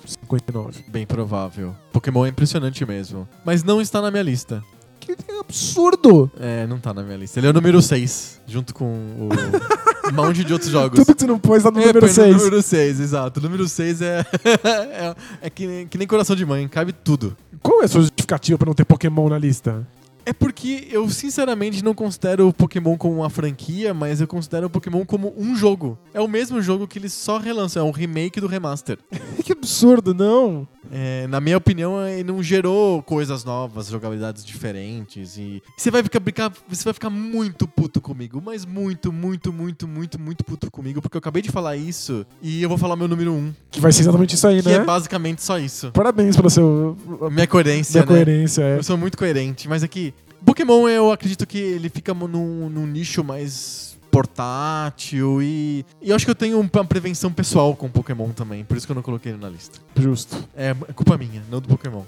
[SPEAKER 2] 2059.
[SPEAKER 1] Bem provável. Pokémon é impressionante mesmo. Mas não está na minha lista.
[SPEAKER 2] Que absurdo!
[SPEAKER 1] É, não tá na minha lista. Ele é o número 6, junto com o. um monte de outros jogos.
[SPEAKER 2] Tudo que você não pôs lá no
[SPEAKER 1] É,
[SPEAKER 2] número
[SPEAKER 1] põe
[SPEAKER 2] 6.
[SPEAKER 1] No número 6, exato. O número 6 é. é é que, nem- que nem coração de mãe, cabe tudo.
[SPEAKER 2] Qual é a sua justificativa pra não ter Pokémon na lista?
[SPEAKER 1] É porque eu sinceramente não considero o Pokémon como uma franquia, mas eu considero o Pokémon como um jogo. É o mesmo jogo que eles só relançam, é um remake do remaster.
[SPEAKER 2] Que absurdo, não?
[SPEAKER 1] É, na minha opinião, ele não gerou coisas novas, jogabilidades diferentes e você vai ficar brincar, você vai ficar muito puto comigo, mas muito, muito, muito, muito, muito puto comigo, porque eu acabei de falar isso e eu vou falar meu número um,
[SPEAKER 2] Que vai ser exatamente isso aí,
[SPEAKER 1] que
[SPEAKER 2] né?
[SPEAKER 1] é basicamente só isso.
[SPEAKER 2] Parabéns pela seu,
[SPEAKER 1] Minha coerência,
[SPEAKER 2] minha
[SPEAKER 1] né?
[SPEAKER 2] coerência. é.
[SPEAKER 1] Eu sou muito coerente, mas aqui Pokémon eu acredito que ele fica num, num nicho mais portátil e, e eu acho que eu tenho uma prevenção pessoal com Pokémon também, por isso que eu não coloquei ele na lista.
[SPEAKER 2] Justo.
[SPEAKER 1] É é culpa minha, não do Pokémon.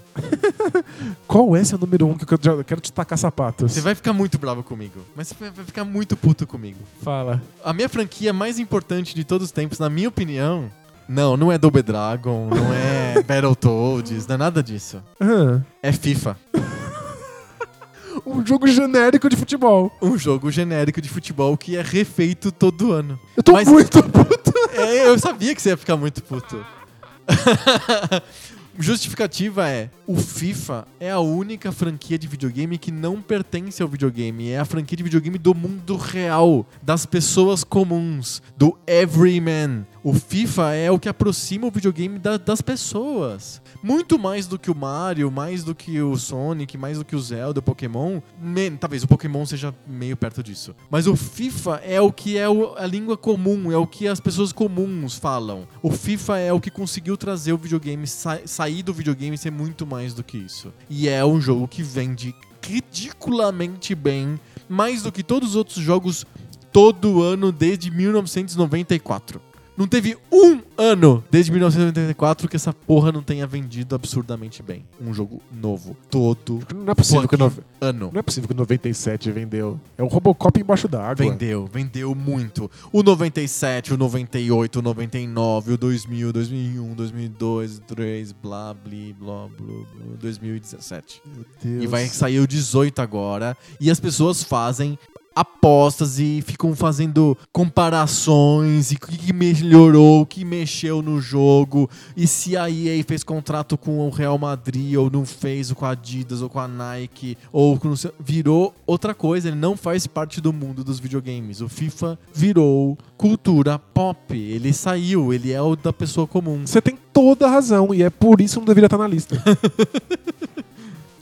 [SPEAKER 2] Qual é seu número 1 um que eu quero- já quero te tacar sapatos?
[SPEAKER 1] Você vai ficar muito bravo comigo, mas você vai vai ficar muito puto comigo.
[SPEAKER 2] Fala.
[SPEAKER 1] A minha franquia mais importante de todos os tempos, na minha opinião, não, não é Double Dragon, não é Battletoads, não é nada disso.
[SPEAKER 2] Aham.
[SPEAKER 1] É FIFA.
[SPEAKER 2] Um jogo genérico de futebol.
[SPEAKER 1] Um jogo genérico de futebol que é refeito todo ano.
[SPEAKER 2] Eu tô
[SPEAKER 1] Mas-
[SPEAKER 2] muito puto.
[SPEAKER 1] É, eu sabia que você ia ficar muito puto. Justificativa é: o FIFA é a única franquia de videogame que não pertence ao videogame. É a franquia de videogame do mundo real, das pessoas comuns, do everyman. O FIFA é o que aproxima o videogame da- das pessoas. Muito mais do que o Mario, mais do que o Sonic, mais do que o Zelda, o Pokémon. Men- talvez o Pokémon seja meio perto disso. Mas o FIFA é o que é o- a língua comum, é o que as pessoas comuns falam. O FIFA é o que conseguiu trazer o videogame, sa- sair do videogame e ser muito mais do que isso. E é um jogo que vende ridiculamente bem, mais do que todos os outros jogos todo ano desde 1994. Não teve um ano desde 1984 que essa porra não tenha vendido absurdamente bem. Um jogo novo. Todo
[SPEAKER 2] Não é possível, que,
[SPEAKER 1] fucking
[SPEAKER 2] no-
[SPEAKER 1] ano.
[SPEAKER 2] não é possível que o 97 vendeu. É um Robocop embaixo d'água.
[SPEAKER 1] Vendeu, vendeu muito. O 97, o 98, o 99, o 2000, 2001, 2002, 2003, blá, bli, blá, blá, blá, 2017.
[SPEAKER 2] Meu Deus.
[SPEAKER 1] E vai sair o 18 agora. E as pessoas fazem apostas e ficam fazendo comparações e o que que melhorou, o que mexeu no jogo e se a EA fez contrato com o Real Madrid ou não fez ou com a Adidas ou com a Nike ou com não sei- virou outra coisa, ele não faz parte do mundo dos videogames. O FIFA virou cultura pop, ele saiu, ele é o da pessoa comum.
[SPEAKER 2] Você tem toda a razão e é por isso que não deveria estar na lista.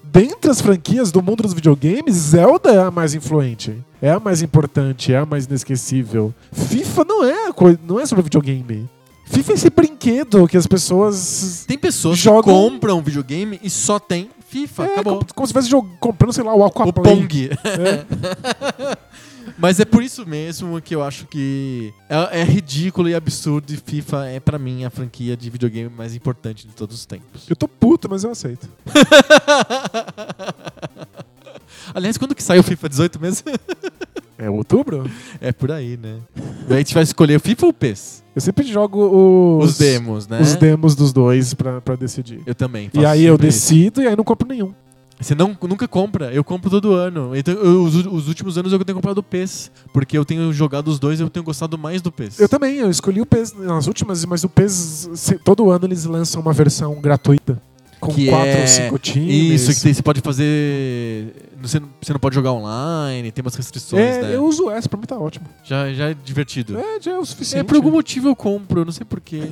[SPEAKER 2] Dentre as franquias do mundo dos videogames, Zelda é a mais influente. É a mais importante, é a mais inesquecível. FIFA não é, a coi- não é sobre videogame. FIFA é esse brinquedo que as pessoas.
[SPEAKER 1] Tem pessoas
[SPEAKER 2] Jogam-
[SPEAKER 1] que compram videogame e só tem FIFA,
[SPEAKER 2] É,
[SPEAKER 1] acabou.
[SPEAKER 2] como, como se estivesse jog- comprando, sei lá, o
[SPEAKER 1] o
[SPEAKER 2] Aquaplay.
[SPEAKER 1] Pong.
[SPEAKER 2] É.
[SPEAKER 1] Mas é por isso mesmo que eu acho que é, é ridículo e absurdo e FIFA é pra mim a franquia de videogame mais importante de todos os tempos.
[SPEAKER 2] Eu tô puto, mas eu aceito.
[SPEAKER 1] Aliás, quando que sai o FIFA 18 mesmo?
[SPEAKER 2] É outubro?
[SPEAKER 1] é por aí, né? Daí a gente vai escolher o FIFA ou o PES?
[SPEAKER 2] Eu sempre jogo os,
[SPEAKER 1] Os demos, né?
[SPEAKER 2] os demos dos dois pra, pra decidir.
[SPEAKER 1] Eu também.
[SPEAKER 2] E
[SPEAKER 1] faço
[SPEAKER 2] aí eu
[SPEAKER 1] sempre isso.
[SPEAKER 2] decido e aí não compro nenhum.
[SPEAKER 1] Você não, nunca compra, eu compro todo ano. Então, eu- os, os últimos anos eu tenho comprado o PES. Porque eu tenho jogado os dois e eu tenho gostado mais do PES.
[SPEAKER 2] Eu também, eu escolhi o PES nas últimas, mas o PES, se- todo ano eles lançam uma versão gratuita. Com
[SPEAKER 1] Que
[SPEAKER 2] quatro
[SPEAKER 1] é-
[SPEAKER 2] ou cinco times.
[SPEAKER 1] Isso, que tem- você pode fazer. Você não, você não pode jogar online, tem umas restrições,
[SPEAKER 2] É,
[SPEAKER 1] né?
[SPEAKER 2] eu uso essa, pra mim tá ótimo.
[SPEAKER 1] Já, já é divertido.
[SPEAKER 2] É, já é o suficiente.
[SPEAKER 1] É, por algum motivo eu compro, eu não sei porquê.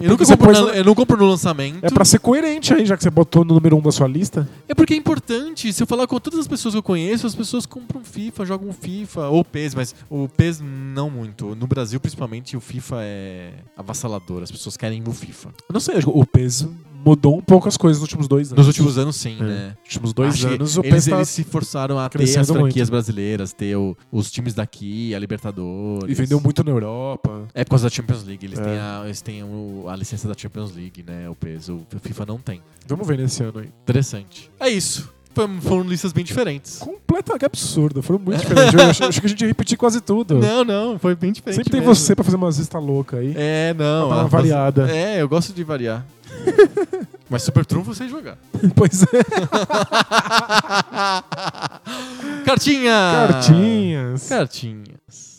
[SPEAKER 1] Eu não, compro
[SPEAKER 2] Porque você
[SPEAKER 1] na-
[SPEAKER 2] pôs-
[SPEAKER 1] eu não compro no lançamento.
[SPEAKER 2] É pra ser coerente aí, já que você botou no número um da sua lista.
[SPEAKER 1] É porque é importante. Se eu falar com todas as pessoas que eu conheço, as pessoas compram FIFA, jogam FIFA, ou PES, mas o PES não muito. No Brasil, principalmente, o FIFA é avassalador. As pessoas querem o FIFA.
[SPEAKER 2] Eu não sei, acho que o peso mudou um pouco as coisas nos últimos dois anos.
[SPEAKER 1] Nos últimos anos, sim,
[SPEAKER 2] É.
[SPEAKER 1] né?
[SPEAKER 2] Nos últimos dois
[SPEAKER 1] Acho que
[SPEAKER 2] anos, o
[SPEAKER 1] eles,
[SPEAKER 2] peso tá...
[SPEAKER 1] eles se forçaram a ter
[SPEAKER 2] crescendo
[SPEAKER 1] as franquias brasileiras, ter o- os times daqui, a Libertadores.
[SPEAKER 2] E vendeu muito na Europa.
[SPEAKER 1] É por causa da Champions League. Eles
[SPEAKER 2] É.
[SPEAKER 1] têm, a, eles têm o- a licença da Champions League, né? O peso. O FIFA não tem.
[SPEAKER 2] Vamos ver nesse ano aí.
[SPEAKER 1] Interessante. É isso. Foi- Foram listas bem diferentes.
[SPEAKER 2] Completa, que absurdo. Foram muito diferentes. Eu acho, acho que a gente ia repetir quase tudo.
[SPEAKER 1] Não, não, foi bem diferente.
[SPEAKER 2] Sempre tem
[SPEAKER 1] mesmo.
[SPEAKER 2] você pra fazer uma lista louca aí.
[SPEAKER 1] É, não.
[SPEAKER 2] Pra dar uma
[SPEAKER 1] a-
[SPEAKER 2] variada.
[SPEAKER 1] É, eu gosto de variar. Mas Super Trunfo sem jogar.
[SPEAKER 2] Pois é.
[SPEAKER 1] Cartinha!
[SPEAKER 2] Cartinhas.
[SPEAKER 1] Cartinhas.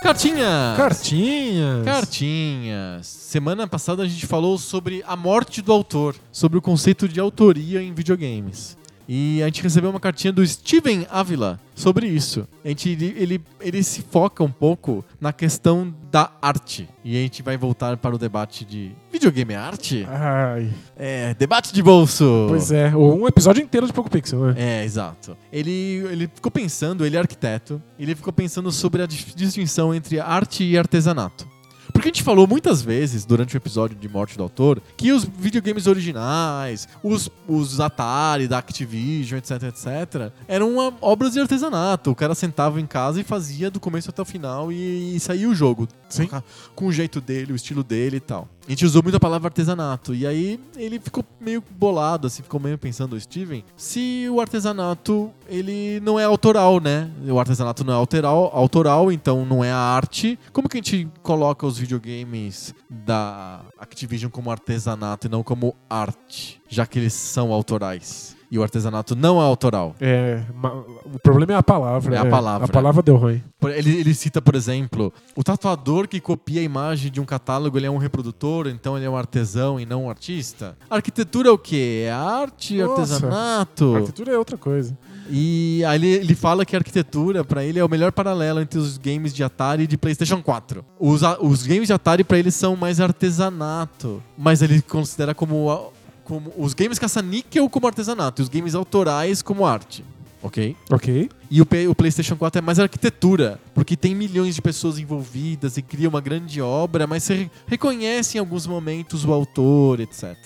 [SPEAKER 1] Cartinhas!
[SPEAKER 2] Cartinhas.
[SPEAKER 1] Cartinhas. Semana passada a gente falou sobre a morte do autor, sobre o conceito de autoria em videogames. E a gente recebeu uma cartinha do Steven Avila sobre isso. A gente, ele, ele, ele se foca um pouco na questão da arte. E a gente vai voltar para o debate de videogame é arte?
[SPEAKER 2] Ai.
[SPEAKER 1] É, debate de bolso!
[SPEAKER 2] Ah. Pois é. Ou um episódio inteiro de Poco Pixel, né?
[SPEAKER 1] É, exato. Ele, ele ficou pensando, ele é arquiteto, ele ficou pensando sobre a dif- distinção entre arte e artesanato. Porque a gente falou muitas vezes durante o episódio de Morte do Autor que os videogames originais, os, os Atari, da Activision, etc, etc, eram uma- obras de artesanato. O cara sentava em casa e fazia do começo até o final e, e saía o jogo.
[SPEAKER 2] Sim.
[SPEAKER 1] Com a- Com o jeito dele, o estilo dele e tal. A gente usou muito a palavra artesanato. E aí ele ficou meio bolado, assim, ficou meio pensando, o Steven, se o artesanato, ele não é autoral, né? O artesanato não é autoral, autoral, então não é a arte. Como que a gente coloca os videogames da Activision como artesanato e não como arte? Já que eles são autorais. E o artesanato não é autoral.
[SPEAKER 2] É, ma- o problema é a palavra.
[SPEAKER 1] É a palavra.
[SPEAKER 2] A palavra deu ruim.
[SPEAKER 1] Por- Ele, ele cita, por exemplo, o tatuador que copia a imagem de um catálogo, ele é um reprodutor, então ele é um artesão e não um artista. Arquitetura é o quê? É arte,
[SPEAKER 2] Nossa.
[SPEAKER 1] artesanato.
[SPEAKER 2] Arquitetura é outra coisa.
[SPEAKER 1] E aí ele, ele fala que a arquitetura, pra ele, é o melhor paralelo entre os games de Atari e de PlayStation 4. Os, a- os games de Atari, pra ele, são mais artesanato. Mas ele considera como, a- como os games caça-níquel como artesanato e os games autorais como arte. Ok?
[SPEAKER 2] Ok.
[SPEAKER 1] E o, P- o PlayStation 4 é mais arquitetura, porque tem milhões de pessoas envolvidas e cria uma grande obra, mas você re- reconhece em alguns momentos o autor, etc.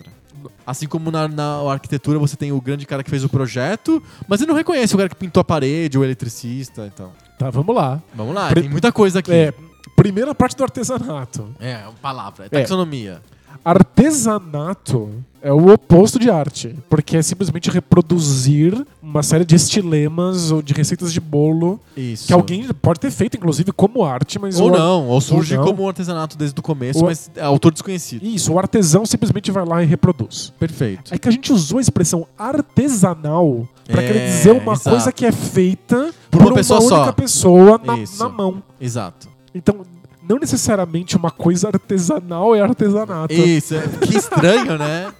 [SPEAKER 1] Assim como na, na arquitetura você tem o grande cara que fez o projeto, mas você não reconhece o cara que pintou a parede, o eletricista, então.
[SPEAKER 2] Tá, vamos lá.
[SPEAKER 1] Vamos lá,
[SPEAKER 2] Pre-
[SPEAKER 1] tem muita coisa aqui.
[SPEAKER 2] É, primeira parte do artesanato.
[SPEAKER 1] É, palavra, é taxonomia.
[SPEAKER 2] Artesanato é o oposto de arte, porque é simplesmente reproduzir uma série de estilemas ou de receitas de bolo
[SPEAKER 1] Isso.
[SPEAKER 2] que alguém pode ter feito, inclusive, como arte, mas
[SPEAKER 1] Ou
[SPEAKER 2] o ar-
[SPEAKER 1] não, ou surge
[SPEAKER 2] não.
[SPEAKER 1] como um artesanato desde o começo,
[SPEAKER 2] Ou-
[SPEAKER 1] mas é autor desconhecido.
[SPEAKER 2] Isso, o artesão simplesmente vai lá e reproduz.
[SPEAKER 1] Perfeito.
[SPEAKER 2] É que a gente usou a expressão artesanal pra
[SPEAKER 1] É,
[SPEAKER 2] querer dizer uma
[SPEAKER 1] exato.
[SPEAKER 2] coisa que é feita
[SPEAKER 1] Por
[SPEAKER 2] por,
[SPEAKER 1] uma
[SPEAKER 2] uma,
[SPEAKER 1] pessoa
[SPEAKER 2] única
[SPEAKER 1] só.
[SPEAKER 2] pessoa na,
[SPEAKER 1] Isso.
[SPEAKER 2] na mão.
[SPEAKER 1] Exato.
[SPEAKER 2] Então, não necessariamente uma coisa artesanal é artesanato.
[SPEAKER 1] Isso, é- que estranho, né?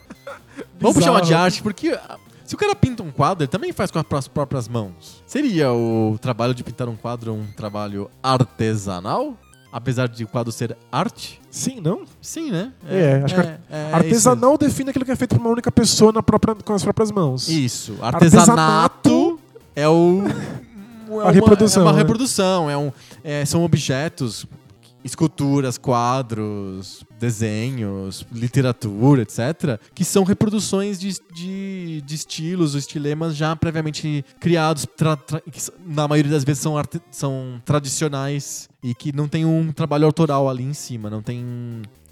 [SPEAKER 1] Vamos
[SPEAKER 2] Bizarro.
[SPEAKER 1] chamar de arte, porque ah, se o cara pinta um quadro, ele também faz com as próprias mãos. Seria o trabalho de pintar um quadro um trabalho artesanal? Apesar de o quadro ser arte?
[SPEAKER 2] Sim, não?
[SPEAKER 1] Sim, né?
[SPEAKER 2] É, acho que
[SPEAKER 1] é
[SPEAKER 2] Artesanal define aquilo que é feito por uma única pessoa na própria- com as próprias mãos.
[SPEAKER 1] Isso. mesmo. isso. Artesanato é o. é uma-
[SPEAKER 2] reprodução,
[SPEAKER 1] É uma
[SPEAKER 2] né?
[SPEAKER 1] reprodução. É um, é, são objetos, esculturas, quadros, desenhos, literatura, etc., que são reproduções de, de, de estilos, ou estilemas já previamente criados, tra- tra- que s- na maioria das vezes são, arte- são tradicionais e que não tem um trabalho autoral ali em cima, não tem.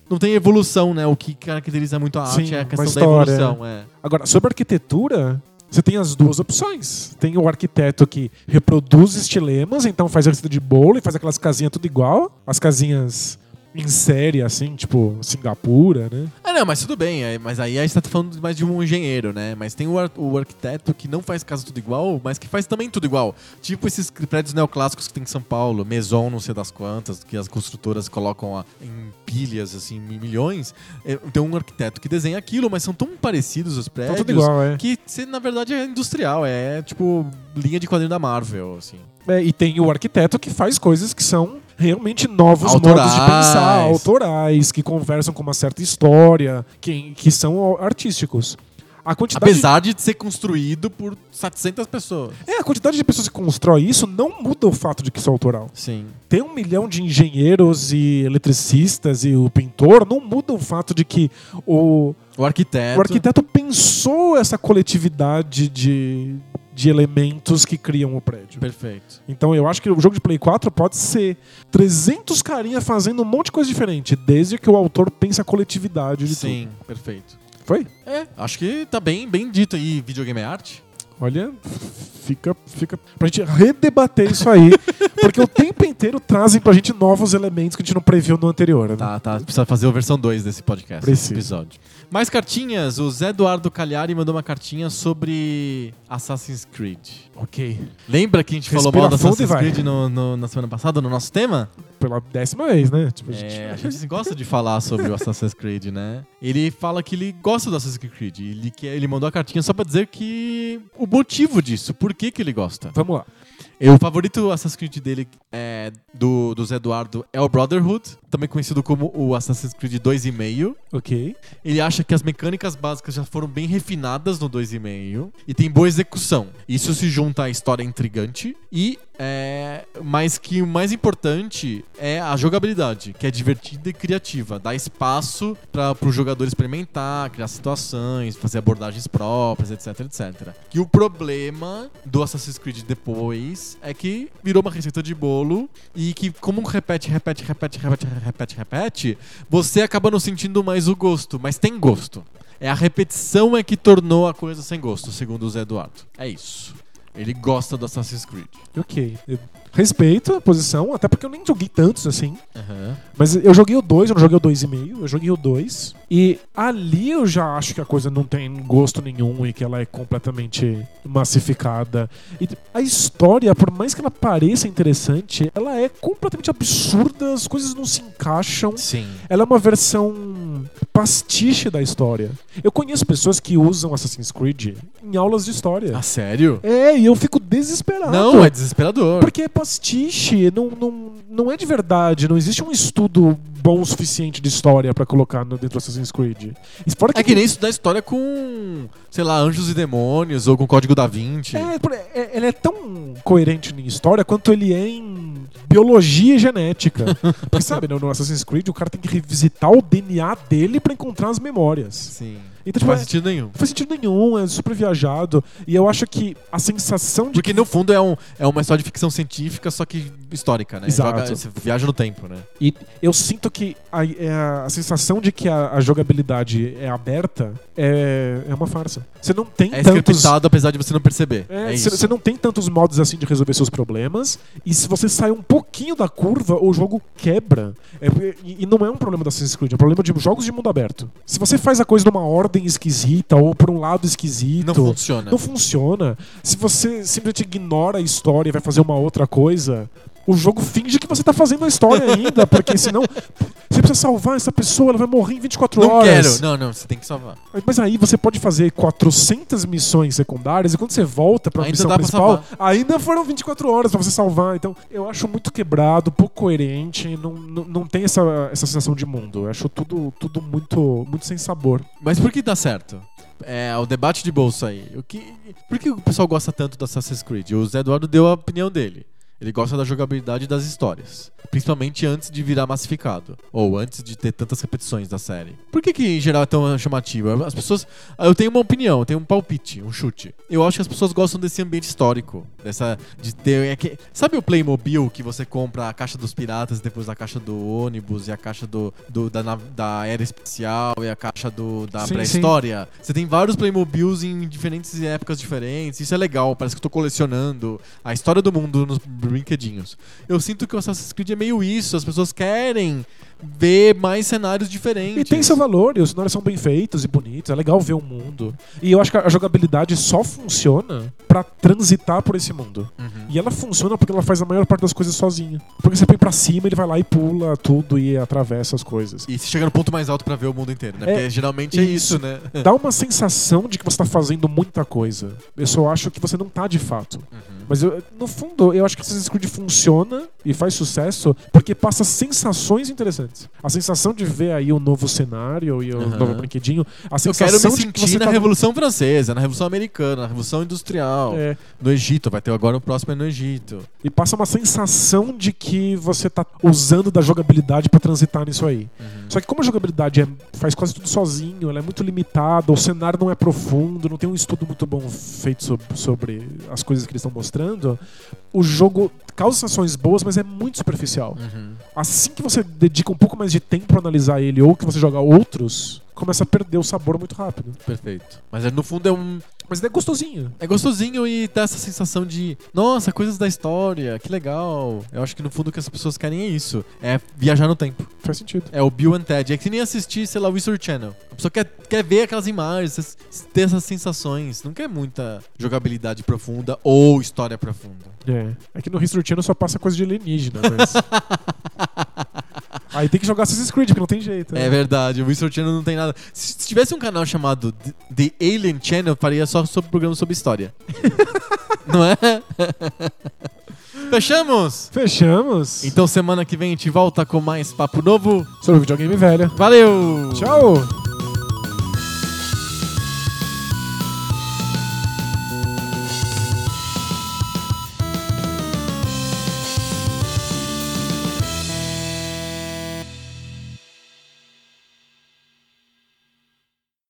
[SPEAKER 1] Não tem evolução, né? O que caracteriza muito a arte
[SPEAKER 2] Sim,
[SPEAKER 1] é a
[SPEAKER 2] uma
[SPEAKER 1] questão
[SPEAKER 2] história. né?
[SPEAKER 1] da evolução. É.
[SPEAKER 2] Agora, sobre arquitetura, você tem as duas opções. Tem o arquiteto que reproduz estilemas, então faz a receita de bolo e faz aquelas casinhas tudo igual. As casinhas em série, assim, tipo Singapura, né?
[SPEAKER 1] É, não, mas tudo bem. é, Mas aí a gente tá falando mais de um engenheiro, né? Mas tem o, ar- o arquiteto que não faz casa tudo igual, mas que faz também tudo igual. Tipo esses cr- prédios neoclássicos que tem em São Paulo, Maison, não sei das quantas, que as construtoras colocam a- em pilhas, assim, mi- milhões. É, Tem um arquiteto que desenha aquilo, mas são tão parecidos os
[SPEAKER 2] Tá
[SPEAKER 1] prédios.
[SPEAKER 2] tudo igual, é.
[SPEAKER 1] Que, cê, na verdade, é industrial. É, tipo, linha de quadrinho da Marvel, assim.
[SPEAKER 2] É, E tem o arquiteto que faz coisas que são realmente novos modos de
[SPEAKER 1] Autorais.
[SPEAKER 2] pensar, autorais, que conversam com uma certa história, que, que são artísticos. A quantidade
[SPEAKER 1] Apesar de ser construído por 700 pessoas.
[SPEAKER 2] É, a quantidade de pessoas que constrói isso não muda o fato de que isso é autoral.
[SPEAKER 1] Sim.
[SPEAKER 2] Ter um milhão de engenheiros e eletricistas e o pintor não muda o fato de que o,
[SPEAKER 1] O arquiteto.
[SPEAKER 2] o arquiteto pensou essa coletividade de, de elementos que criam o prédio.
[SPEAKER 1] Perfeito.
[SPEAKER 2] Então eu acho que o jogo de Play 4 pode ser 300 carinha fazendo um monte de coisa diferente, desde que o autor pense a coletividade de
[SPEAKER 1] Sim, perfeito.
[SPEAKER 2] tudo. Foi?
[SPEAKER 1] É, acho que tá bem, bem dito aí, videogame é arte.
[SPEAKER 2] Olha, fica, fica pra gente redebater isso aí, porque o tempo inteiro trazem pra gente novos elementos que a gente não previu no anterior. Né?
[SPEAKER 1] Tá, tá. Precisa fazer a versão 2 desse podcast, desse
[SPEAKER 2] Preciso.
[SPEAKER 1] episódio. Mais cartinhas. O Zé Eduardo Cagliari mandou uma cartinha sobre Assassin's Creed.
[SPEAKER 2] Ok.
[SPEAKER 1] Lembra que a gente
[SPEAKER 2] Respira
[SPEAKER 1] falou mal do
[SPEAKER 2] fundo e
[SPEAKER 1] Assassin's
[SPEAKER 2] vai.
[SPEAKER 1] Creed no- no- na semana passada, no nosso tema?
[SPEAKER 2] Pela décima vez, né? Tipo, a gente-
[SPEAKER 1] É, a gente gosta de falar sobre o Assassin's Creed, né? Ele fala que ele gosta do Assassin's Creed. Ele, que, ele mandou a cartinha só pra dizer que... O motivo disso, por que que ele gosta.
[SPEAKER 2] Vamos lá.
[SPEAKER 1] E O favorito Assassin's Creed dele é do, do Zé Eduardo é o Brotherhood, também conhecido como o Assassin's Creed 2,5.
[SPEAKER 2] Ok.
[SPEAKER 1] Ele acha que as mecânicas básicas já foram bem refinadas no 2,5 e tem boa execução. Isso se junta à história intrigante e é, mas que o mais importante é a jogabilidade, que é divertida e criativa, dá espaço para o jogador experimentar, criar situações, fazer abordagens próprias, etc, etc. Que o problema do Assassin's Creed depois é que virou uma receita de bolo e que como repete, repete, repete, repete, repete, repete, você acaba não sentindo mais o gosto, mas tem gosto. É a repetição é que tornou a coisa sem gosto, segundo o Zé Eduardo. É isso. Ele gosta do Assassin's Creed.
[SPEAKER 2] Ok. Eu respeito a posição, até porque eu nem joguei tantos assim.
[SPEAKER 1] Aham.
[SPEAKER 2] Mas eu joguei o 2, eu não joguei o 2,5, eu joguei o 2. E ali eu já acho que a coisa não tem gosto nenhum e que ela é completamente massificada. E a história, por mais que ela pareça interessante, ela é completamente absurda, as coisas não se encaixam.
[SPEAKER 1] Sim.
[SPEAKER 2] Ela é uma versão pastiche da história. Eu conheço pessoas que usam Assassin's Creed em aulas de história.
[SPEAKER 1] Ah, sério?
[SPEAKER 2] É, e eu fico desesperado.
[SPEAKER 1] Não, é desesperador.
[SPEAKER 2] Porque é pastiche, não, não, não é de verdade, não existe um estudo bom o suficiente de história pra colocar no- dentro do Assassin's Creed. E fora
[SPEAKER 1] É que nem estudar história com, sei lá, Anjos e Demônios ou com Código da Vinci.
[SPEAKER 2] É, por- é- ele é tão coerente em história quanto ele é em biologia e genética. Porque sabe, no, no Assassin's Creed o cara tem que revisitar o DNA dele pra encontrar as memórias.
[SPEAKER 1] Sim. Não
[SPEAKER 2] Então, tipo, é-
[SPEAKER 1] faz sentido nenhum.
[SPEAKER 2] não faz sentido nenhum, é super viajado. E eu acho que a sensação de
[SPEAKER 1] Porque no fundo é, um, é uma história de ficção científica, só que histórica, né?
[SPEAKER 2] Exato.
[SPEAKER 1] Joga- você viaja no tempo, né?
[SPEAKER 2] E eu sinto que a, é a- a sensação de que a, a jogabilidade é aberta é, é uma farsa. Você não tem
[SPEAKER 1] É
[SPEAKER 2] tantos.
[SPEAKER 1] scriptado, apesar de você não perceber. É,
[SPEAKER 2] é, você-
[SPEAKER 1] isso.
[SPEAKER 2] você não tem tantos modos assim de resolver seus problemas. E se você sai um pouquinho da curva, o jogo quebra. É, e, e não é um problema da Assassin's Creed, é um problema de jogos de mundo aberto. Se você faz a coisa numa ordem esquisita ou por um lado esquisito.
[SPEAKER 1] Não funciona.
[SPEAKER 2] Não funciona. Se você simplesmente ignora a história e vai fazer uma outra coisa, o jogo finge que você tá fazendo a história ainda, porque senão você precisa salvar essa pessoa, ela vai morrer em 24
[SPEAKER 1] Não
[SPEAKER 2] horas.
[SPEAKER 1] quero. Não, não, você tem que salvar.
[SPEAKER 2] Mas aí você pode fazer 400 missões secundárias e quando você volta pra
[SPEAKER 1] Ainda
[SPEAKER 2] missão
[SPEAKER 1] dá pra
[SPEAKER 2] principal, ainda foram 24 horas pra você salvar. Então eu acho muito quebrado, pouco coerente, não, não, não tem essa, essa sensação de mundo. Eu acho tudo, tudo muito, muito sem sabor.
[SPEAKER 1] Mas por que dá certo? É o debate de bolsa aí. O que, por que o pessoal gosta tanto do Assassin's Creed? O Zé Eduardo deu a opinião dele. Ele gosta da jogabilidade e das histórias. Principalmente antes de virar massificado. Ou antes de ter tantas repetições da série. Por que, que em geral é tão chamativo? As pessoas. Ah, Eu tenho uma opinião, eu tenho um palpite, um chute. Eu acho que as pessoas gostam desse ambiente histórico. Dessa. De ter. é que- sabe o Playmobil que você compra a caixa dos piratas, depois a caixa do ônibus, e a caixa do, do- da, nave- da era especial, e a caixa do, da
[SPEAKER 2] Sim, sim.
[SPEAKER 1] pré-história? Você tem vários Playmobils em diferentes épocas diferentes. Isso é legal, parece que eu tô colecionando. A história do mundo nos brinquedinhos. Eu sinto que o Assassin's Creed é meio isso, as pessoas querem ver mais cenários diferentes.
[SPEAKER 2] E tem seu valor, e os cenários são bem feitos e bonitos, é legal ver o mundo. E eu acho que a jogabilidade só funciona pra transitar por esse mundo.
[SPEAKER 1] Uhum.
[SPEAKER 2] E ela funciona porque ela faz a maior parte das coisas sozinha. Porque você põe pra cima, ele vai lá e pula tudo e atravessa as coisas.
[SPEAKER 1] E se chega no ponto mais alto pra ver o mundo inteiro, né?
[SPEAKER 2] É,
[SPEAKER 1] Porque geralmente é
[SPEAKER 2] isso.
[SPEAKER 1] isso, né?
[SPEAKER 2] Dá uma sensação de que você tá fazendo muita coisa. Eu só acho que você não tá de fato. Mas eu- no fundo, eu acho que Assassin's Creed funciona e faz sucesso porque passa sensações interessantes. A sensação de ver aí o novo cenário e o
[SPEAKER 1] Aham.
[SPEAKER 2] novo brinquedinho. A
[SPEAKER 1] Eu quero
[SPEAKER 2] sensação
[SPEAKER 1] me
[SPEAKER 2] de que você
[SPEAKER 1] sentir na
[SPEAKER 2] tá...
[SPEAKER 1] Revolução Francesa, na Revolução Americana, na Revolução Industrial,
[SPEAKER 2] É,
[SPEAKER 1] no Egito. Vai ter agora o próximo é no Egito.
[SPEAKER 2] e passa uma sensação de que você tá usando da jogabilidade pra transitar nisso aí. Só que como a jogabilidade é- faz quase tudo sozinho, ela é muito limitada, o cenário não é profundo, não tem um estudo muito bom feito sob- sobre, as coisas que eles estão mostrando, o jogo causa sensações boas, mas é muito superficial.
[SPEAKER 1] Uhum.
[SPEAKER 2] Assim que você dedica um pouco mais de tempo pra analisar ele ou que você joga outros, começa a perder o sabor muito rápido.
[SPEAKER 1] Perfeito. Mas é, no fundo é um.
[SPEAKER 2] Mas ele é gostosinho.
[SPEAKER 1] É gostosinho e dá essa sensação de, nossa, coisas da história, que legal. Eu acho que no fundo o que as pessoas querem é isso. É viajar no tempo.
[SPEAKER 2] Faz sentido.
[SPEAKER 1] É o Bill and Ted. É que nem assistir, sei lá, o History Channel. A pessoa quer, quer ver aquelas imagens, essas- ter essas sensações. Não quer muita jogabilidade profunda ou história profunda.
[SPEAKER 2] É. É que no History Channel só passa coisa de alienígena, mas. Aí tem que jogar Assassin's Creed, porque não tem jeito. né?
[SPEAKER 1] É verdade, o History Channel não tem nada. Se se tivesse um canal chamado The The Alien Channel, eu faria só sobre programa sobre história. não é? Fechamos?
[SPEAKER 2] Fechamos.
[SPEAKER 1] Então semana que vem a gente volta com mais papo novo.
[SPEAKER 2] Sobre videogame velho.
[SPEAKER 1] Valeu!
[SPEAKER 2] Tchau!